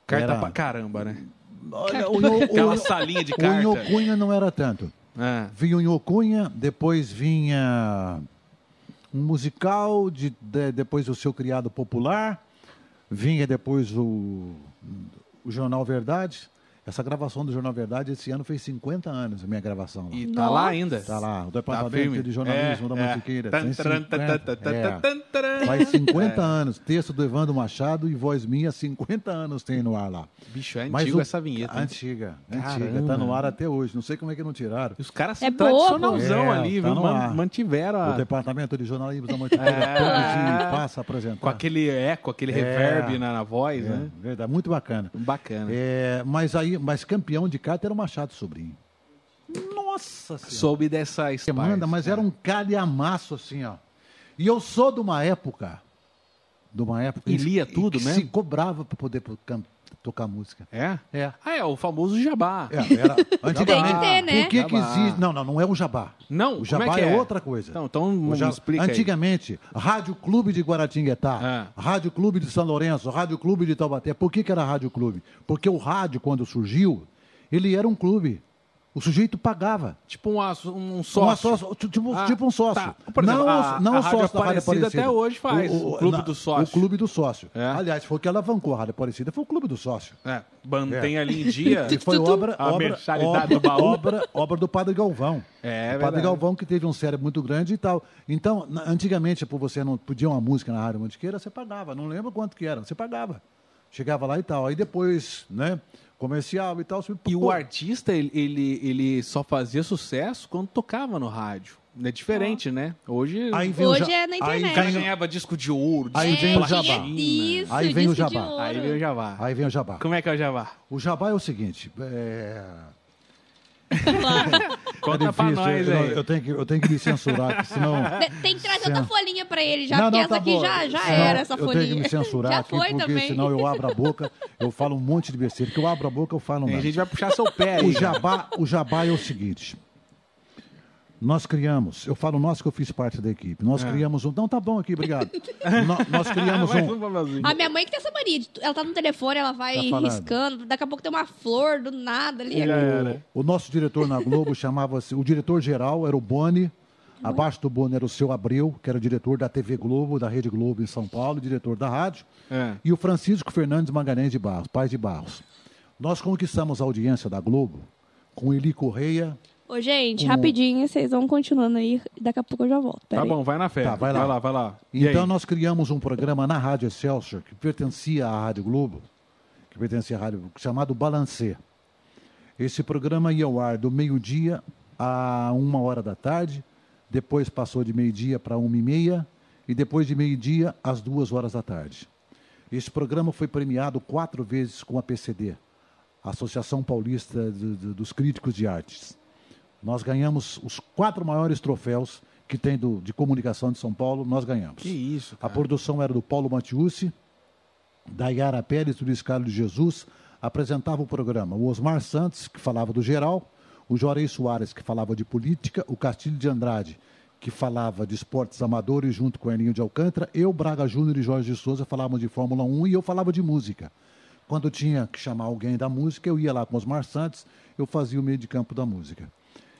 Carta
Era-
pra caramba, né?
Olha, o Nho- o
Aquela
Nho-
salinha de
o Nho
carta.
Cunha não era tanto.
É.
Vinha o Nho Cunha, depois vinha um musical, de, de- depois o Seu Criado Popular, vinha depois o, o Jornal Verdade. Essa gravação do Jornal Verdade esse ano fez 50 anos, a minha gravação lá.
E tá lá ainda.
Tá lá, o
Tá
Departamento
firme. é.
de Jornalismo da Mantiqueira.
Tan,
tem
taran,
50,
tan, tan,
é.
tan, É. taran.
Faz 50 anos. Texto do Evandro Machado e voz minha, 50 anos tem no ar lá.
Bicho, é
Mas
antigo
o-
essa vinheta. hein?
Antiga, antiga.
Caramba.
Tá no ar até hoje. Não sei como é que não tiraram.
Os caras
É boa,
tradicionalzão
pô.
ali,
É, tá
viu?
no
Man-
ar.
mantiveram
O
a-
Departamento de Jornalismo da Mantiqueira
Ah. É.
produzir, passa a apresentar.
com aquele eco, aquele
É.
reverb na, na voz,
É,
né?
verdade, muito bacana.
Bacana.
É, mas aí, mas campeão de carta era o Machado Sobrinho. Nossa Senhora.
Soube dessa
Você
história.
manda, mas era um calhamaço assim, ó. E eu sou de uma época, de uma época
E
em-
lia
em
tudo
que
mesmo?
Se cobrava para poder pro- can- tocar música.
É?
É.
Ah, é, o famoso jabá.
É, era antigamente.
Tem que ter, né?
Por que, que
Jabá.
existe? Não, não, não é o jabá.
Não,
o jabá
como é que é?
outra coisa.
Então, então
O
me
jabá-
explica aí. É.
Antigamente, Rádio Clube de Guaratinguetá, Rádio Clube de São Lourenço, Rádio Clube de Taubaté. Por que, que era Rádio Clube? Porque o rádio, quando surgiu, ele era um clube. O sujeito pagava.
Tipo um, aço- um
Uma
sócio.
sócio- ti- tipo,
Ah,
tipo um sócio.
tá. Por exemplo,
não
a-
o- não
a
o
Rádio
sócio da
Aparecida
Rádio Aparecida.
até hoje faz, o Clube do Sócio.
O Clube do Sócio.
É.
Aliás, foi o que alavancou a Rádio Aparecida, foi o Clube do Sócio.
É, mantém ali em dia.
E É, foi obra,
A
obra,
mensalidade do
obra,
baú.
obra, obra do Padre Galvão.
É,
o
verdade.
Padre Galvão que teve um cérebro muito grande e tal. Então, na- antigamente, por você não podia uma música na Rádio Mantiqueira, você pagava. Não lembro quanto que era, você pagava. Chegava lá e tal. Aí depois, né, comercial e tal. você-
E o
pô,
artista, ele, ele, ele só fazia sucesso quando tocava no rádio. É diferente, né? Hoje
aí vem o
Hoje
ja-
é na
aí
o
internet.
cara
vem o-
ganhava disco de ouro,
Aí
disco de
vem o
platina.
jabá.
Isso,
Aí vem o
disco de
jabá.
ouro.
Aí veio o jabá.
Aí vem o jabá.
Como é que é o jabá?
O jabá é o seguinte. É...
Conta
é
pra
difícil,
nós
eu,
aí.
eu tenho que, eu tenho que me censurar, porque senão.
De- Tem que trazer outra
Sim.
folhinha pra ele já,
não,
porque
não,
essa
tá
aqui
bom.
já, já
Senão
era essa folhinha.
Eu tenho que me censurar
já
aqui,
foi
porque
também.
senão eu abro a boca, eu falo um monte de besteira. Porque eu abro a boca, eu falo
A
nada.
gente é vai puxar seu pé aí.
O jabá, o jabá é o seguinte. Nós criamos, eu falo nós que eu fiz parte da equipe. Nós criamos um. Não, tá bom aqui, obrigado. No- nós criamos
Mais
um.
um papelzinho.
A minha mãe que tem essa mania. de tu- Ela tá no telefone, ela vai
Tá falando. é
riscando. Daqui a pouco tem uma flor do nada ali.
Já era.
O nosso diretor na Globo chamava-se. O diretor-geral era o Boni. Abaixo do Boni era o seu Abreu, que era o diretor da TV Globo, da Rede Globo em São Paulo, diretor da rádio.
É.
E o Francisco Fernandes Magalhães de Barros, pai de Barros. Nós conquistamos a audiência da Globo com Eli Correia.
Ô, gente, rapidinho, vocês vão continuando aí. Daqui a pouco eu já volto.
Tá
peraí.
bom, vai na fé.
um Tá, vai lá.
vai lá, vai lá. E
Então
aí?
nós criamos um programa na Rádio Excelsior, que pertencia à Rádio Globo, que pertencia à Rádio chamado Balancê. Esse programa ia ao ar do meio-dia a uma hora da tarde, depois passou de meio-dia para uma e meia, e depois de meio-dia às duas horas da tarde. Esse programa foi premiado quatro vezes com a PCD, Associação Paulista de- de- dos Críticos de Artes. Nós ganhamos os quatro maiores troféus que tem do- de comunicação de São Paulo, nós ganhamos.
Que isso,
A
cara.
produção era do Paulo Matiusi, da Yara Pérez, do Luiz Carlos Jesus, apresentava o programa. O Osmar Santos, que falava do geral, o Jorei Soares, que falava de política, o Castilho de Andrade, que falava de esportes amadores junto com o Erninho de Alcântara, eu, Braga Júnior e Jorge de Souza falavam de Fórmula 1 e eu falava de música. Quando eu tinha que chamar alguém da música, eu ia lá com os Osmar Santos, eu fazia o meio de campo da música.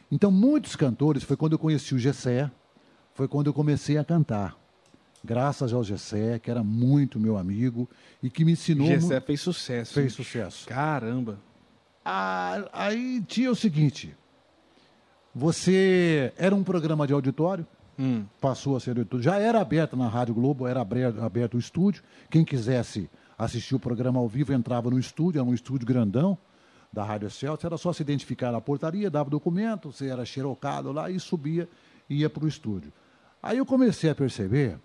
Então, muitos cantores, foi quando eu conheci o Gessé, foi quando eu comecei a cantar. Graças ao Gessé, que era muito meu amigo e que me ensinou. mu-
Gessé fez sucesso.
fez
hein?
sucesso.
Caramba.
Ah, aí tinha o seguinte: você era um programa de auditório,
Hum.
passou a ser do YouTube. Já era aberto na Rádio Globo, era abre- aberto o estúdio. Quem quisesse assistir o programa ao vivo entrava no estúdio, era um estúdio grandão da Rádio Celso. Era só se identificar na portaria, dava o documento, você era xerocado lá e subia e ia para o estúdio. Aí eu comecei a perceber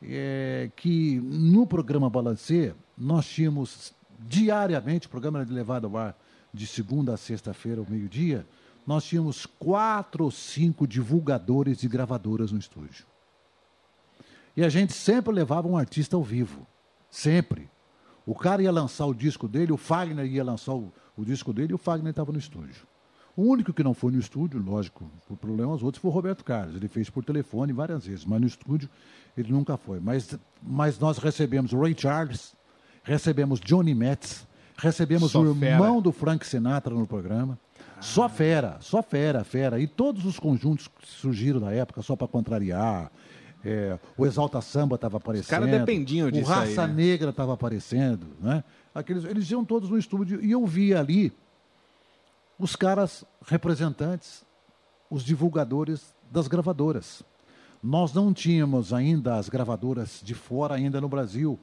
é, que no programa Balancê nós tínhamos diariamente, o programa era levado ao ar de segunda a sexta-feira, ao meio-dia, nós tínhamos quatro ou cinco divulgadores e gravadoras no estúdio. E a gente sempre levava um artista ao vivo. Sempre. O cara ia lançar o disco dele, o Fagner ia lançar o, o disco dele e o Fagner estava no estúdio. O único que não foi no estúdio, lógico, por problemas outros, foi o Roberto Carlos. Ele fez por telefone várias vezes, mas no estúdio ele nunca foi. Mas, mas nós recebemos Ray Charles, recebemos Johnny Metz, recebemos
Só
o
fera.
irmão do Frank Sinatra no programa.
Ah.
Só fera, só fera, fera. E todos os conjuntos que surgiram na época, só para contrariar. é, o Exalta Samba estava aparecendo.
caras dependiam disso
O Raça
aí, né?
Negra estava aparecendo. Né? Aqueles, eles iam todos no estúdio. E eu via ali os caras representantes, os divulgadores das gravadoras. Nós não tínhamos ainda as gravadoras de fora ainda no Brasil,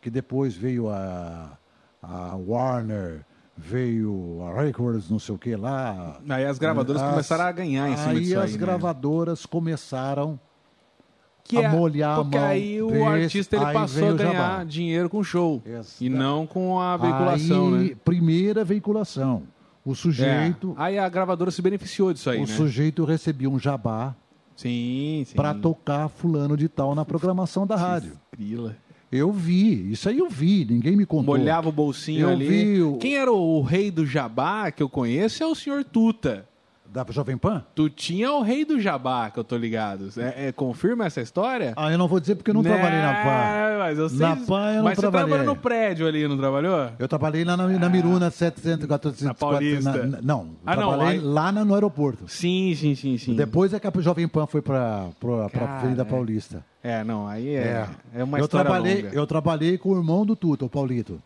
que depois veio a, a Warner, veio a Records, não sei o que lá.
Aí as gravadoras começaram a ganhar em cima
aí
disso
Aí as
aí, né?
gravadoras começaram
Que
a
é-
molhar a
Porque
mão
aí o
desse-
artista ele
aí
passou
veio
a
o jabá.
ganhar dinheiro com o show.
Exato.
E não com a veiculação,
aí,
né?
Primeira veiculação. O sujeito,
É. Aí a gravadora se beneficiou disso aí, né?
o sujeito recebia um jabá
Sim, sim.
para tocar fulano de tal na programação da rádio.
Esgrila.
Eu vi, isso aí eu vi, ninguém me contou.
Molhava o bolsinho
Eu
ali.
vi o-
Quem era o rei do jabá que eu conheço é o senhor Tuta.
Da Jovem Pan?
Tutinha é o rei do jabá, que eu tô ligado. É, é- confirma essa história?
Ah, eu não vou dizer porque eu
Né?
não trabalhei na Pan.
Não, Mas eu sei,
Na Pan eu não
Mas
trabalhei.
você trabalhou no prédio ali, não trabalhou?
Eu trabalhei lá na, na Miruna 700, 400,
Na Paulista.
na- não,
Ah, não, aí-
trabalhei lá na- no aeroporto.
Sim, sim, sim, sim.
Depois é que a Jovem Pan foi para
Cara,
a Avenida
é.
Paulista.
É, não, aí é, é. uma
eu
história
trabalhei,
longa.
Eu trabalhei com o irmão do Tuto, o Paulito.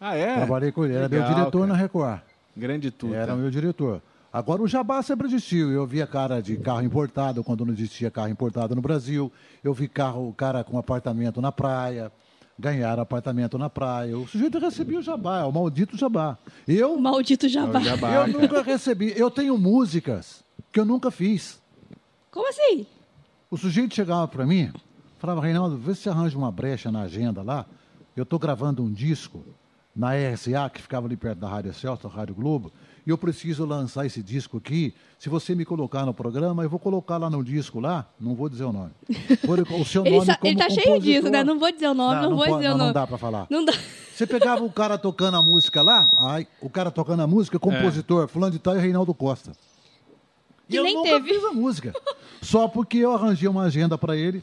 Ah, é?
trabalhei com ele, era meu
Legal,
diretor
cara.
na Record.
Grande tudo.
Era meu diretor. Agora o Jabá sempre existiu. Eu via cara de carro importado quando não existia carro importado no Brasil. Eu vi carro, cara com apartamento na praia. Ganharam apartamento na praia. O sujeito recebia o jabá, é o maldito jabá. Eu,
Maldito jabá.
eu nunca recebi. Eu tenho músicas que eu nunca fiz.
Como assim?
O sujeito chegava para mim, falava, Reinaldo, vê se arranja uma brecha na agenda lá. Eu estou gravando um disco na RSA, que ficava ali perto da Rádio Celso, da Rádio Globo, e eu preciso lançar esse disco aqui. Se você me colocar no programa, eu vou colocar lá no disco lá, não vou dizer o nome. Por- O seu
Ele,
um nome
sa-
como
ele tá cheio disso,
compositor.
né? Não vou dizer o nome, não, vou
pode-
dizer
não,
o nome.
Não dá para falar.
Não dá.
Você pegava o cara tocando a música lá, ai, o cara tocando a
É.
música, compositor, fulano de tal e Reinaldo Costa. E
Que
eu
nem
nunca
teve.
fiz a música. Só porque eu arranjei uma agenda pra ele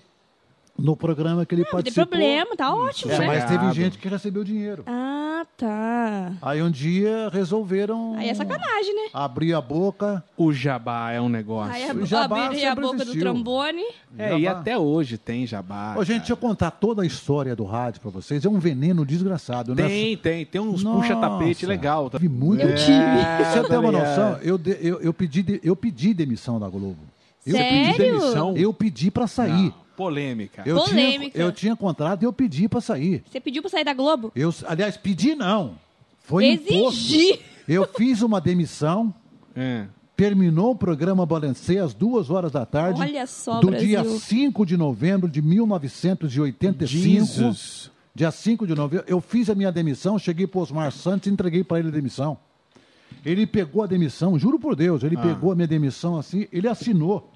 no programa que ele
Não tem
participou.
problema, tá ótimo,
É,
né?
mas teve
Obrigado.
gente que recebeu dinheiro.
Ah, tá.
Aí um dia resolveram
Aí é sacanagem, né?
abrir a boca.
O jabá é um negócio.
Aí a,
O jabá
abri a
sempre
boca do
existiu.
trombone.
É, e
jabá.
até hoje tem jabá.
Ô, gente, deixa eu contar toda a história do rádio pra vocês. É um veneno desgraçado, né?
Tem, tem. Tem uns puxa-tapete
Nossa,
legal. Tá...
Tive muito
É,
Você
tá
tem uma
ligado.
noção? Eu, de- eu, eu pedi, de- eu pedi demissão da Globo. Eu
Sério?
pedi demissão. Eu pedi pra sair.
Não, polêmica.
Eu
Polêmica.
Tinha, eu tinha contrato e eu pedi pra sair.
Você pediu pra sair da Globo?
Eu, aliás, pedi não. Foi
Exigi.
imposto. Eu fiz uma demissão,
É.
terminou o programa Balancê às duas horas da tarde.
Olha só,
Do
Brasil.
dia 5 de novembro de 1985.
Jesus.
Dia 5 de novembro, eu fiz a minha demissão, cheguei para Osmar Santos e entreguei para ele a demissão. Ele pegou a demissão, juro por Deus, ele pegou a minha demissão assim, ele assinou.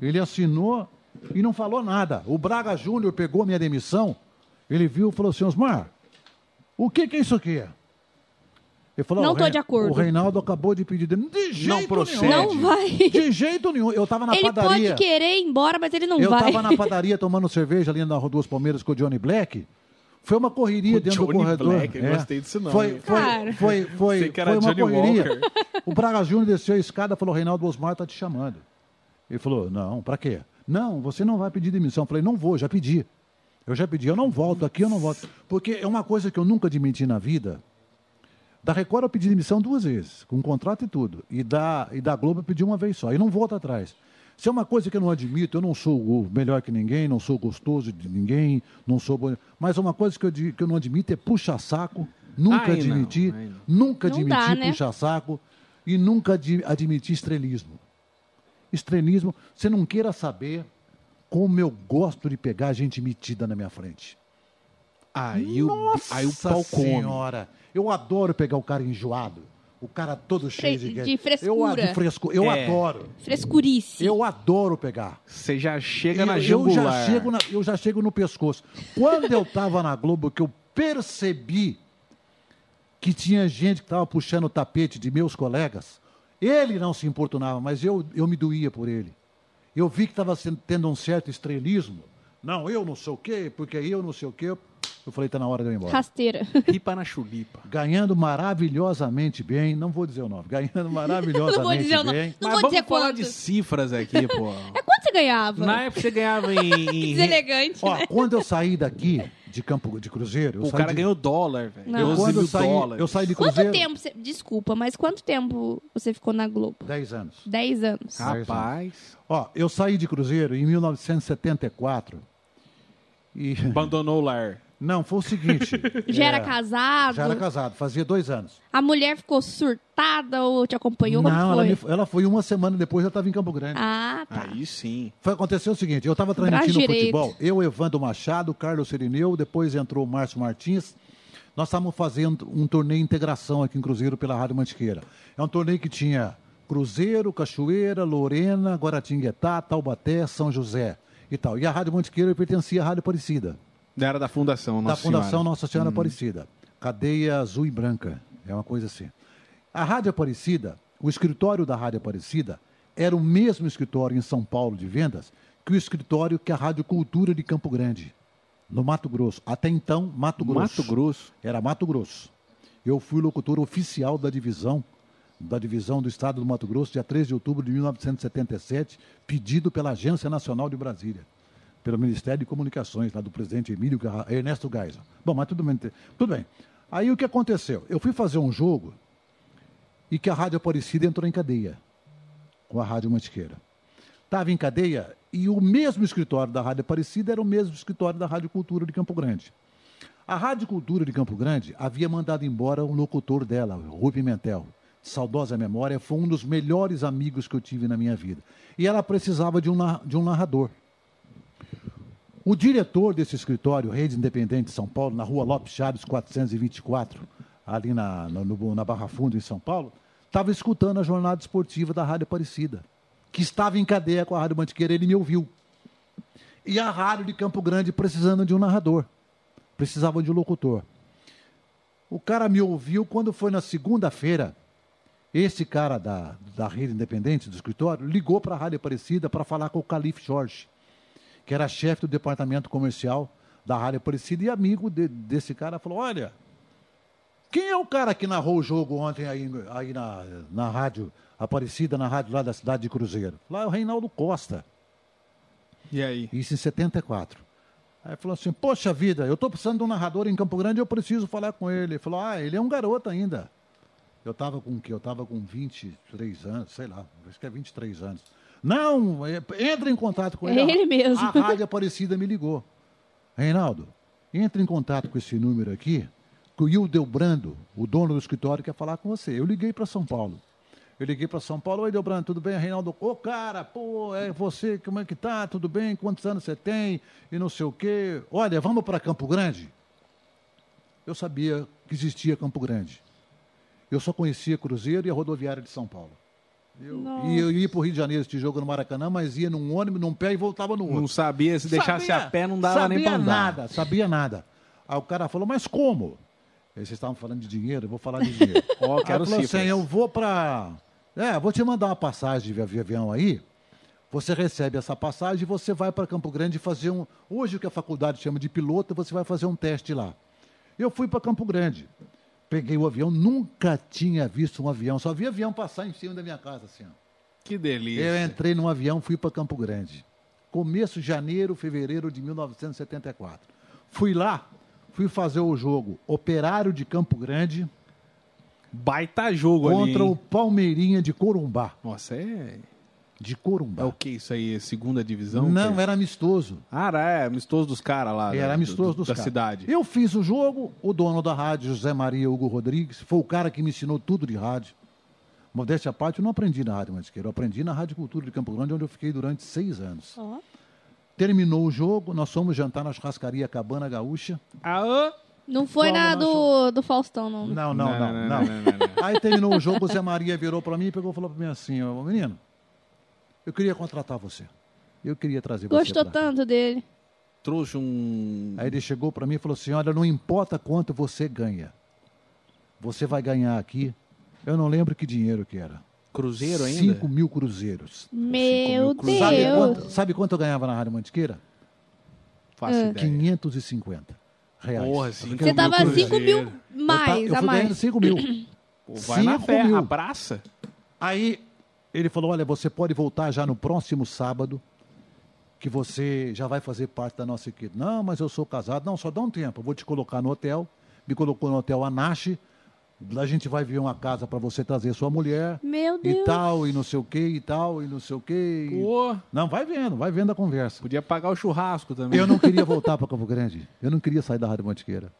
Ele assinou e não falou nada. O Braga Júnior pegou a minha demissão, ele viu e falou assim, Osmar, o que, que é isso aqui? Ele falou,
Não
"Ó, o
tô
Rein-
de acordo."
O Reinaldo acabou de pedir. De, de jeito
procede.
nenhum.
Não vai.
De jeito nenhum. Eu tava na
ele
padaria.
pode querer ir embora, mas ele não
Eu
vai.
tava na padaria tomando cerveja ali na Rua dos Palmeiras com o Johnny Black. Foi uma correria
O
dentro do
Johnny
corredor. É.
Black, eu gostei desse nome.
Foi, foi,
Cara.
foi, foi,
Sei que era
foi uma
Johnny
correria.
Walker.
O Braga Júnior desceu a escada e falou: Reinaldo Osmar tá te chamando. Ele falou: Não, pra quê? Não, você não vai pedir demissão. Eu falei: Não vou, já pedi. Eu já pedi, eu não volto aqui, eu não volto. Porque é uma coisa que eu nunca admiti na vida. Da Record eu pedi demissão duas vezes, com contrato e tudo. E da, e da Globo eu pedi uma vez só. E não volto atrás. Se é uma coisa que eu não admito, eu não sou o melhor que ninguém, não sou gostoso de ninguém, não sou bom. Mas uma coisa que eu, di- que eu não admito é puxa-saco. Nunca
Aí não,
admiti,
aí não.
nunca
Não
admiti
dá, né?
puxa-saco e nunca adi- admiti estrelismo. Estrelismo, você não queira saber como eu gosto de pegar gente metida na minha frente.
Aí o,
Nossa
aí o pau come.
senhora! Eu adoro pegar o cara enjoado. O cara todo cheio de...
de frescura.
Eu, ad- de fresco, eu
É.
adoro.
Frescurice.
Eu adoro pegar.
Você já chega na
eu, eu,
jugular.
já chego na- eu já chego no pescoço. Quando eu tava na Globo, que eu percebi que tinha gente que tava puxando o tapete de meus colegas, ele não se importunava, mas eu, eu me doía por ele. Eu vi que estava tendo um certo estrelismo. Não, eu não sei o quê, porque eu não sei o quê. Eu falei, tá na hora de eu ir embora.
Rasteira.
Ripa na chulipa.
Ganhando maravilhosamente bem, não vou dizer o nome, ganhando maravilhosamente
Não vou dizer o nome.
bem.
Não
Mas
vou
vamos
dizer
falar
quanto.
de cifras aqui, pô.
É quanto você ganhava?
na época você ganhava em... em-
Deselegante. né?
Ó, quando eu saí daqui, de Campo de Cruzeiro, eu
O
saí
cara
de-
ganhou dólar, velho.
Não.
12
Quando eu
mil
saí,
dólares.
eu saí de
Quanto
Cruzeiro.
tempo você... Desculpa, mas quanto tempo você ficou na Globo?
10 anos.
Dez anos.
Rapaz.
Ó, eu saí de Cruzeiro em 1974. E
Abandonou o lar.
não, foi o seguinte.
Já
é,
era casado?
Já era casado, fazia dois anos.
A mulher ficou surtada ou te acompanhou? Como
não,
foi?
ela, me- ela foi uma semana depois, já estava em Campo Grande.
Ah, tá.
Aí sim.
Foi acontecer o seguinte, eu estava
Braço
transmitindo
direito.
futebol, eu, Evandro Machado, Carlos Serineu, depois entrou o Márcio Martins. Nós estávamos fazendo um torneio de integração aqui em Cruzeiro pela Rádio Mantiqueira. É um torneio que tinha Cruzeiro, Cachoeira, Lorena, Guaratinguetá, Taubaté, São José e tal. E a Rádio Mantiqueira pertencia à Rádio Aparecida,
Era da fundação,
da
Nossa
Fundação
Senhora. Uhum.
Nossa Senhora Aparecida. Cadeia azul e branca, é uma coisa assim. A Rádio Aparecida, o escritório da Rádio Aparecida, era o mesmo escritório em São Paulo de vendas que o escritório que a Rádio Cultura de Campo Grande, no Mato Grosso. Até então, Mato Grosso.
Mato Grosso.
Era Mato Grosso. Eu fui locutor oficial da divisão, da divisão do Estado do Mato Grosso, dia 3 de outubro de 1977, pedido pela Agência Nacional de Brasília, pelo Ministério de Comunicações, lá do presidente Emílio Garra, Ernesto Geisel. Bom, mas tudo bem. Tudo bem. Aí o que aconteceu? Eu fui fazer um jogo e que a Rádio Aparecida entrou em cadeia com a Rádio Mantiqueira. Estava em cadeia e o mesmo escritório da Rádio Aparecida era o mesmo escritório da Rádio Cultura de Campo Grande. A Rádio Cultura de Campo Grande havia mandado embora um locutor dela, o Rui Pimentel. De saudosa memória, foi um dos melhores amigos que eu tive na minha vida. E ela precisava de um, nar- de um narrador. O diretor desse escritório, Rede Independente de São Paulo, na rua Lopes Chaves 424, ali na, no- no- na Barra Funda, em São Paulo, estava escutando a jornada esportiva da Rádio Aparecida, que estava em cadeia com a Rádio Mantiqueira, ele me ouviu. E a Rádio de Campo Grande precisando de um narrador precisava de um locutor. O cara me ouviu quando foi na segunda-feira. Esse cara da, da rede independente, do escritório, ligou para a Rádio Aparecida para falar com o Calife Jorge, que era chefe do departamento comercial da Rádio Aparecida e amigo de- desse cara. Falou: Olha, quem é o cara que narrou o jogo ontem aí, aí na, na Rádio Aparecida, na rádio lá da cidade de Cruzeiro? Lá é o Reinaldo Costa.
E aí?
Isso em 74. Aí falou assim: Poxa vida, eu estou precisando de um narrador em Campo Grande, eu preciso falar com ele. Ele falou: Ah, ele é um garoto ainda. Eu estava com o quê? Eu estava com 23 anos, sei lá, acho que é 23 anos. Não, é- entra em contato com
É
ele.
ele
A-
mesmo.
A Rádio Aparecida me ligou. Reinaldo, entra em contato com esse número aqui, que o Hildo Brando, o dono do escritório, quer falar com você. Eu liguei para São Paulo. Eu liguei para São Paulo, oi Delbrando, tudo bem? Reinaldo, ô cara, pô, é você, como é que tá? Tudo bem? Quantos anos você tem? E não sei o quê. Olha, vamos para Campo Grande? Eu sabia que existia Campo Grande. Eu só conhecia Cruzeiro e a rodoviária de São Paulo. Eu-
Nossa.
e eu ia para o Rio de Janeiro esse jogo no Maracanã, mas ia num ônibus, num pé e voltava no outro.
Não sabia, se deixasse
Sabia-
a pé, não dava nem pra
sabia
andar.
nada, sabia nada. Aí o cara falou, mas como? Aí vocês estavam falando de dinheiro, eu vou falar de dinheiro.
Ó,
Aí
quero
falou assim,
cifras.
eu vou pra... É, vou te mandar uma passagem de avi- avião aí. Você recebe essa passagem e você vai para Campo Grande fazer um... Hoje o que a faculdade chama de piloto, você vai fazer um teste lá. Eu fui para Campo Grande. Peguei o avião, nunca tinha visto um avião. Só vi avião passar em cima da minha casa, assim, ó.
Que delícia.
Eu entrei num avião, fui para Campo Grande. Começo de janeiro, fevereiro de 1974. Fui lá, fui fazer o jogo Operário de Campo Grande
Baita jogo ali,
contra
hein?
o Palmeirinha de Corumbá.
Nossa, é...
De
É o
Corumbá.
que isso aí? Segunda divisão?
Não,
Terceira?
era amistoso.
Ah, era, é, amistoso dos caras lá.
Era
da-
amistoso
do-
dos
Da
caras.
cidade.
Eu fiz o jogo, o dono da rádio, José Maria Hugo Rodrigues, foi o cara que me ensinou tudo de rádio. Modéstia à Ah. parte, eu não aprendi na Rádio Mantiqueira, eu aprendi na Rádio Cultura de Campo Grande, onde eu fiquei durante seis anos.
Ó.
Terminou o jogo, nós fomos jantar na churrascaria Cabana Gaúcha.
Aô!
Não foi
Toma,
na do, do Faustão, não.
Não, não, não, não.
não, não.
Aí terminou o jogo, Zé Maria virou para mim e pegou e falou para mim assim, ó, menino, eu queria contratar você. Eu queria trazer você.
Gostou
pra cá."
tanto dele.
Trouxe um.
Aí ele chegou para mim e falou assim: Olha, não importa quanto você ganha, você vai ganhar aqui. Eu não lembro que dinheiro que era.
Cruzeiro ainda?
5 mil cruzeiros.
Meu
cruzeiros.
Sabe
Deus.
quanto, sabe quanto eu ganhava na Rádio Mantiqueira?
Faço
É,
ideia.
550 reais.
Porra, cinco
Você tava
Cruzeiro.
5 mil
Eu ta-
mais
eu
a
fui ganhando
mais.
5 mil.
Pô, Vai na
Cinco
fé,
mil.
abraça.
Aí ele falou: Olha, você pode voltar já no próximo sábado, que você já vai fazer parte da nossa equipe. Não, mas eu sou casado. Não, só dá um tempo. Eu vou te colocar no hotel. Me colocou no hotel Anache. Lá a gente vai ver uma casa para você trazer sua mulher.
Meu
E
Deus.
tal, e não sei o que, e tal, e não sei o que.
Pô,
Não, vai vendo, vai vendo a conversa.
podia pagar o churrasco também.
Eu não queria voltar para Campo Grande. Eu não queria sair da Rádio Mantiqueira.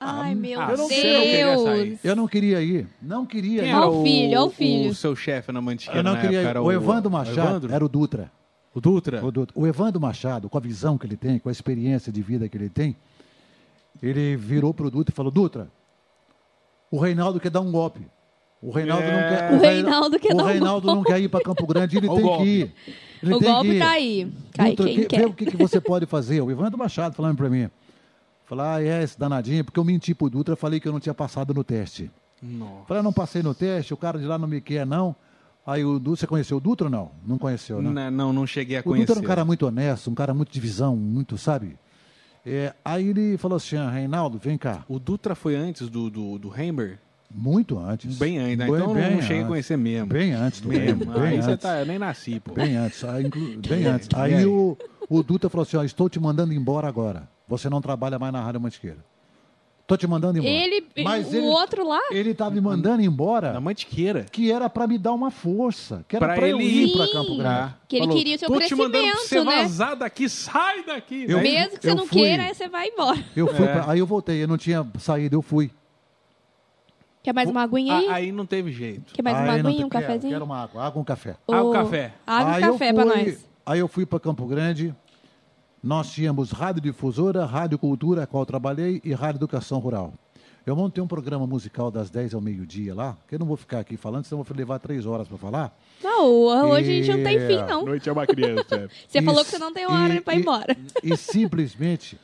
Ai, meu
Ah,
Deus.
você não queria sair.
Eu não queria ir. Não queria
Quem
ir.
Olha
era
é o filho, olha o filho.
O seu chefe na mantiqueira
Eu não
na
queria
época
ir.
era
O Evandro Machado
Evandro?
era o Dutra.
O Dutra?
O, Dutra. O Evandro Machado, com a visão que ele tem, com a experiência de vida que ele tem, ele virou pro Dutra e falou: Dutra, o Reinaldo quer dar um golpe. O Reinaldo não quer.
O
Reina-
Reinaldo quer
o
dar um
Reinaldo não quer ir para Campo Grande, ele
É. O
tem
golpe.
que ir. Ele
O
tem que
golpe
ir.
tá aí. Cai
Dutra,
quem
que- vê
quer.
o que, que você pode fazer. O Evandro Machado falando para mim. Falar, ah, é, esse danadinho, porque eu menti pro Dutra, falei que eu não tinha passado no teste.
Nossa.
Falei, eu não passei no teste, o cara de lá não me quer, não. Aí o Dutra, você conheceu o Dutra ou não? Não conheceu, né?
Não, não, não cheguei a
O
conhecer.
Dutra era um cara muito honesto, um cara muito de visão, muito, sabe? É, aí ele falou assim, ah, Reinaldo, vem cá.
O Dutra foi antes do, do, do Heimberg?
Muito antes.
Bem antes, né? Então eu não cheguei a conhecer mesmo.
Bem antes do
Mesmo.
Reinaldo, bem
Aí você
antes.
tá, É, eu nem nasci, pô.
Bem antes, aí, inclu- bem antes. Aí,
aí?
O, o Dutra falou assim: ó, estou te mandando embora agora. Você não trabalha mais na Rádio Mantiqueira. Estou te mandando embora.
Ele,
Mas
o
ele-
outro lá?
Ele tá me mandando
Na
embora,
mantiqueira.
que era para me dar uma força, que era
Pra
para eu
ele
ir
ir.
para Campo Grande.
Que ele queria o seu
Tô te mandando pra você
crescimento, né?
vazar daqui, sai daqui.
Eu-
Daí-
Mesmo que você
eu
não
fui-
queira, aí você vai embora.
Eu fui
É.
pra- aí eu voltei, eu não tinha saído, eu fui.
Quer mais uma aguinha aí?
Ah, aí não teve jeito.
Quer mais
Aí
uma
Ah, não
aguinha,
tem-
um
quero-
cafezinho?
Quero uma água, água e um café.
Ah, o
Ô,
café.
Água e
Aí eu
café pra
fui-
nós.
Aí eu fui para Campo Grande. Nós tínhamos Rádio Difusora, Rádio Cultura, a qual eu trabalhei, e Rádio Educação Rural. Eu montei um programa musical das 10 ao meio-dia lá, que eu não vou ficar aqui falando, senão eu vou levar três horas para falar.
Não, hoje a gente não tem fim, não.
Noite é uma criança.
Você
E
falou que
s-
você não tem hora
e-
pra
e-
ir embora.
E simplesmente,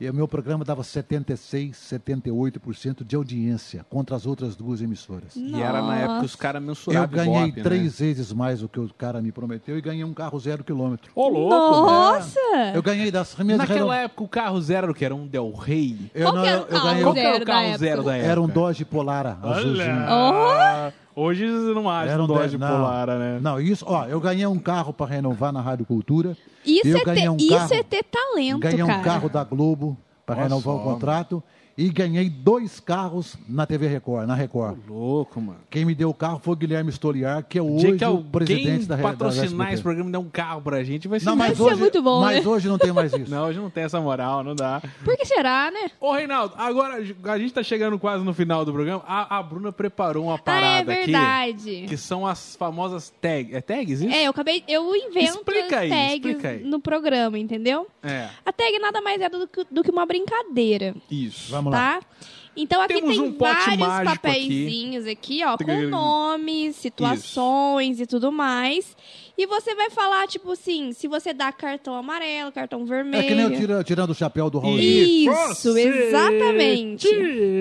e o meu programa dava 76, 78% de audiência contra as outras duas emissoras.
Hum.
e era na época que os caras
Eu
mensuravam
ganhei
Ibope, né?
três vezes mais do que o cara me prometeu e ganhei um carro zero quilômetro.
Ô, louco. né?
Nossa!
né? Eu ganhei das minhas
Naquela época o carro zero era o que era um Del Rey.
Eu,
Qual
não,
que é era
eu,
o
eu
carro
ganhei um-
Qual que era o
zero da
carro
época.
zero da época?
Era um Dodge Polara, azulzinho.
Olha! Hoje você não acha
Era
um
um
Dodge
de- não.
Polara, né?
Não, isso, ó, eu ganhei um carro para renovar na Rádio Cultura.
Isso,
eu
é ter,
ganhei um
isso
carro,
é ter talento,
ganhei um
cara.
carro da Globo para
Olha
renovar
só,
o contrato e ganhei dois carros na TV Record, na Record.
Louco, mano.
Quem me deu o carro foi o Guilherme Stoliar, que é
O dia
hoje
que
o presidente
alguém
da Re- da
patrocinar
SBT.
esse programa e dar um carro pra gente, vai ser
Não, mas
Isso é
hoje,
muito bom,
mas
né?
hoje não tem mais isso.
Não, hoje não tem essa moral, não dá.
Por que será, né?
Ô, Reinaldo, agora a gente tá chegando quase no final do programa. A, a Bruna preparou uma
Ah, é
parada aqui.
verdade.
Que são as famosas tags. É tags isso?
É, eu acabei. Eu invento
Explica
as
aí,
tags
explica aí.
no programa, entendeu?
É,
A tag nada mais é do que, do que uma brincadeira,
isso.
Vamos lá.
tá? Então aqui
Temos
tem
um pote
vários
mágico
papeizinhos aqui, ó,
Tem
com
aquele-
nomes, situações e tudo mais. E você vai falar, tipo assim, se você dá cartão amarelo, cartão
É
vermelho.
que nem eu tira- tirando o chapéu do Raul Gil.
Isso, exatamente,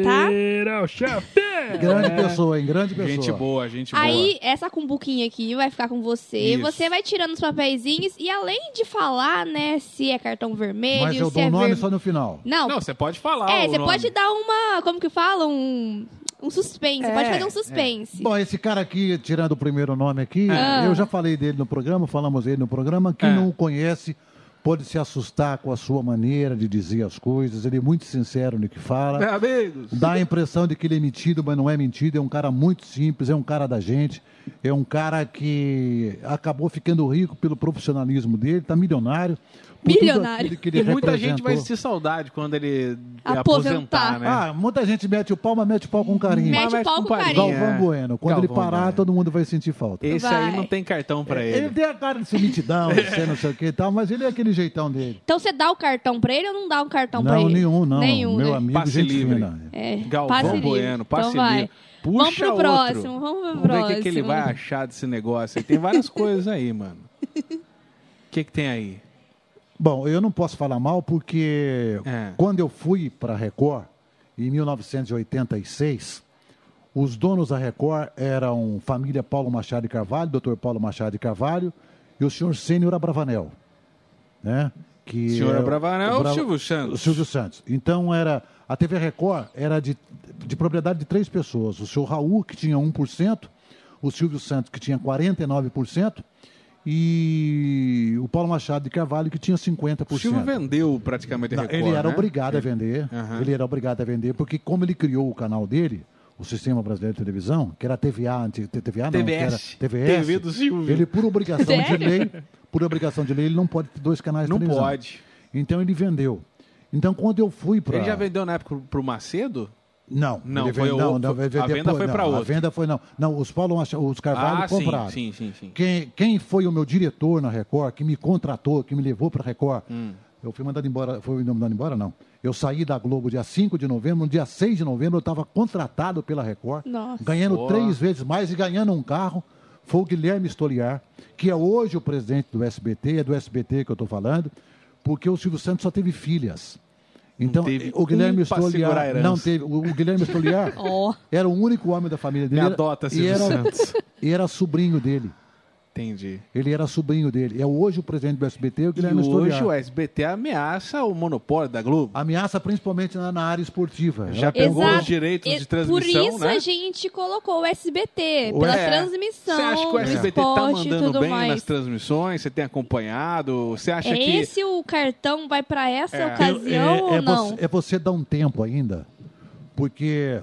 tá?
Tira o chapéu.
Grande pessoa, hein? Grande pessoa.
É. Gente boa, gente boa.
Aí, essa cumbuquinha aqui vai ficar com você.
Isso.
Você vai tirando os papeizinhos e além de falar, né, se é cartão vermelho,
Mas eu
se
dou
é
o nome
vermelho.
só no final.
Não,
Não, você pode falar.
é,
o
você
nome.
pode dar uma. Como que fala? Um, um suspense.
É,
pode fazer um suspense.
Bom, esse cara aqui, tirando o primeiro nome aqui,
Ah.
eu já falei dele no programa, falamos dele no programa. Quem
É.
não o conhece pode se assustar com a sua maneira de dizer as coisas. Ele é muito sincero no que
É,
fala.
amigos.
Dá a impressão de que ele é mentido, mas não é mentido. É um cara muito simples, é um cara da gente. É um cara que acabou ficando rico pelo profissionalismo dele, tá milionário.
Milionário.
tudo aquilo que
E
ele
muita gente vai
representou.
sentir saudade quando ele
Aposentar.
aposentar, né?
Ah, muita gente mete o pau, mas mete o pau com carinho.
Mete
Mas
o pau
com
com
carinho.
carinho.
Galvão
É.
Bueno. Quando ele
Galvão
parar,
Bueno.
todo mundo vai sentir falta.
Esse aí
Vai.
não tem cartão pra ele.
É, tem a cara de ser mitidão, de ser não sei o que e tal, mas ele é aquele jeitão dele.
Então você dá o cartão pra ele ou não dá o cartão pra
Não,
ele?
nenhum, não.
Nenhum,
Meu
né?
amigo,
Passe
gente
livre.
fina. né?
É,
Galvão
passe livre.
Bueno, passe
então vai.
livre. Puxa
vamos pro
outro.
próximo, vamos pro
Vamos ver
próximo.
o que, que ele vai achar desse negócio. aí. Tem várias coisas aí, mano. O que, que tem aí?
Bom, eu não posso falar mal porque
É.
quando eu fui para a Record, em 1986, os donos da Record eram família Paulo Machado de Carvalho, doutor Paulo Machado de Carvalho e o senhor Sênior Abravanel. Né? Que
Senhor
era-
Abravanel,
Abra-
Silvio Santos.
Silvio Santos. Então era a TV Record era de, de propriedade de três pessoas. O senhor Raul, que tinha 1%, o Silvio Santos, que tinha 49%, e o Paulo Machado de Carvalho, que tinha 50%.
O Silvio vendeu praticamente a
Não,
Record,
ele era
né?
obrigado a vender.
Aham.
Ele era obrigado a vender, porque como ele criou o canal dele, o Sistema Brasileiro de Televisão, que era TVA, anti- T- TVA não, que era
TVS.
TVS.
TV do Silvio.
Ele, por obrigação de
Sério?
lei, por obrigação de lei, ele não pode ter dois canais
Não
de televisão.
pode.
Então ele vendeu. Então quando eu fui para
Ele já vendeu na época pro- pro Macedo?
não,
Não,
ele
foi
vende- não,
o-
não, ele
a
vendeu-
venda
pô,
foi
não,
pra outro.
A venda foi não, não os Paulo, Macha- os Carvalho
ah,
compraram.
sim, sim, sim, sim.
Quem, quem foi o meu diretor na Record, que me contratou, que me levou para Record,
Hum.
eu fui mandado embora, foi não mandado embora, não. Eu saí da Globo dia 5 de novembro, no dia 6 de novembro eu estava contratado pela Record,
Nossa.
ganhando
Boa.
três vezes mais e ganhando um carro. Foi o Guilherme Stoliar, que é hoje o presidente do SBT, é do SBT que eu estou falando, porque o Silvio Santos só teve filhas. Então,
Não teve
o Guilherme
um pra segurar a
Stoliar
herança.
não teve. O, o Guilherme Stoliar
Ó.
era o único homem da família dele.
Me
era-
adota,
e
Silvio
era,
Santos.
e era sobrinho dele.
Entendi.
Ele era sobrinho dele. É hoje o presidente do SBT, o
E
Guilherme
hoje
Stoliar.
o SBT ameaça o monopólio da Globo.
Ameaça principalmente na, na área esportiva.
Já
Ela
pegou
pegou-
os direitos de
E-
transmissão,
Por isso
né?
a gente colocou o SBT,
O
pela
É.
transmissão,
Você acha que o
do
SBT
esporte
tá
e
mandando
tudo
bem
mais.
nas transmissões? Você tem acompanhado? Você acha
É
que.
esse o cartão vai pra essa
É.
ocasião
é,
ou não?
Você, é você dar um tempo ainda, porque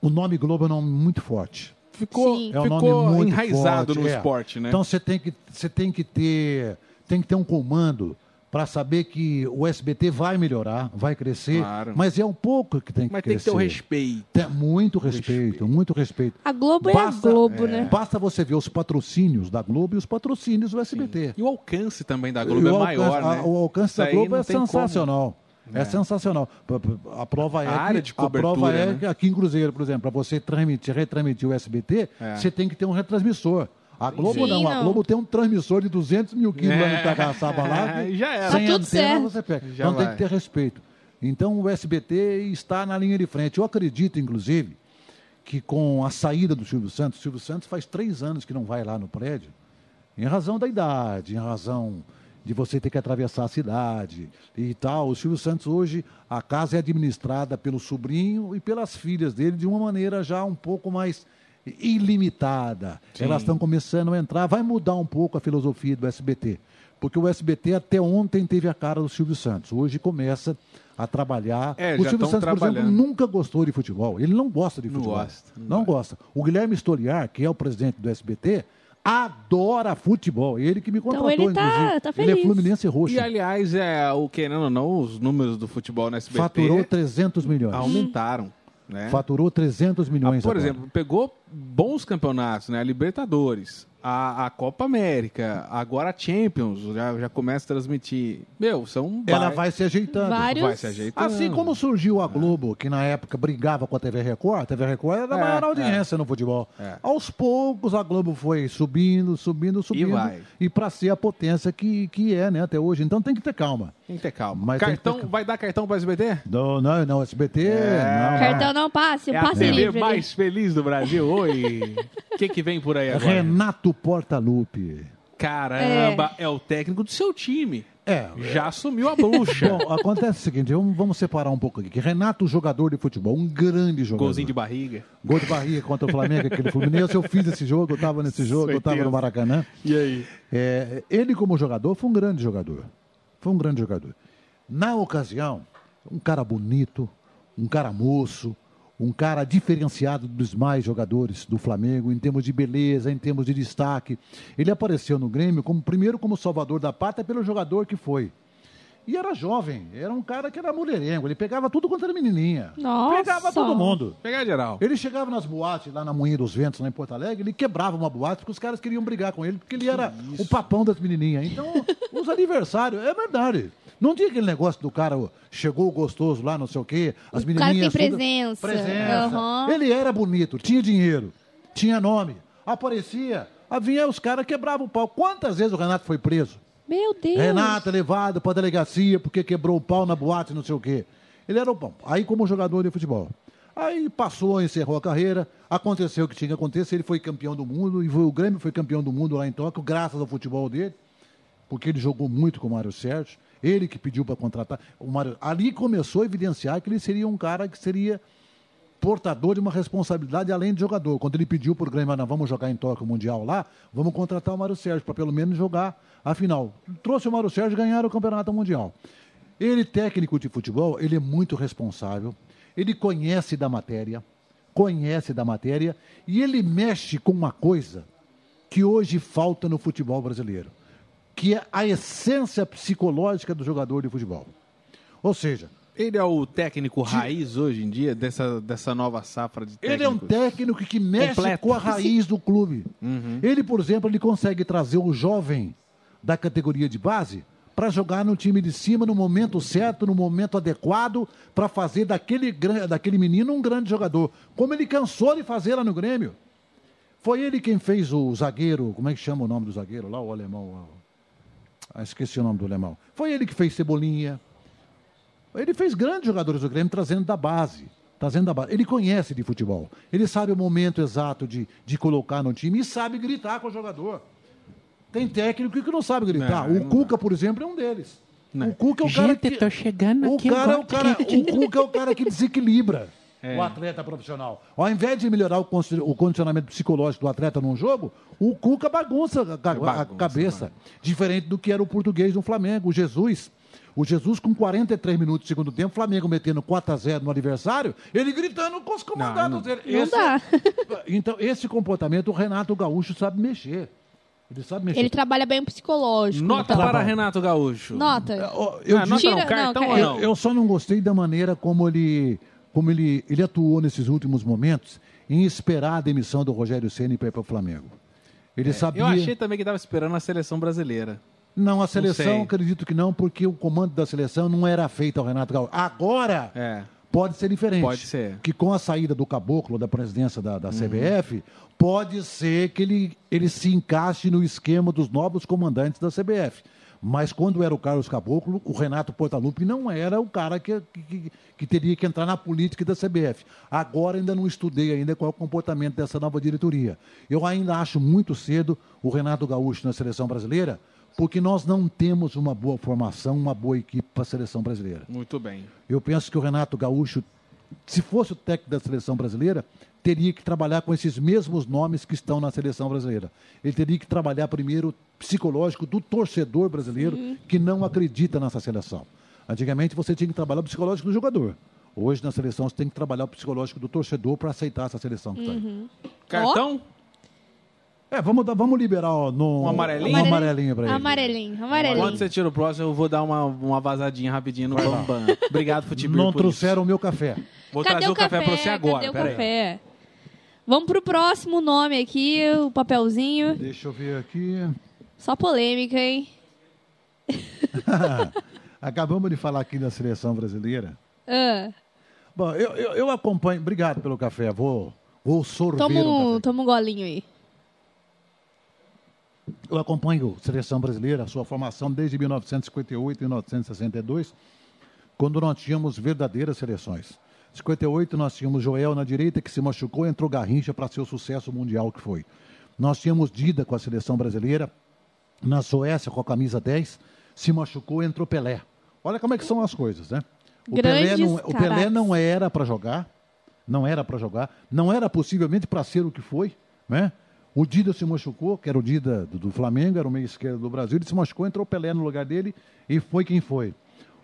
o nome Globo é um nome muito forte.
Ficou,
Sim.
É um nome
ficou
muito
enraizado
forte,
no
é.
esporte, né?
Então você tem que, você tem que ter tem que ter um comando para saber que o SBT vai melhorar, vai crescer,
Claro.
mas é um pouco que tem que
Mas tem que
crescer.
ter o respeito.
Tem muito respeito, muito respeito.
A Globo
Basta-
é a Globo, né?
Basta você ver os patrocínios da Globo e os patrocínios do SBT.
E o alcance também da Globo
E
é
o
maior,
alcance-
né?
a- O alcance
Isso
da
aí
Globo
não
é
tem como. né?
sensacional. É. sensacional. P- p- A prova é,
A
que,
área de
a prova
cobertura,
é
né?
que aqui em Cruzeiro, por exemplo, para você transmitir, retransmitir o SBT,
É.
você tem que ter um retransmissor. A Globo
Sim,
não. A
não.
Globo tem um transmissor de 200 mil quilos lá
É.
em Itacaçaba lá. que
Já era.
Sem
Tá tudo
antena
certo.
você pega.
Já
então
vai.
tem que ter respeito. Então o SBT está na linha de frente. Eu acredito, inclusive, que com a saída do Silvio Santos, o Silvio Santos faz três anos que não vai lá no prédio, em razão da idade, em razão de você ter que atravessar a cidade e tal. O Silvio Santos hoje, a casa é administrada pelo sobrinho e pelas filhas dele de uma maneira já um pouco mais ilimitada.
Sim.
Elas estão começando a entrar, vai mudar um pouco a filosofia do SBT. Porque o SBT até ontem teve a cara do Silvio Santos. Hoje começa a trabalhar.
É,
o
já
Silvio
tão
Santos, por exemplo,
trabalhando.
nunca gostou de futebol. Ele não gosta de
Não
futebol.
gosta, não
Não gosta. O Guilherme Stoliar, que é o presidente do SBT, adora futebol. Ele que me contratou,
ele tá-
inclusive.
tá
Ele é
feliz.
Fluminense Roxo.
E aliás, é o querendo ou não, os números do futebol no SBT
Faturou 300 milhões.
aumentaram. um Né?
Faturou 300 milhões.
Ah, Por
é agora.
exemplo, pegou bons campeonatos, né? A Libertadores, a, a Copa América, agora a Champions, já, já começa a transmitir. Meu, são
Ela
ba-
vai se ajeitando.
Vários.
vai se ajeitando.
Assim como surgiu a Globo, que na época brigava com a TV Record, a TV Record era a
É,
maior audiência no futebol.
É.
Aos poucos a Globo foi subindo, subindo, subindo.
vai.
para ser a potência que, que é, né, até hoje. Então tem que ter calma.
Tem que ter calma.
Mas tem que
cartão,
ter calma.
vai dar cartão para SBT?
Não, não, não, SBT. não,
Cartão não passe, o
é a
passe
TV
livre. ali.
mais feliz do Brasil. Oi! O que, que vem por aí agora?
É Renato Portaluppi.
Caramba, é. o técnico do seu time.
É.
Já assumiu a bruxa.
Bom, acontece o seguinte, vamos, vamos separar um pouco aqui. que Renato, jogador de futebol, um grande jogador.
Golzinho de barriga.
Gol de barriga contra o Flamengo, aquele Fluminense. Eu fiz esse jogo, eu estava nesse jogo, eu estava
Certeza.
no Maracanã.
E aí?
É, ele, como jogador, foi um grande jogador. Foi um grande jogador. Na ocasião, um cara bonito, um cara moço, um cara diferenciado dos mais jogadores do Flamengo em termos de beleza, em termos de destaque. Ele apareceu no Grêmio como primeiro como salvador da pátria pelo jogador que foi. E era jovem, era um cara que era mulherengo, ele pegava tudo quanto era menininha.
Nossa.
Pegava todo mundo.
Pegar geral.
Ele chegava nas boates lá na Moinha dos Ventos, lá em Porto Alegre, ele quebrava uma boate porque os caras queriam brigar com ele, porque ele era o papão das menininhas. Então, os aniversários, é verdade. Não tinha aquele negócio do cara ó, chegou gostoso lá, não sei o quê, as
O cara tem
menininhas... todas-
presença.
Presença.
Aham.
Ele era bonito, tinha dinheiro, tinha nome, aparecia, ah, vinha os caras, quebravam o pau. Quantas vezes o Renato foi preso?
Meu Deus.
Renato é levado para a delegacia porque quebrou o pau na boate, não sei o quê. Ele era o bom. Aí como jogador de futebol. Aí passou, encerrou a carreira, aconteceu o que tinha que acontecer, ele foi campeão do mundo, e foi- o Grêmio foi campeão do mundo lá em Tóquio, graças ao futebol dele, porque ele jogou muito com o Mário Sérgio, ele que pediu para contratar. O Mário, ali começou a evidenciar que ele seria um cara que seria portador de uma responsabilidade além de jogador. Quando ele pediu para o Grêmio, "Ah, não, vamos jogar em Tóquio Mundial lá, vamos contratar o Mário Sérgio para pelo menos jogar a final. Trouxe o Mário Sérgio e ganharam o Campeonato Mundial. Ele, técnico de futebol, ele é muito responsável, ele conhece da matéria, conhece da matéria e ele mexe com uma coisa que hoje falta no futebol brasileiro, que é a essência psicológica do jogador de futebol. Ou seja,
Ele é o técnico raiz hoje em dia dessa, dessa nova safra de técnicos.
Ele é um técnico que mexe
Completo.
com a raiz do clube. Ele, por exemplo, ele consegue trazer o jovem da categoria de base para jogar no time de cima no momento certo, no momento adequado, para fazer daquele, gran- daquele menino um grande jogador. Como ele cansou de fazer lá no Grêmio. Foi ele quem fez o zagueiro, como é que chama o nome do zagueiro lá, o alemão? o- Ah, esqueci o nome do alemão. Foi ele que fez Cebolinha, ele fez grandes jogadores do Grêmio trazendo da base. Trazendo da base. Ele conhece de futebol. Ele sabe o momento exato de, de colocar no time e sabe gritar com o jogador. Tem técnico que não sabe gritar.
Não,
o Cuca, por exemplo, é um deles. O Cuca é o cara
Gente,
que...
tô chegando
o
aqui
cara, é
agora.
o cara O Cuca é o cara que desequilibra o atleta profissional. Ao invés de melhorar o, condici- o condicionamento psicológico do atleta num jogo, o Cuca bagunça a, a- a
Bagunça,
cabeça. Diferente do que era o português no Flamengo, o Jesus. O Jesus, com 43 minutos do segundo tempo, Flamengo metendo 4x0 no adversário, ele gritando com os comandados
Não,
dele.
Não
Esse-
dá.
Então, esse comportamento o Renato Gaúcho sabe mexer. Ele sabe mexer.
Ele tá- trabalha bem o psicológico.
Nota
então.
para Renato Gaúcho.
Nota.
É, Ó, eu
Ah, nota
Tira-
não, cartão
não,
ou
cara.
não?
Eu só não gostei da maneira como ele, como ele, ele atuou nesses últimos momentos em esperar a demissão do Rogério Ceni para ir para o Flamengo. Ele sabia.
É, Eu achei também que tava esperando a seleção brasileira.
Não, a seleção,
sei.
acredito que não, porque o comando da seleção não era feito ao Renato Gaúcho. Agora
É.
pode ser diferente.
Pode ser.
Que com a saída do caboclo da presidência da, da CBF, pode ser que ele, ele se encaixe no esquema dos novos comandantes da CBF. Mas quando era o Carlos Caboclo, o Renato Portaluppi não era o cara que, que- que, que teria que entrar na política da CBF. Agora ainda não estudei ainda qual é o comportamento dessa nova diretoria. Eu ainda acho muito cedo o Renato Gaúcho na seleção brasileira, porque nós não temos uma boa formação, uma boa equipe para a seleção brasileira.
Muito bem.
Eu penso que o Renato Gaúcho, se fosse o técnico da seleção brasileira, teria que trabalhar com esses mesmos nomes que estão na seleção brasileira. Ele teria que trabalhar primeiro o psicológico do torcedor brasileiro que não acredita nessa seleção. Antigamente você tinha que trabalhar o psicológico do jogador. Hoje na seleção você tem que trabalhar o psicológico do torcedor para aceitar essa seleção que está aí.
Cartão?
É, vamos, dar- vamos liberar ó, no,
Um amarelinho?
um amarelinho para ele.
Amarelinho, amarelinho.
Quando você tira o próximo, eu vou dar uma, uma vazadinha rapidinho no Bambam. Obrigado, Futebol.
Não trouxeram o meu café.
Vou
Cadê
trazer
o
o café, pra você agora.
Cadê o
peraí.
café? Vamos pro próximo nome aqui, o papelzinho.
Deixa eu ver aqui.
Só polêmica, hein?
Acabamos de falar aqui da seleção brasileira.
Ah,
Bom, eu, eu, eu acompanho. Obrigado pelo café. Vou, vou sorver
toma,
um
um,
café.
toma um golinho aí.
Eu acompanho a seleção brasileira, a sua formação desde 1958 e 1962, quando nós tínhamos verdadeiras seleções. Em 58 nós tínhamos Joel na direita, que se machucou, entrou Garrincha para ser o sucesso mundial que foi. Nós tínhamos Dida com a seleção brasileira, na Suécia com a camisa 10, se machucou, entrou Pelé. Olha como é que são as coisas, né? O Pelé,
Grandes
não, é, o Pelé
caracas.
não era para jogar, não era para jogar, não era possivelmente para ser o que foi, né? O Dida se machucou, que era o Dida do, do Flamengo, era o meio esquerdo do Brasil, ele se machucou, entrou o Pelé no lugar dele e foi quem foi.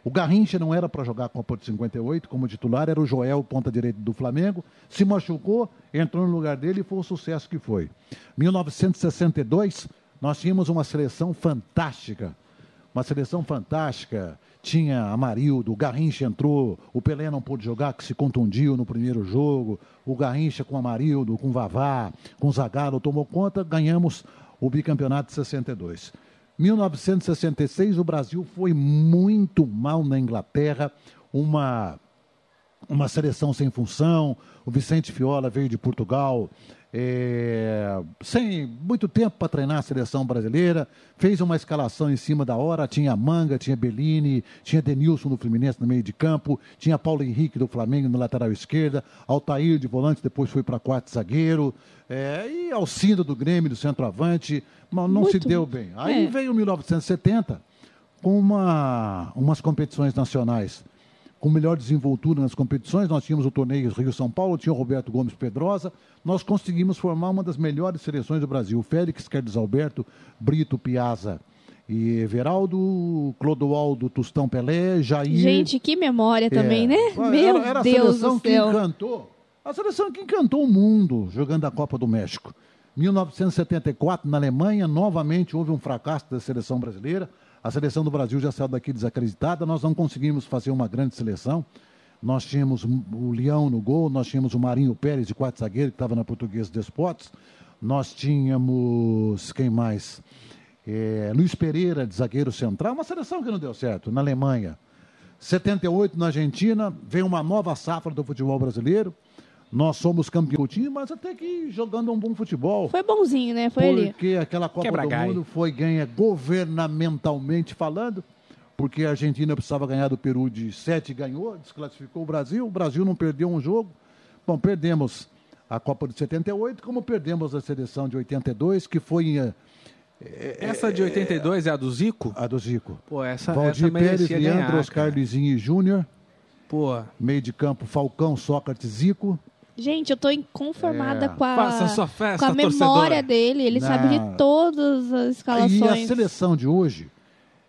O Garrincha não era para jogar com a Porto 58 como titular, era o Joel, ponta direita do Flamengo. Se machucou, entrou no lugar dele e foi o sucesso que foi. 1962, nós tínhamos uma seleção fantástica. Uma seleção fantástica. Tinha Amarildo, o Garrincha entrou, o Pelé não pôde jogar, que se contundiu no primeiro jogo. O Garrincha com Amarildo, com Vavá, com Zagallo tomou conta, ganhamos o bicampeonato de 62. 1966, o Brasil foi muito mal na Inglaterra, uma, uma seleção sem função. O Vicente Fiola veio de Portugal é, sem muito tempo para treinar a seleção brasileira, fez uma escalação em cima da hora, tinha Manga, tinha Bellini, tinha Denilson do Fluminense no meio de campo, tinha Paulo Henrique do Flamengo na lateral esquerda, Altair de volante, depois foi para quarto zagueiro, é, e Alcindo do Grêmio do centroavante, mas não
Muito.
se deu bem. Aí
É.
veio 1970 com uma, umas competições nacionais com melhor desenvoltura nas competições. Nós tínhamos o torneio Rio-São Paulo, tinha o Roberto Gomes Pedrosa. Nós conseguimos formar uma das melhores seleções do Brasil. Félix, Carlos Alberto, Brito, Piazza e Everaldo, Clodoaldo, Tostão Pelé, Jair...
Gente, que memória também,
É.
né?
Era-
Meu
era, a
Deus
seleção
do
que
céu.
encantou. A seleção que encantou o mundo jogando a Copa do México. 1974, na Alemanha, novamente houve um fracasso da seleção brasileira. A seleção do Brasil já saiu daqui desacreditada. Nós não conseguimos fazer uma grande seleção. Nós tínhamos o Leão no gol, nós tínhamos o Marinho Pérez de quarto zagueiro, que estava na Portuguesa Desportes. Nós tínhamos. Quem mais? É, Luiz Pereira, de zagueiro central. Uma seleção que não deu certo, na Alemanha. 78 na Argentina, vem uma nova safra do futebol brasileiro. Nós somos campeão do time, mas até que jogando um bom futebol.
Foi bonzinho, né? Foi ali.
porque aquela Copa
Quebra
do
galho.
Mundo foi ganha governamentalmente falando, porque a Argentina precisava ganhar do Peru de 7 ganhou, desclassificou o Brasil. O Brasil não perdeu um jogo. Bom, perdemos a Copa de 78, como perdemos a seleção de 82, que foi eh,
Essa de 82 é a do Zico?
a do Zico.
Pô, essa, essa
Valdir Pérez,
merecia
Leandro,
ganhar,
Oscar
cara.
Luizinho e Júnior.
Pô,
Meio de campo, Falcão, Sócrates, Zico.
Gente, eu tô inconformada
É.
com a.
faça sua
com
festa,
a memória
torcedora.
dele, ele
Na-
sabe de todas as
E
escalações.
a seleção de hoje,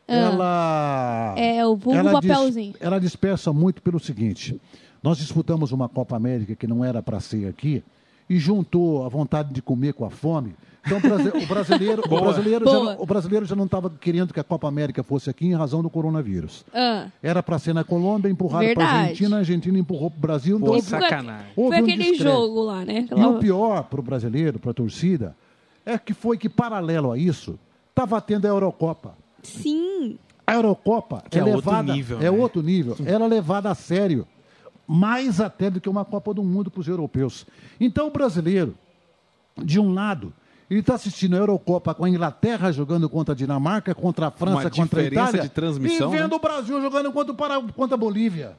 ela...
Ah, É, o vulgo
ela dis-
papelzinho.
ela dispersa muito pelo seguinte. Nós disputamos uma Copa América que não era para ser aqui e juntou a vontade de comer com a fome. Então, o brasi- o brasileiro, o
Boa.
brasileiro, já,
Boa.
não- o brasileiro já não estava querendo que a Copa América fosse aqui em razão do coronavírus.
Ah,
Era para ser na Colômbia, empurraram para a
Verdade.
Argentina, a Argentina empurrou para o Brasil.
Pô,
E
Então,
ficou-
sacanagem.
Foi
Houve um
aquele
descrédito.
jogo lá, né?
E
Aquela-
o pior para o brasileiro, para a torcida, é que foi que, paralelo a isso, estava tendo a Eurocopa.
Sim.
A Eurocopa
Que
é,
é outro
levada,
nível,
é
né?
outro nível. Ela é levada a sério, mais até do que uma Copa do Mundo para os europeus. Então, o brasileiro, de um lado, ele está assistindo a Eurocopa com a Inglaterra jogando contra a Dinamarca, contra a França, contra a
diferença
Itália,
de transmissão,
e vendo
né?
o Brasil jogando contra, o Pará- contra a Bolívia.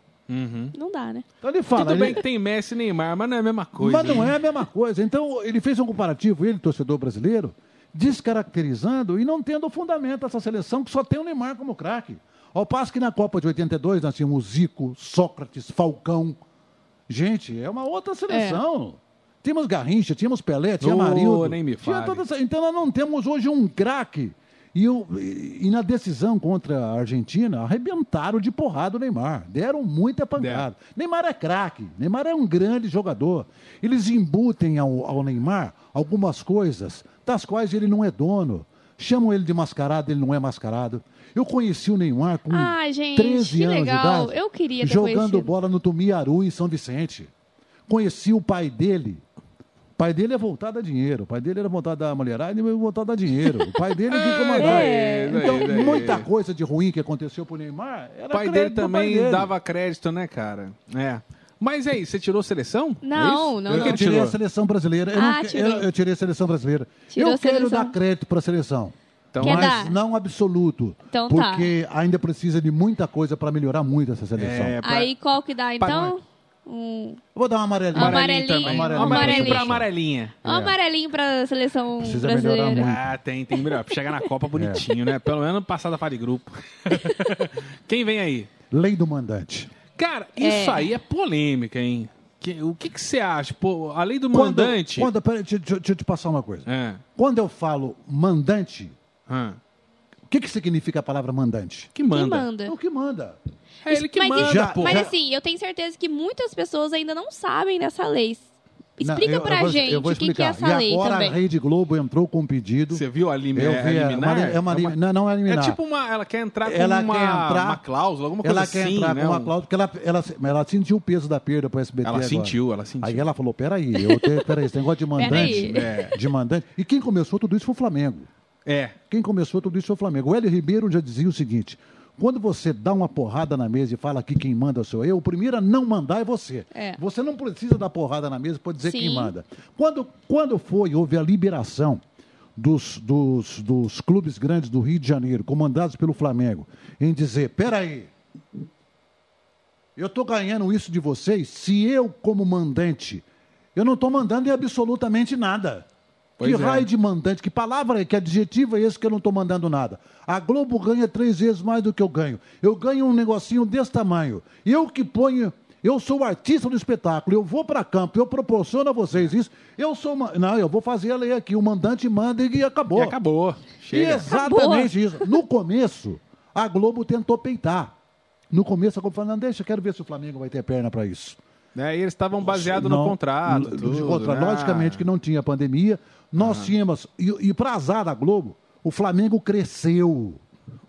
Não dá, né?
Então ele fala,
Tudo
ele-
bem que tem Messi e Neymar, mas não é a mesma coisa.
Mas não é a mesma coisa. Então, ele fez um comparativo, ele, torcedor brasileiro, descaracterizando e não tendo fundamento essa seleção que só tem o Neymar como craque. Ao passo que na Copa de 82 nós tínhamos Zico, Sócrates, Falcão. Gente, é uma outra seleção. Tínhamos Garrincha, tínhamos Pelé, tinha
É. Ô,
Marildo.
nem me
tinha
fale.
toda essa- Então nós não temos hoje um craque. E, o- e- e na decisão contra a Argentina, arrebentaram de porrada o Neymar. Deram muita pancada. Neymar é craque. Neymar é um grande jogador. Eles embutem ao, ao Neymar algumas coisas das quais ele não é dono. Chamam ele de mascarado, ele não é mascarado. Eu conheci o Neymar com
Ai, gente,
13
que
anos
legal.
de idade.
Eu queria ter
Jogando
conhecido.
bola no Tumiaru, em São Vicente. Conheci o pai dele. O pai dele é voltado a dinheiro. O pai dele era voltado a mulherada e ele é voltado a dinheiro. O pai dele fica uma
É,
Então,
é, é.
muita coisa de ruim que aconteceu pro Neymar era
O pai dele
crédito do pai
também
dele.
dava crédito, né, cara? É. Mas é isso, você tirou seleção?
Não,
é isso?
não,
Por que
não.
Eu
ele
tirei
tirou?
a seleção brasileira. Eu,
Ah,
não que-
tirou.
eu- eu tirei a seleção brasileira.
Tirou
eu
a
quero
seleção.
dar crédito para a seleção.
Então,
Quer
mas
dar?
não absoluto.
Então tá.
porque ainda precisa de muita coisa para melhorar muito essa seleção.
É, pra-
Aí qual que dá, então? Um,
Eu vou dar uma amarelinha.
Amarelinho
Amarelinho também.
Amarelinho.
Amarelinho pra
Amarelinho.
amarelinha.
um amarelinho pra seleção
É. Precisa melhorar
brasileira.
muito.
Ah, tem, tem melhor. Pra chegar na Copa
É.
bonitinho, né? Pelo menos passar da fase de grupo. Quem vem aí?
Lei do mandante.
Cara, isso aí é polêmica, hein? Que- o que que você acha? Pô, a lei do mandante.
Quando, quando, peraí, deixa, deixa- deixa eu te passar uma coisa.
É,
Quando eu falo mandante,
hã.
que, que significa a palavra mandante?
Que manda.
Quem manda?
É o que manda.
É ele que
mas,
manda,
isso-
Já-
pô.
mas assim, eu tenho certeza que muitas pessoas ainda não sabem dessa lei. Explica
Não, eu-
pra
eu vou-
gente
eu vou
o que, que é
explicar.
essa
e
lei
agora
também.
a Rede Globo entrou com um pedido.
Você viu a limi-
Eu
a
vi, é uma
liminar?
li- é uma li-
uma-
não, não é
É
liminar.
tipo uma. Ela quer entrar com
Ela
uma,
quer entrar-
uma cláusula, alguma coisa
ela
assim.
quer entrar
né?
com uma
Um-
cláusula, porque ela, ela, mas ela sentiu o peso da perda para o SBT.
Ela
agora.
sentiu, ela sentiu.
Aí ela falou: peraí, eu tenho, peraí, esse negócio de mandante.
Peraí.
De mandante. E quem começou tudo isso foi o Flamengo.
É.
Quem começou tudo isso foi o Flamengo. O Hélio Ribeiro já dizia o seguinte: quando você dá uma porrada na mesa e fala que quem manda sou eu, o primeiro a não mandar é você.
É.
Você não precisa dar porrada na mesa para dizer
Sim.
quem manda. Quando, quando foi, houve a liberação dos, dos, dos clubes grandes do Rio de Janeiro, comandados pelo Flamengo, em dizer: peraí. Eu estou ganhando isso de vocês se eu, como mandante, eu não estou mandando em absolutamente nada.
Pois
que
é.
raio de mandante, que palavra, é, que adjetivo é esse que eu não estou mandando nada? A Globo ganha três vezes mais do que eu ganho. Eu ganho um negocinho desse tamanho. Eu que ponho. Eu sou o artista do espetáculo, eu vou para campo, eu proporciono a vocês isso. Eu sou. uma- Não, eu vou fazer a lei aqui. O mandante manda e acabou.
E acabou.
E
Chega.
exatamente isso. No começo, a Globo tentou peitar. No começo, a Globo falou: não, deixa, eu quero ver se o Flamengo vai ter perna para isso.
Né? E eles estavam baseados no
Não,
contrato.
no-
tudo,
de contra-
né?
Logicamente que não tinha pandemia. Nós tínhamos. E, e para azar da Globo, o Flamengo cresceu.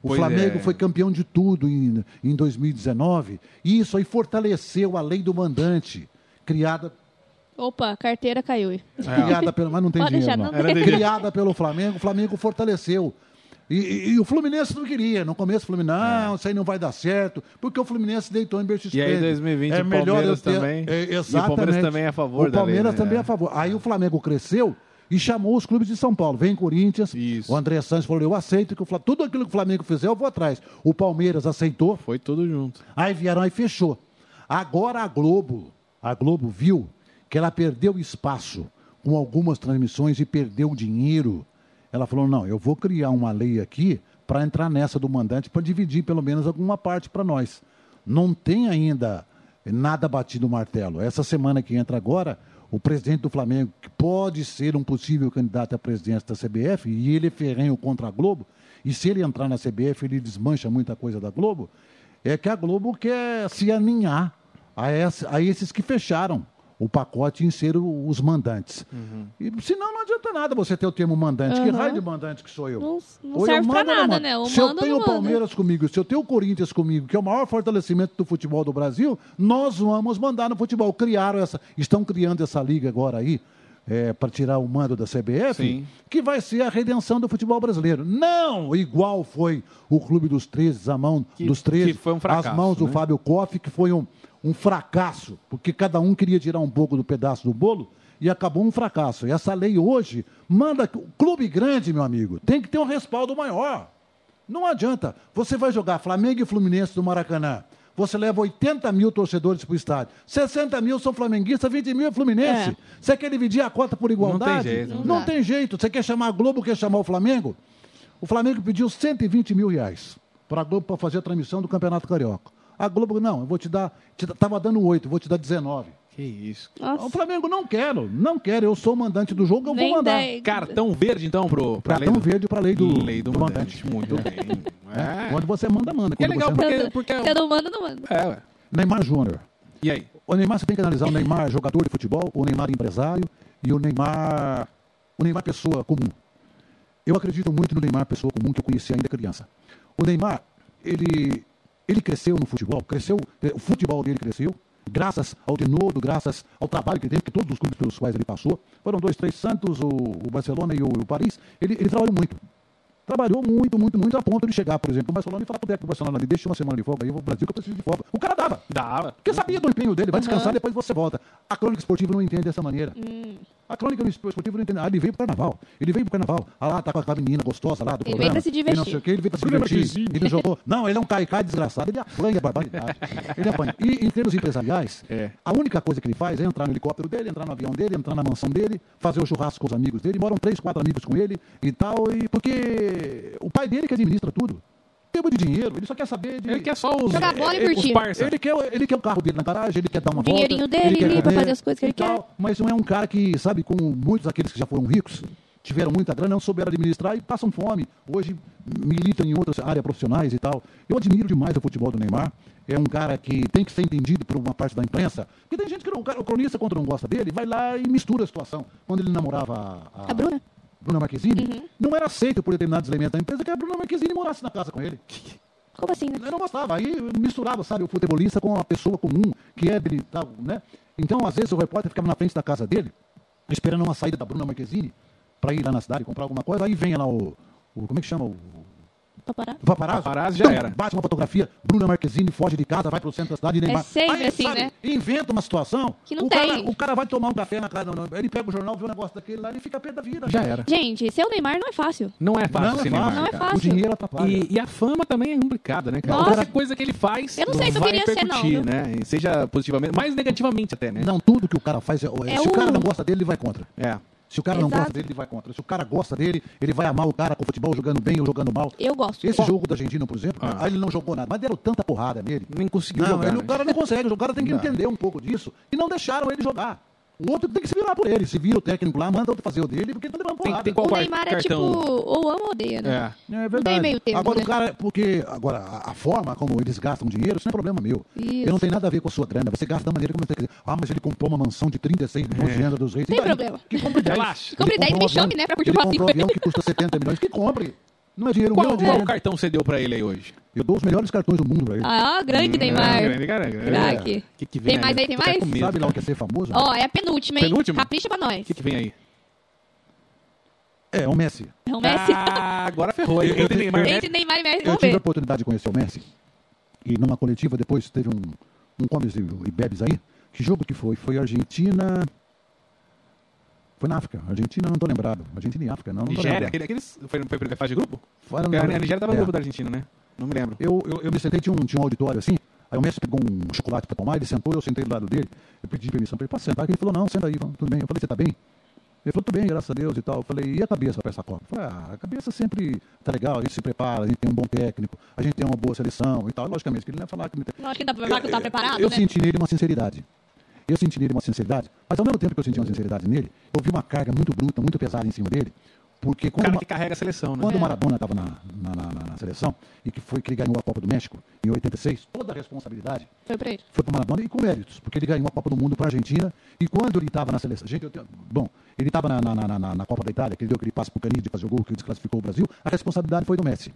O
Pois
Flamengo
é.
foi campeão de tudo em, em 2019. E isso aí fortaleceu a lei do mandante, criada,
Opa, carteira caiu.
É.
criada pelo. Mas não tem
Pode
dinheiro.
deixar,
não.
não
Era dele.
Criada pelo Flamengo, o Flamengo fortaleceu. E, e- e o Fluminense não queria. No começo, o Fluminense, não, isso aí não vai dar certo, porque o Fluminense deitou em
É. E
Bertispendi.
aí, 2020,
é
o
melhor
Palmeiras
eu ter...
também.
É,
E o
exatamente.
Palmeiras também é a favor
O
da lei,
Palmeiras
né?
também é a favor. Aí o Flamengo cresceu e chamou os clubes de São Paulo. Vem Corinthians,
Isso.
o André Santos falou, eu aceito que o Flamengo... Tudo aquilo que o Flamengo fizer, eu vou atrás. O Palmeiras aceitou,
Foi tudo junto.
Aí vieram e fechou. Agora a Globo, a Globo viu que ela perdeu espaço com algumas transmissões e perdeu dinheiro. Ela falou: "Não, eu vou criar uma lei aqui para entrar nessa do mandante para dividir pelo menos alguma parte para nós". Não tem ainda É nada batido o martelo. Essa semana que entra agora, o presidente do Flamengo, que pode ser um possível candidato à presidência da CBF, e ele é ferrenho contra a Globo, e se ele entrar na CBF, ele desmancha muita coisa da Globo, é que a Globo quer se aninhar a, essa- a esses que fecharam o pacote em ser o- os mandantes. E, senão não adianta nada você ter o termo mandante. Que
Uhum. Aham.
raio de mandante que sou eu?
Não- não
Ou eu
serve pra
mando ou não
nada,
mando?
né? Ou
se
manda
eu
ou não
tenho o
manda.
Palmeiras comigo, se eu tenho o Corinthians comigo, que é o maior fortalecimento do futebol do Brasil, nós vamos mandar no futebol. Criaram essa, estão criando essa liga agora aí. para tirar o mando da CBF,
Sim.
que vai ser a redenção do futebol brasileiro. Não igual foi o Clube dos 13, a mão
Que-
dos 13,
que foi um fracasso,
as mãos do
né?
Fábio Koff, que foi um, um fracasso, porque cada um queria tirar um pouco do pedaço do bolo e acabou um fracasso. E essa lei hoje manda. que O clube grande, meu amigo, tem que ter um respaldo maior. Não adianta. Você vai jogar Flamengo e Fluminense no Maracanã. Você leva 80 mil torcedores para o estádio. 60 mil são flamenguistas, 20 mil é fluminense.
É.
Você quer dividir a cota por igualdade?
tem jeito, não
Não
dá.
tem jeito. Você quer chamar a Globo, quer chamar o Flamengo? O Flamengo pediu 120 mil reais para a Globo para fazer a transmissão do Campeonato Carioca. A Globo, não, eu vou te dar. Estava dando 8, vou te dar 19.
Que isso.
O
Nossa,
Flamengo não quero, não quero. Eu sou o mandante do jogo, eu
vem
vou mandar.
daí.
Cartão verde, então, pro. pra
Cartão
lei do-
verde para a lei do,
Lei do
do
mandante.
mandante.
Muito bem.
É.
É.
Quando você manda, manda.
Que é
Quando
legal
você-
porque. porque...
Você não manda, não manda.
É, ué.
Neymar Júnior.
E aí?
O Neymar, você tem que analisar o Neymar jogador de futebol, o Neymar empresário e o Neymar, o Neymar pessoa comum. Eu acredito muito no Neymar pessoa comum que eu conheci ainda criança. O Neymar, ele, ele cresceu no futebol, cresceu, eh, o futebol dele cresceu, graças ao Denodo, graças ao trabalho que ele teve, que todos os clubes pelos quais ele passou, foram dois, três Santos, o, o Barcelona e o, o Paris, ele, ele trabalhou muito. Trabalhou muito, muito, muito, a ponto de chegar, por exemplo, no Barcelona e falar pro técnico do Barcelona, me deixa uma semana de folga aí, eu vou pro Brasil que eu preciso de folga. O cara dava.
Dava.
Porque sabia do empenho dele, vai descansar e depois você volta. A crônica esportiva não entende dessa maneira.
Hum.
A crônica esportiva não entende. Ah, ele veio pro carnaval. Ele veio pro carnaval. Ah lá, tá com aquela menina gostosa lá do
Ele veio
programa.
pra se
Ele não sei
divertir.
o quê, ele veio pra se
Programa
divertir.
Tizinho.
Ele jogou. Não, ele é um caicai desgraçado. Ele apanha a barbaridade. Ele apanha. E em termos empresariais,
É.
a única coisa que ele faz é entrar no helicóptero dele, entrar no avião dele, entrar na mansão dele, fazer o churrasco com os amigos dele. Moram três, quatro amigos com ele e tal. E porque o pai dele que administra tudo. Tema de dinheiro, ele só quer saber de.
Ele quer só os.
Jogar bola e
eh, os
curtir.
parça.
Ele quer, ele quer o carro dele na garagem, ele quer dar uma
O dinheirinho
volta,
dele
ele quer
ali pra
comer
fazer as coisas que
e
ele
tal, Mas não é um cara que, sabe, como muitos daqueles que já foram ricos, tiveram muita grana, não souberam administrar e passam fome. Hoje militam em outras áreas profissionais e tal. Eu admiro demais o futebol do Neymar. É um cara que tem que ser entendido por uma parte da imprensa. Porque tem gente que não, o cronista, quando não gosta dele, vai lá e mistura a situação. Quando ele namorava a,
A Bruna?
Bruna Marquezine, não era aceito por determinados elementos da empresa que a Bruna Marquezine morasse na casa com ele.
Como assim, né?
Eu não gostava. Aí eu misturava, sabe, o futebolista com a pessoa comum, que é tal, né? Então, às vezes, o repórter ficava na frente da casa dele, esperando uma saída da Bruna Marquezine, para ir lá na cidade comprar alguma coisa. Aí vem lá o. o- como é que chama? O,
Pra parar?
o paparazzo.
Paparazzo já era.
Bate uma fotografia, Bruna Marquezine foge de casa, vai pro centro da cidade e Neymar.
sempre
Aí,
assim,
sabe,
né?
Inventa uma situação.
Que não
o
tem.
Cara, o cara vai tomar um café na casa. Ele pega o jornal, vê um negócio daquele lá, ele fica pé da vida.
Já era.
Gente, ser o Neymar não é fácil.
Não é fácil
Não é
ser
fácil.
Neymar,
Não é
cara.
fácil.
O dinheiro atrapalha.
E, e a fama também é complicada, né, cara?
Nossa.
Qualquer coisa que ele faz.
Eu não sei se eu
vai
queria ser, não,
repercutir,
viu?
né? E Seja positivamente, mais negativamente até, né?
Não, tudo que o cara faz é.
É
se o cara
o-
não gosta dele, ele vai contra.
É.
Se o cara não
Exato.
gosta dele, ele vai contra. Se o cara gosta dele, ele vai amar o cara com futebol jogando bem ou jogando mal.
Eu gosto.
Esse jogo da Argentina, por exemplo, cara, ele não jogou nada, mas deram tanta porrada nele.
Ah. Nem conseguiu
Não,
jogar.
ele-
né?
o cara não consegue, o cara tem que
Não.
entender um pouco disso. E não deixaram ele jogar. O outro tem que se virar por ele. Se vira o técnico lá, manda outro fazer o dele, porque ele tá levando
Tem,
porrada.
tem qual
o
car-
Neymar é tipo,
cartão?
ou ama ou odeia, né?
É.
É verdade.
meio termo,
agora
né?
o cara, porque agora a, a forma como eles gastam dinheiro, isso não é problema meu.
Isso.
Eu não tenho nada a ver com a sua grana. Você gasta da maneira como você quiser. Ah, mas ele comprou uma mansão de 36 milhões de euros dos reis.
Tem
E daí?
problema.
Que compre 10.
Relaxa.
Ele
Compre 10
comprou
e me chame,
avião-
né, pra curtir
ele
o passeio.
comprou um avião que custa 70 milhões. Que compre. Não é dinheiro meu,
Qual, qual
é dinheiro.
cartão você deu pra ele aí hoje? É,
Eu dou os melhores cartões do mundo pra ele.
Ah, grande Neymar.
grande, cara, grande.
Craque.
Que que vem
Tem mais aí, tem
Tô até
mais?
com medo,
Sabe lá o
cara.
que é ser famoso?
Ó, é a penúltima, hein?
Penúltima?
Capricha pra nós.
O que, que vem aí?
É, o Messi.
É o Messi.
Ah, agora ferrou. hein?
Eu- eu-
Entre Neymar, né?
Entre Neymar e Messi,
Eu
vamos
tive a
ver.
oportunidade de conhecer o Messi. E numa coletiva, depois teve um, um comes e, e bebes aí. Que jogo que foi? Foi Argentina. Foi na África. Argentina, não tô lembrado. Argentina e África, não. não tô
Nigéria?
lembrado.
Aquele, aqueles, foi, foi pra fase de grupo?
Foi, não
Porque a
lembro.
Nigéria tava no
É.
grupo da Argentina, né? Não me lembro.
Eu, eu, eu me sentei, tinha um, tinha um auditório assim. Aí o Messi pegou um chocolate pra tomar, ele sentou, eu sentei do lado dele. Eu pedi permissão pra ele, posso sentar? Ele falou, não, senta aí, vamos, tudo bem. Eu falei, você tá bem? Ele falou, tudo bem, graças a Deus e tal. Eu falei, e a cabeça pra essa Copa? Eu falei, ah, a cabeça sempre tá legal, a gente se prepara, a gente tem um bom técnico, a gente tem uma boa seleção e tal. Logicamente, que ele não ia falar que não tem-
Lógico que dá pra ver que não tá preparado,
eu
né?
senti nele uma sinceridade. Eu senti nele uma sinceridade, mas ao mesmo tempo que eu senti uma sinceridade nele, eu vi uma carga muito bruta, muito pesada em cima dele, porque
O
quando,
cara
Ma-
que carrega a seleção, né?
Então, quando o Maradona estava na, na- na- na- na seleção e que foi que ele ganhou a Copa do México em 86, toda a responsabilidade
Foi pra ele.
foi para Maradona e com méritos, porque ele ganhou a Copa do Mundo para a Argentina e quando ele estava na seleção, gente, eu tenho, bom, ele estava na, na- na- na- na Copa da Itália, que ele deu aquele passo para o Canini de fazer o gol que desclassificou o Brasil, a responsabilidade foi do Messi,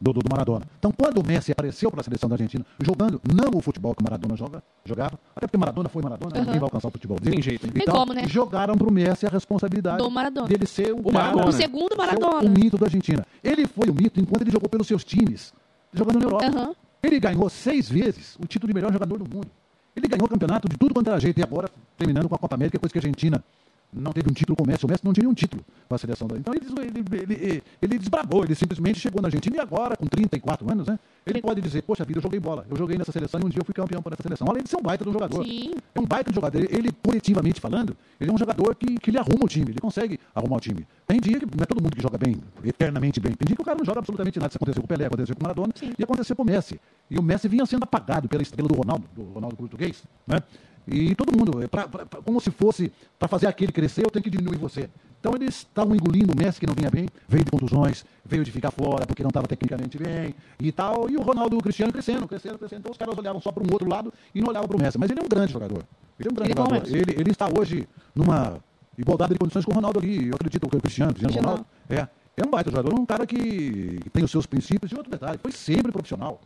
do, do, do Maradona. Então, quando o Messi apareceu para a seleção da Argentina, jogando não o futebol que o Maradona joga, jogava, até porque Maradona foi Maradona, ninguém vai alcançar o futebol dele.
Tem jeito, né?
e
Tem
tal,
como, né?
Jogaram para o Messi a responsabilidade
Do Maradona.
dele ser o, cara-
Maradona. O
segundo
ser
Maradona.
O mito da Argentina. Ele foi o mito enquanto ele jogou pelos seus times, jogando na Europa.
Aham.
Ele ganhou seis vezes o título de melhor jogador do mundo. Ele ganhou o campeonato de tudo quanto era jeito e agora terminando com a Copa América, coisa que a Argentina não teve um título com o Messi. O Messi não tinha um título para a seleção. da- Então ele, des- ele, ele, eh, ele desbravou, ele simplesmente chegou na Argentina e agora, com 34 anos, né? Ele pode dizer, poxa vida, eu joguei bola, eu joguei nessa seleção e um dia eu fui campeão para essa seleção. Além de ser um baita de um jogador.
Sim.
É um baita de jogador. Ele- Ele, coletivamente falando, ele é um jogador que, que ele arruma o time, ele consegue arrumar o time. Tem dia que não é todo mundo que joga bem, eternamente bem. Tem dia que o cara não joga absolutamente nada. Isso aconteceu com o Pelé, aconteceu com o Maradona e aconteceu com o Messi. E o Messi vinha sendo apagado pela estrela do Ronaldo, do Ronaldo português, né? E todo mundo, é pra- pra- pra- como se fosse para fazer aquele crescer, eu tenho que diminuir você. Então eles estavam engolindo o Messi que não vinha bem, veio de contusões, veio de ficar fora porque não estava tecnicamente bem e tal. E o Ronaldo e o Cristiano crescendo, crescendo, crescendo. Então os caras olhavam só para um outro lado e não olhavam para o Messi. Mas ele é um grande jogador. Ele é um grande
Ele é bom
jogador.
mesmo.
ele, ele está hoje numa igualdade de condições com o Ronaldo ali. Eu acredito que o Cristiano, Cristiano
Cristiano.
Ronaldo, é, é um baita jogador, um cara que tem os seus princípios. E outro detalhe, foi sempre profissional.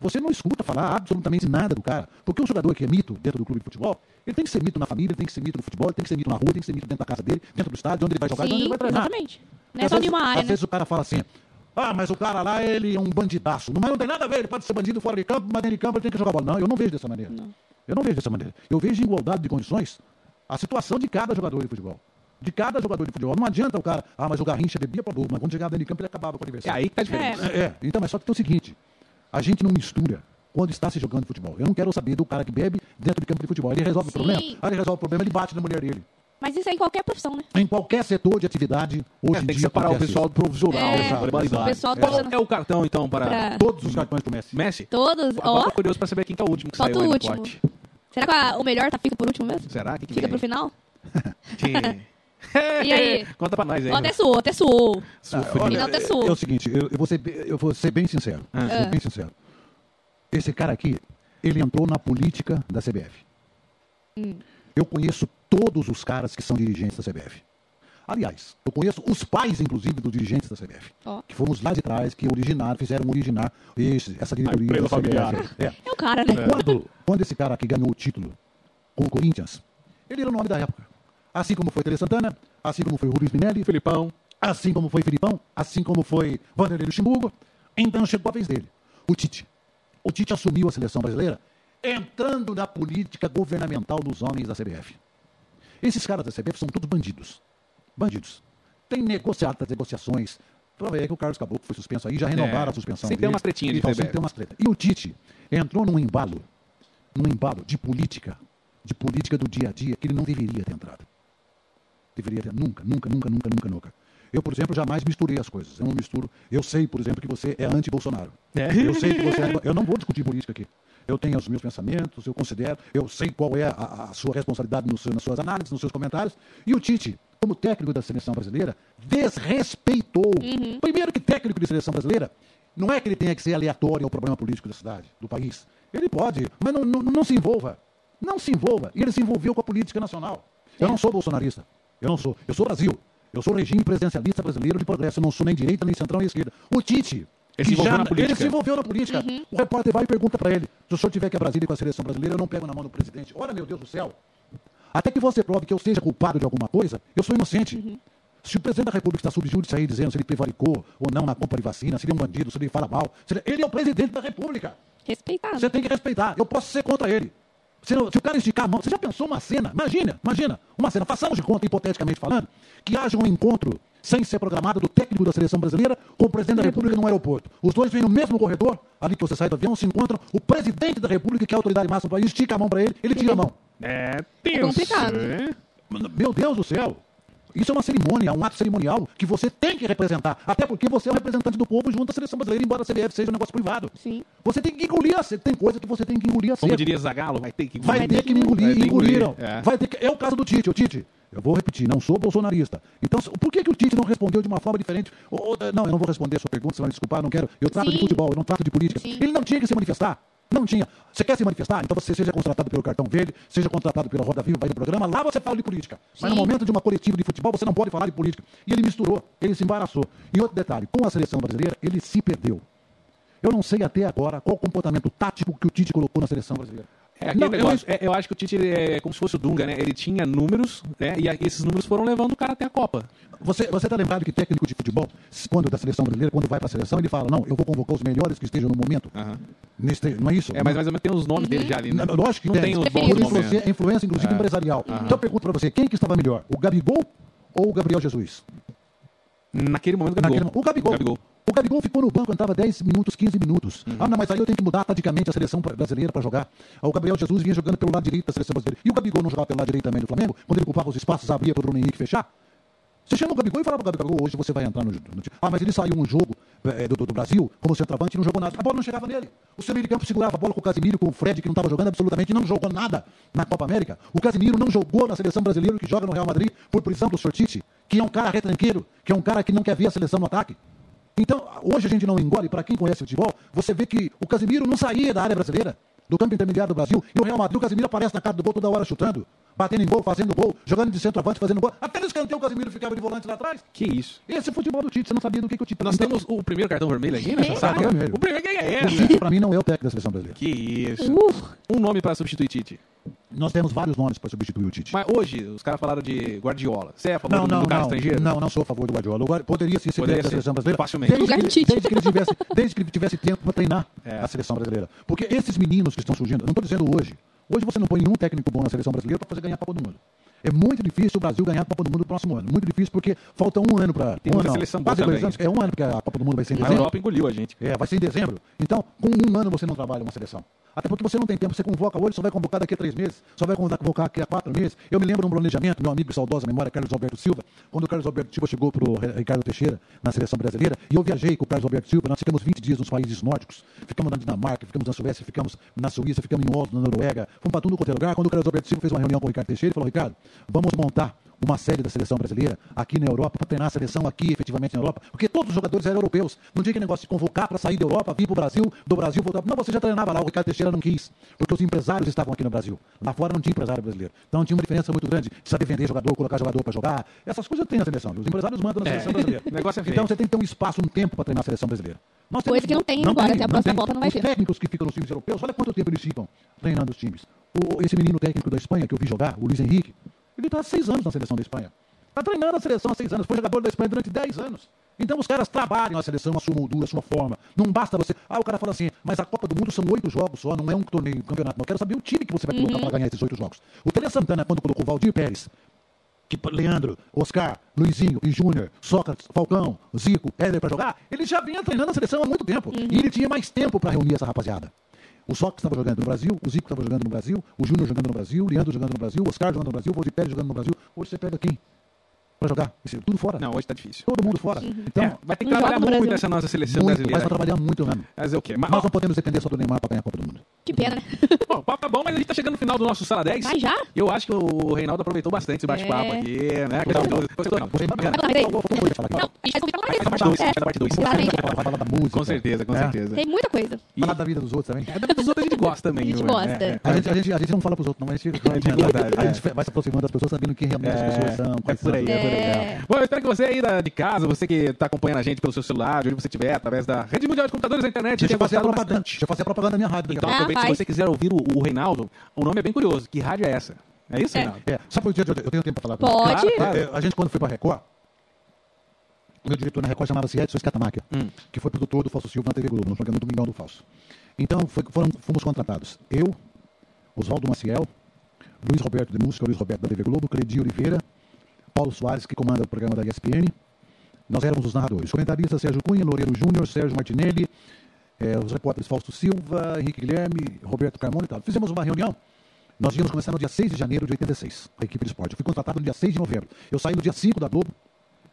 Você não escuta falar absolutamente nada do cara. Porque um jogador que é mito dentro do clube de futebol, ele tem que ser mito na família, ele tem que ser mito no futebol, ele tem que ser mito na rua, ele tem que ser mito dentro da casa dele, dentro do estádio, onde ele vai jogar, e onde
Sim,
ele vai treinar.
exatamente. Não é
Às
só de
vezes-
uma área,
Às
né?
vezes o cara fala assim, ah, mas o cara lá, ele é um bandidaço. Mas não tem nada a ver, ele pode ser bandido fora de campo, mas dentro de campo ele tem que jogar bola. Não, eu não vejo dessa maneira. Eu não vejo dessa maneira. Eu vejo em igualdade de condições a situação de cada jogador de futebol. De cada jogador de futebol. Não adianta o cara, ah, mas o Garrincha bebia pra burro, mas quando chegava dentro de campo ele acabava com o
É
adversário.
aí que tá diferente.
É, é. então, mas só que tem o seguinte: a gente não mistura quando está se jogando futebol. Eu não quero saber do cara que bebe dentro de campo de futebol. Ele
Sim.
resolve o problema? Aí ele resolve o problema, ele bate na mulher dele.
Mas isso é em qualquer profissão, né?
Em qualquer setor de atividade, hoje em
É, tem que
dia
separar o
acontece
pessoal
isso.
do profissional.
É,
da barbaridade.
o pessoal é. tá
Qual
usando-
é o cartão, então, para
Pra
Todos os cartões começam.
Messi?
todos.
Agora
Ó,
tô curioso pra saber quem que é o último que
falta
saiu
o
aí no
último.
pote.
Será que a- o melhor tá fica por último mesmo?
Será? Que que
Fica
vem
pro
aí?
final? é
Tchê.
E aí?
Conta pra nós aí.
Ó, até suou, até suou.
Sofrido.
Olha, até suou.
é o seguinte, eu, eu vou ser, be- eu vou ser bem sincero.
Ah.
Vou ser bem sincero. Esse cara aqui, ele entrou na política da CBF.
Hum.
Eu conheço todos os caras que são dirigentes da CBF. Aliás, eu conheço os pais, inclusive, dos dirigentes da CBF.
Ó.
Que fomos lá de trás, que originaram, fizeram originar esse- essa diretoria
Ah,
empresa
da CBF.
familiar.
É.
É o cara, né?
Quando, quando esse cara aqui ganhou o título com o Corinthians, ele era o nome da época. Assim como foi Tele Santana, assim como foi Rubens Minelli,
Felipão.
assim como foi Filipão, assim como foi Vanderlei Luxemburgo. Então chegou a vez dele, o Tite. O Tite assumiu a seleção brasileira entrando na política governamental dos homens da CBF. Esses caras da CBF são todos bandidos. Bandidos. Tem negociatas, negociações. Prova aí que o Carlos Caboclo foi suspenso aí, já renovaram a suspensão
Sempre tem
dele.
umas tretinhas de
Então, sempre
CBF.
tem umas tretas. E o Tite entrou num embalo, num embalo de política, de política do dia a dia, que ele não deveria ter entrado. Deveria ter. Nunca, nunca, nunca, nunca, nunca, nunca. Eu, por exemplo, jamais misturei as coisas. Eu não misturo. Eu sei, por exemplo, que você é anti-Bolsonaro. Eu sei que você é... Eu não vou discutir política aqui. Eu tenho os meus pensamentos, eu considero, eu sei qual é a, a sua responsabilidade no seu- nas suas análises, nos seus comentários. E o Tite, como técnico da seleção brasileira, desrespeitou. Primeiro que técnico de seleção brasileira, não é que ele tenha que ser aleatório ao problema político da cidade, do país. Ele pode, mas não, não, não se envolva. Não se envolva. E ele se envolveu com a política nacional. Eu não sou bolsonarista. Eu não sou. Eu sou Brasil. Eu sou regime presidencialista brasileiro de progresso. Eu não sou nem direita, nem centrão, nem esquerda. O Tite.
Ele se
que
envolveu na política.
ele se envolveu na política. O repórter vai e pergunta pra ele: se o senhor tiver que a Brasília com a seleção brasileira, eu não pego na mão do presidente. Olha, meu Deus do céu. Até que você prove que eu seja culpado de alguma coisa, eu sou inocente. Se o presidente da República está sob júdice aí dizendo se ele prevaricou ou não na compra de vacina, se ele é um bandido, se ele fala mal, se ele... ele é o presidente da República.
Respeitado.
Você tem que respeitar. Eu posso ser contra ele. Se, não- se o cara esticar a mão, você já pensou uma cena? Imagina, imagina, uma cena. Façamos de conta, hipoteticamente falando, que haja um encontro sem ser programado do técnico da seleção brasileira com o presidente da República no aeroporto. Os dois vêm no mesmo corredor, ali que você sai do avião, se encontram, o presidente da República, que é a autoridade máxima do país, estica a mão para ele, ele tira a mão.
É
É tenso.
complicado.
hein?
Meu Deus do céu! Isso é uma cerimônia, um ato cerimonial que você tem que representar. Até porque você é um representante do povo junto à seleção brasileira, embora a CBF seja um negócio privado.
Sim.
Você tem que engolir a seco. Tem coisa que você tem que engolir a seco.
Como diria Zagalo, vai ter que.
Vai, ter que me
Vai
engolir,
ter que
engoliram.
engolir, é.
Vai ter que- é o caso do Tite, o Tite. Eu vou repetir, não sou bolsonarista. Então, se- por que, que o Tite não respondeu de uma forma diferente? Ô, ô, não, eu não vou responder a sua pergunta, você vai me desculpar, eu não quero. Eu trato de
Sim.
futebol, eu não trato de política.
Sim.
Ele não tinha que se manifestar. Não tinha. Você quer se manifestar? Então você seja contratado pelo Cartão Verde, seja contratado pela Roda Viva, vai no programa, lá você fala de política. Mas no
Sim.
momento de uma coletiva de futebol, você não pode falar de política. E ele misturou, ele se embaraçou. E outro detalhe, com a seleção brasileira, ele se perdeu. Eu não sei até agora qual o comportamento tático que o Tite colocou na seleção brasileira.
É aquele
Não, eu-
negócio. É, Eu, acho que o Tite ele é como se fosse o Dunga, né? Ele tinha números, né? E a- esses números foram levando o cara até a Copa.
Você está lembrado que técnico de futebol, se- quando da seleção brasileira, quando vai para a seleção, ele fala: não, eu vou convocar os melhores que estejam no momento. Neste- não é isso?
Ah. É, mas mais ou menos tem os nomes dele já ali, né?
Não, não, Uhum. Lógico que
Não
tem.
tem os
Por
bons momentos. É.
influência, influência, inclusive, empresarial. Então eu pergunto para você: quem que estava melhor? O Gabigol ou o Gabriel Jesus?
Naquele momento, Gabigol.
Naquele, o Gabigol.
Gabigol. Uhum.
O Gabigol ficou no banco, entrava 10 minutos, 15 minutos. Ah, não, mas aí eu tenho que mudar taticamente a seleção pra- brasileira para jogar. Ah, o Gabriel Jesus vinha jogando pelo lado direito da seleção brasileira. E o Gabigol não jogava pelo lado direito também do Flamengo? Quando ele ocupava os espaços, abria para o Bruno Henrique fechar? Você chama o Gabigol e fala pro Gabigol, hoje você vai entrar no, no time. Ah, mas ele saiu um jogo eh, do, do- do Brasil como centroavante e não jogou nada. A bola não chegava nele. O seu meio de campo segurava a bola com o Casimiro, com o Fred, que não estava jogando absolutamente, não jogou nada na Copa América. O Casimiro não jogou na seleção brasileira que joga no Real Madrid por prisão do Sortite, que é um cara retranqueiro, que é um cara que não quer ver a seleção no ataque. Então, hoje a gente não engole, para quem conhece futebol, você vê que o Casimiro não saía da área brasileira, do campo intermediário do Brasil, e o Real Madrid, o Casimiro aparece na cara do gol toda hora chutando, batendo em gol, fazendo gol, jogando de centroavante, fazendo gol. Até no escanteio o Casimiro ficava de volante lá atrás.
Que isso.
Esse é o futebol do Tite, você não sabia do que, que o Tite...
Nós
Então,
temos o primeiro cartão vermelho aqui nessa sala.
Cartão vermelho.
O primeiro que é
O
essa.
Tite, para mim, não é o técnico da seleção brasileira.
Que isso.
Uh,
Um nome pra substituir Tite.
Nós temos vários nomes para substituir o Tite.
Mas hoje, os caras falaram de Guardiola. Você é a favor
Não,
do,
não,
do cara
não,
estrangeiro?
não, não sou a favor do Guardiola. O Guar- Poderia sim ser
Poderia
técnico da
ser,
seleção brasileira.
facilmente.
Desde,
Lugar
que,
de Tite.
desde que ele tivesse, desde que ele tivesse tempo para treinar
É.
a seleção brasileira. Porque esses meninos que estão surgindo, eu não estou dizendo hoje. Hoje você não põe nenhum técnico bom na seleção brasileira para fazer ganhar a Copa do Mundo. É muito difícil o Brasil ganhar a Copa do Mundo no próximo ano. Muito difícil porque falta um ano para.
Tem
um
muita
ano, não,
seleção boa
quase dois
também.
anos. É um ano porque a Copa do Mundo vai ser em
A
dezembro.
Europa engoliu a gente.
É, vai ser em dezembro. Então, com um ano você não trabalha uma seleção. Até porque você não tem tempo, você convoca hoje, só vai convocar daqui a três meses, só vai convocar daqui a quatro meses. Eu me lembro de um planejamento, meu amigo e saudosa memória, Carlos Alberto Silva, quando o Carlos Alberto Silva chegou para o Ricardo Teixeira na seleção brasileira, e eu viajei com o Carlos Alberto Silva, nós ficamos 20 dias nos países nórdicos, ficamos na Dinamarca, ficamos na Suécia, ficamos na Suíça, ficamos em Oslo, na Noruega, fomos para tudo quanto é lugar. Quando o Carlos Alberto Silva fez uma reunião com o Ricardo Teixeira, ele falou, Ricardo, vamos montar uma série da seleção brasileira aqui na Europa, para treinar a seleção aqui, efetivamente, na Europa, porque todos os jogadores eram europeus. Não tinha que negócio de convocar para sair da Europa, vir para o Brasil, do Brasil voltar. Não, você já treinava lá, o Ricardo Teixeira não quis, porque os empresários estavam aqui no Brasil. Lá fora não tinha empresário brasileiro. Então tinha uma diferença muito grande de saber vender jogador, colocar jogador para jogar. Essas coisas tem na seleção. Os empresários mandam na
É.
seleção brasileira.
O negócio é feio.
então você tem que ter um espaço, um tempo para treinar a seleção brasileira. Nós
Coisa
temos-
que não tem agora, até a próxima Copa não vai
Os
ter.
técnicos que ficam nos times europeus, olha quanto tempo eles ficam treinando os times. O- esse menino técnico da Espanha que eu vi jogar, o Luiz Henrique, ele está há seis anos na seleção da Espanha. Está treinando a seleção há seis anos, foi jogador da Espanha durante dez anos. Então os caras trabalham a seleção, a sua moldura, a sua forma. Não basta você. Ah, o cara fala assim, mas a Copa do Mundo são oito jogos só, não é um torneio, um campeonato. Mas Eu quero saber o time que você vai
Uhum.
colocar para ganhar esses oito jogos. O Tele Santana, quando colocou o Valdir Pérez, que Leandro, Oscar, Luizinho e Júnior, Sócrates, Falcão, Zico, Éder para jogar, ele já vinha treinando a seleção há muito tempo. E ele tinha mais tempo para reunir essa rapaziada. O Sócrates estava jogando no Brasil, o Zico estava jogando no Brasil, o Júnior jogando no Brasil, o Leandro jogando no Brasil, o Oscar jogando no Brasil, o Valdir Pérez jogando no Brasil. Hoje você pega quem? Para jogar? Esse- Tudo fora.
Não, hoje tá difícil.
Todo mundo fora. Então,
É, vai ter que
Não
trabalhar
joga no
muito
Brasil.
essa nossa seleção
muito, mas
brasileira.
nós trabalhamos muito, mesmo.
Mas é o quê? Mas,
Nós não podemos depender só do Neymar para ganhar a Copa do Mundo.
Que pena, né?
Bom, o papo tá bom, mas a gente tá chegando no final do nosso Sala 10.
Mas já?
Eu acho que o Reinaldo aproveitou bastante esse bate-papo
É.
aqui, né? A questão do- Gostou, não?
Você-
Não, mas aí-
Vamos falar aqui.
Não, a gente vai convidar mais.
Faz a parte dois,
É,
faz a parte dois.
exatamente.
Falar falar da música.
Com certeza, com
né?
certeza.
Tem muita coisa.
Falar da vida dos outros também.
É, Dos outros a gente gosta também.
A gente
viu?
gosta.
É,
A gente, a, gente, a gente não fala pros outros, não. A gente, né,
É de verdade,
a gente vai se aproximando das pessoas sabendo quem realmente as pessoas são.
é
quais
por aí,
são.
é
né?
por aí.
É.
Bom, eu espero que você aí da- de casa, você que está acompanhando a gente pelo seu celular, de onde você estiver, através da rede mundial de computadores da internet,
Deixa
tenha
eu fazer a
gostado
propaganda. Deixa eu fazer a propaganda da minha rádio.
Então
Ah,
aproveita, se
vai.
você quiser ouvir o, o Reinaldo, o nome é bem curioso. Que rádio é essa? É isso,
É.
Reinaldo?
é, sabe por que eu tenho tempo pra falar?
Pode.
Claro.
É, é, a gente, quando foi pra Record, o meu diretor na Record chamava-se Edson Escatamáquia, que foi produtor do Falso Silva na TV Globo, no programa Domingão do Falso. Então, foi- foram- fomos contratados. Eu, Oswaldo Maciel, Luiz Roberto de Música, Luiz Roberto da TV Globo, Credi Oliveira, Paulo Soares, que comanda o programa da ESPN. Nós éramos os narradores. Comentaristas Sérgio Cunha, Loureiro Júnior, Sérgio Martinelli, eh, os repórteres Fausto Silva, Henrique Guilherme, Roberto Carmona e tal. Fizemos uma reunião. Nós íamos começar no dia 6 de janeiro de 86, a equipe de esporte. Eu fui contratado no dia 6 de novembro. Eu saí no dia 5 da Globo.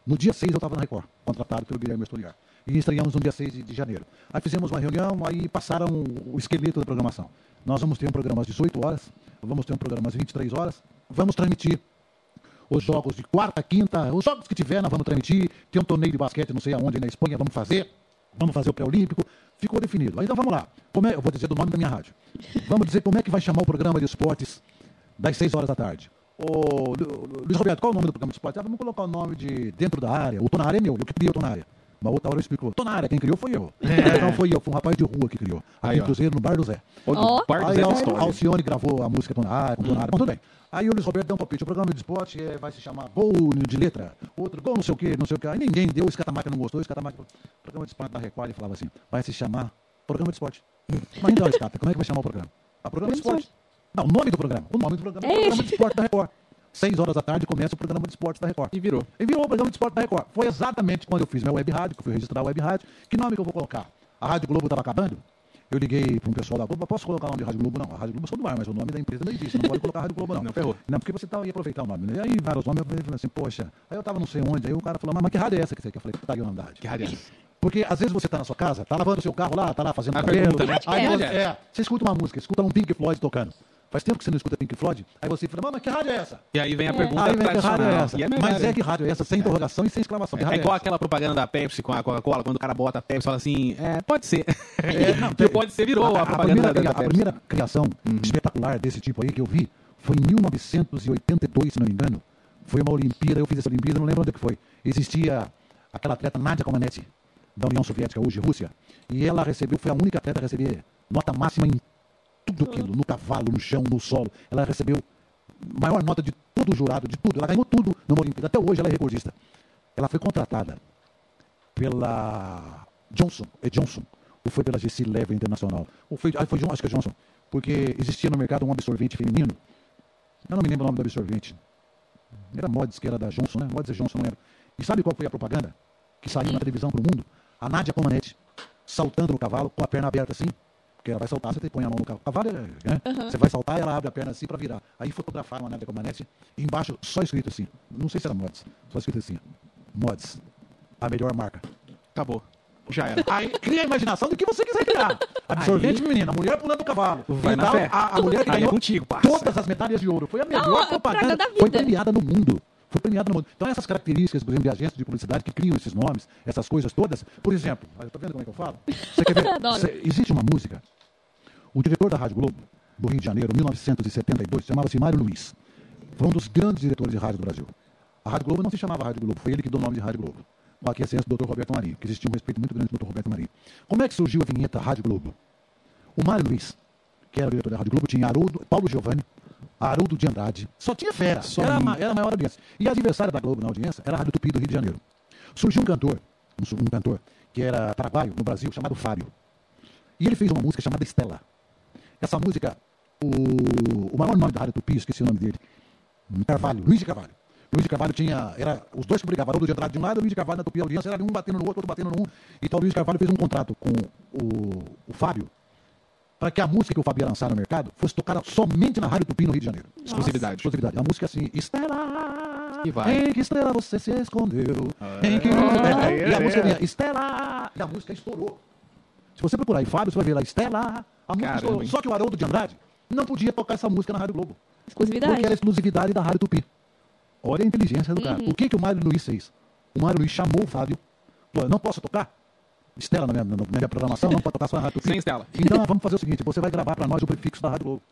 No dia 6 eu estava na Record, contratado pelo Guilherme Estoliar. E estreamos no dia 6 de, de janeiro. Aí fizemos uma reunião, aí passaram o, o esqueleto da programação. Nós vamos ter um programa às 18 horas, vamos ter um programa às 23 horas, vamos transmitir os jogos de quarta, quinta, os jogos que tiver, nós vamos transmitir. Tem um torneio de basquete, não sei aonde, aí na Espanha, vamos fazer. Vamos fazer o pré-olímpico. Ficou definido. Aí, Então vamos lá. Como é- eu vou dizer do nome da minha rádio. Vamos dizer como é que vai chamar o programa de esportes das 6 horas da tarde. Ô, Lu- Lu- Luiz Roberto, qual é o nome do programa de esportes? Ah, vamos colocar o nome de Dentro da Área. O Tô na Área é meu, eu que criei o Tô na Área. Uma outra hora eu explico. Tô na Área, quem criou foi eu. Não foi eu, foi um rapaz de rua que criou. Aqui
É. Aí,
em
ó.
Cruzeiro, no Bar do Zé.
Ou do
Ó.
Parque Hum.
Aí
Zé
Al-
Pistori.
Alcione gravou a música do Nara, com o Nara, mas tudo bem. Aí o Luiz Roberto deu um palpite. O programa de esporte eh, vai se chamar Gol de Letra. Outro gol não sei o quê, não sei o quê. Aí ninguém deu, o Escatamaca não gostou, o Escatamaca... O programa de esporte da Record, ele falava assim, vai se chamar Programa de Esporte. Mas então, Escata, como é que vai chamar o programa? A Programa de Esporte. Não, o nome do programa. O nome do programa é o Programa de Esporte da Record. Seis horas da tarde começa o Programa de Esporte da Record.
E virou.
E virou o programa de esporte da Record. Foi exatamente quando eu fiz minha web rádio, que eu fui registrar a web rádio. Que nome que eu vou colocar? A Rádio Globo estava acabando? Eu liguei para um pessoal da Globo, posso colocar o nome de Rádio Globo? Não, a Rádio Globo é só do ar, mas o nome da empresa não existe, não pode colocar Rádio Globo não.
Não, ferrou.
Não, porque você tá, ia aproveitar o nome, né? Aí vários nomes, eu falei assim, poxa, aí eu tava não sei onde, aí o cara falou, mas, mas que rádio é essa que você quer? Eu falei, tá aí o nome da rádio.
Que rádio é essa?
Porque às vezes você tá na sua casa, tá lavando seu carro lá, tá lá fazendo
A
cabelo.
pergunta, né?
Aí
Que rádio
você,
é
é, você escuta uma música, escuta um Pink Floyd tocando. Faz tempo que você não escuta Pink Floyd, aí você fala, mas, mas que rádio é essa?
E aí vem a pergunta
Aí vem que
tradicional.
rádio é essa?
E
Mas
verdade.
é que rádio é essa? Sem interrogação e sem exclamação. Que
É
rádio
igual
essa?
aquela propaganda da Pepsi com a Coca-Cola, quando o cara bota a Pepsi e fala assim, é, pode ser.
É, não,
Que o pode ser virou a,
a,
propaganda
primeira,
da, da
a
Pepsi.
primeira criação espetacular desse tipo aí que eu vi foi em 1982, se não me engano. Foi uma Olimpíada, eu fiz essa Olimpíada, não lembro onde é que foi. Existia aquela atleta Nadia Comaneci, da União Soviética, hoje Rússia, e ela recebeu, foi a única atleta a receber nota máxima em tudo aquilo, no cavalo, no chão, no solo. Ela recebeu maior nota de todo o jurado, de tudo. Ela ganhou tudo numa Olimpíada. Até hoje ela é recordista. Ela foi contratada pela Johnson, é Johnson, ou foi pela GC Lever Internacional, ou foi, ah, foi John- acho que é Johnson, porque existia no mercado um absorvente feminino, eu não me lembro o nome do absorvente, era Mods, que era da Johnson, né? Mods é Johnson, não era. E sabe qual foi a propaganda que saiu na televisão para o mundo? A Nádia Comaneci saltando no cavalo com a perna aberta assim, porque ela vai saltar, você tem que põe a mão no cavalo, cavalo é, né? Você vai saltar, ela abre a perna assim para virar. Aí fotografaram a Nádia Comaneci e embaixo só escrito assim, não sei se era Mods, só escrito assim, Mods, a melhor marca.
Acabou. Já era. Ah,
Aí cria a imaginação do que você quiser criar. Absorvente menina, mulher pulando o cavalo.
Vai
E
na
tal,
fé.
A, a mulher que
Aí é
ganhou
contigo, parça.
todas as medalhas de ouro. Foi a melhor
a
propaganda.
propaganda da
Foi
vida.
premiada no mundo. foi premiado no mundo. Então, essas características, por exemplo, de agências de publicidade que criam esses nomes, essas coisas todas, por exemplo, está vendo como é que eu falo? Você quer ver?
Adoro.
Cê- existe uma música. O diretor da Rádio Globo, do Rio de Janeiro, 1972, chamava-se Mário Luiz. Foi um dos grandes diretores de rádio do Brasil. A Rádio Globo não se chamava Rádio Globo, foi ele que deu o nome de Rádio Globo. Com a aquiescência do Dr. Roberto Marinho, que existia um respeito muito grande do Dr. Roberto Marinho. Como é que surgiu a vinheta Rádio Globo? O Mário Luiz, que era o diretor da Rádio Globo, tinha Haroldo, Paulo Giovanni, Haroldo de Andrade. Só tinha fera. Era, a ma- era a maior audiência. E a adversária da Globo na audiência era a Rádio Tupi do Rio de Janeiro. Surgiu um cantor, um, su- um cantor, que era paraguaio no Brasil, chamado Fábio. E ele fez uma música chamada Estela. Essa música, o, o maior nome da Rádio Tupi, esqueci o nome dele, Carvalho, Luiz de Carvalho. Luiz de Carvalho tinha. Era, os dois que brigavam, Haroldo de Andrade de um lado, Luiz de Carvalho na Tupi Audiência, era um batendo no outro, outro batendo no um. Então o Luiz de Carvalho fez um contrato com o, o Fábio para que a música que o Fábio ia lançar no mercado fosse tocada somente na Rádio Tupi no Rio de Janeiro.
Exclusividade.
Exclusividade. A música assim, Estela!
E vai. Ah, é.
Em que estrela você se escondeu? Em que luz dela? E a música vinha, Estela! E a música estourou. Se você procurar aí Fábio, você vai ver lá, Estela! A música
Caramba,
estourou.
hein?
Só que o Haroldo de Andrade não podia tocar essa música na Rádio Globo.
Exclusividade.
Porque era exclusividade da Rádio Tupi. Olha a inteligência do
Uhum.
cara. O que, que o Mário Luiz fez? O Mário Luiz chamou o Fábio. Falou, não posso tocar? Estela na minha, na minha programação, não pode tocar só na Rádio Tupi.
Sem Estela.
Então vamos fazer o seguinte, você vai gravar para nós o prefixo da Rádio Globo.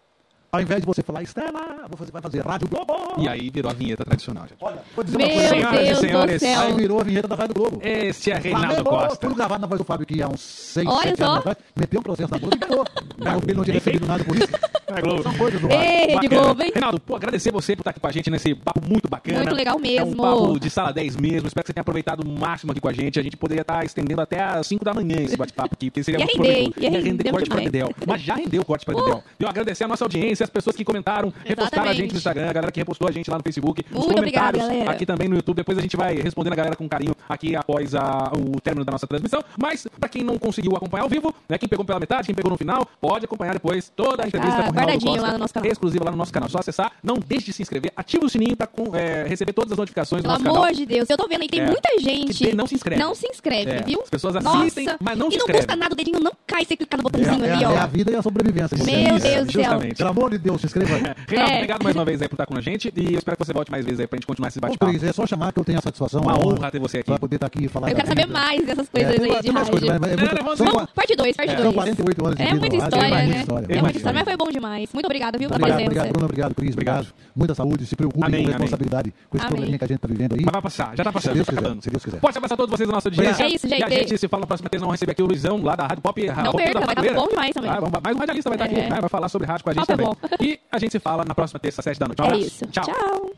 Ao invés de você falar Estela, você vai fazer Rádio Globo.
E aí virou a vinheta tradicional, gente.
Olha, vou dizer uma
Meu
coisa.
Senhoras e
Deus do
senhores,
Aí
céu.
virou a vinheta da Rádio Globo.
Este é Reinaldo
Flamengo,
Costa.
Tudo gravado na voz do Fábio aqui há uns 6,
Olha
7
só.
anos atrás. Meteu um processo na Globo e ganhou. Mas Ele não tinha recebido nada por isso.
Na Globo.
São coisas do rádio.
Ei, Rede
Bacana.
Globo, hein?
Reinaldo, pô, agradecer você por estar aqui com a gente nesse papo muito bacana.
Muito legal
É um
mesmo.
papo de sala 10 mesmo. Espero que você tenha aproveitado o máximo aqui com a gente. A gente poderia estar estendendo até às 5 da manhã esse bate-papo aqui, porque seria
Ia
muito
render,
proveitoso.
ia
Ia
render
render corte pra
demais. Uh!
Dedel. Mas já rendeu o corte pra Dedel. Eu agradecer a nossa audiência, as pessoas que comentaram, repostaram a gente
Exatamente.
no Instagram, a galera que repostou a gente lá no Facebook. os
Muito obrigada,
comentários
galera.
aqui também no YouTube. Depois a gente vai respondendo a galera com carinho aqui após a- o término da nossa transmissão. Mas pra quem não conseguiu acompanhar ao vivo, né, quem pegou pela metade, quem pegou no final, pode acompanhar depois toda a entrevista
Ah,
com o Reinaldo
guardadinho
Costa,
lá no nosso canal.
exclusiva lá no nosso canal. Só acessar, não deixe de se inscrever, ativa o sininho pra com- é, receber todas as notificações do
Pelo
nosso canal.
amor de Deus, eu tô vendo aí, tem
É.
muita
Que
gente.
tem- não se inscreve.
Não se inscreve,
É.
viu?
As pessoas assistem,
Nossa.
mas não se
E não
inscrevem.
custa nada, o dedinho não cai, você clica no
É,
botãozinho
é-
ali,
é a
ó.
vida e a sobrevivência.
Meu
Isso.
Deus do céu.
Justamente.
Pelo amor de Deus, se inscreva aí.
Reinaldo,
É.
obrigado mais uma vez aí por estar com a gente e eu espero que você volte mais vezes aí pra gente continuar esse
Ô,
bate-papo.
Cris, é só chamar que eu tenho a satisfação.
Uma
a
honra ter você aqui.
Pra poder estar aqui e falar.
Eu
da
quero saber
vida.
mais dessas coisas
É, tem
aí
mais-
de
tem mais coisas,
rádio.
mas- mas-
Não,
muito-
não, vamos-
são
Vamos,
qua-
parte 2, parte
são
2.
48 anos de
É
vida
muita
no rádio,
história,
é muita
né?
história,
É muita
muita
história,
história.
mas foi bom demais. Muito obrigado, viu, pela
Obrigado,
presença.
obrigado, Bruno. Obrigado, Cris. Obrigado. Muita saúde. Se preocupe
Amém,
com
amém.
a responsabilidade com esse
Amém.
probleminha que a gente está vivendo aí.
Mas vai passar, já tá passando, já
Deus
tá
quiser,
acabando.
se Deus quiser.
Pode abraçar todos vocês da nossa audiência.
É isso, gente.
E a gente se fala na próxima terça. Vamos receber aqui o Luizão lá da Rádio Pop. Não
perca, vai estar bom demais também.
mais um radialista vai estar
É.
aqui, né? vai falar sobre rádio com a gente
Papo
também.
é
E a gente se fala na próxima terça, às 7 da noite. Um
É
abraço.
isso.
Tchau.
Tchau.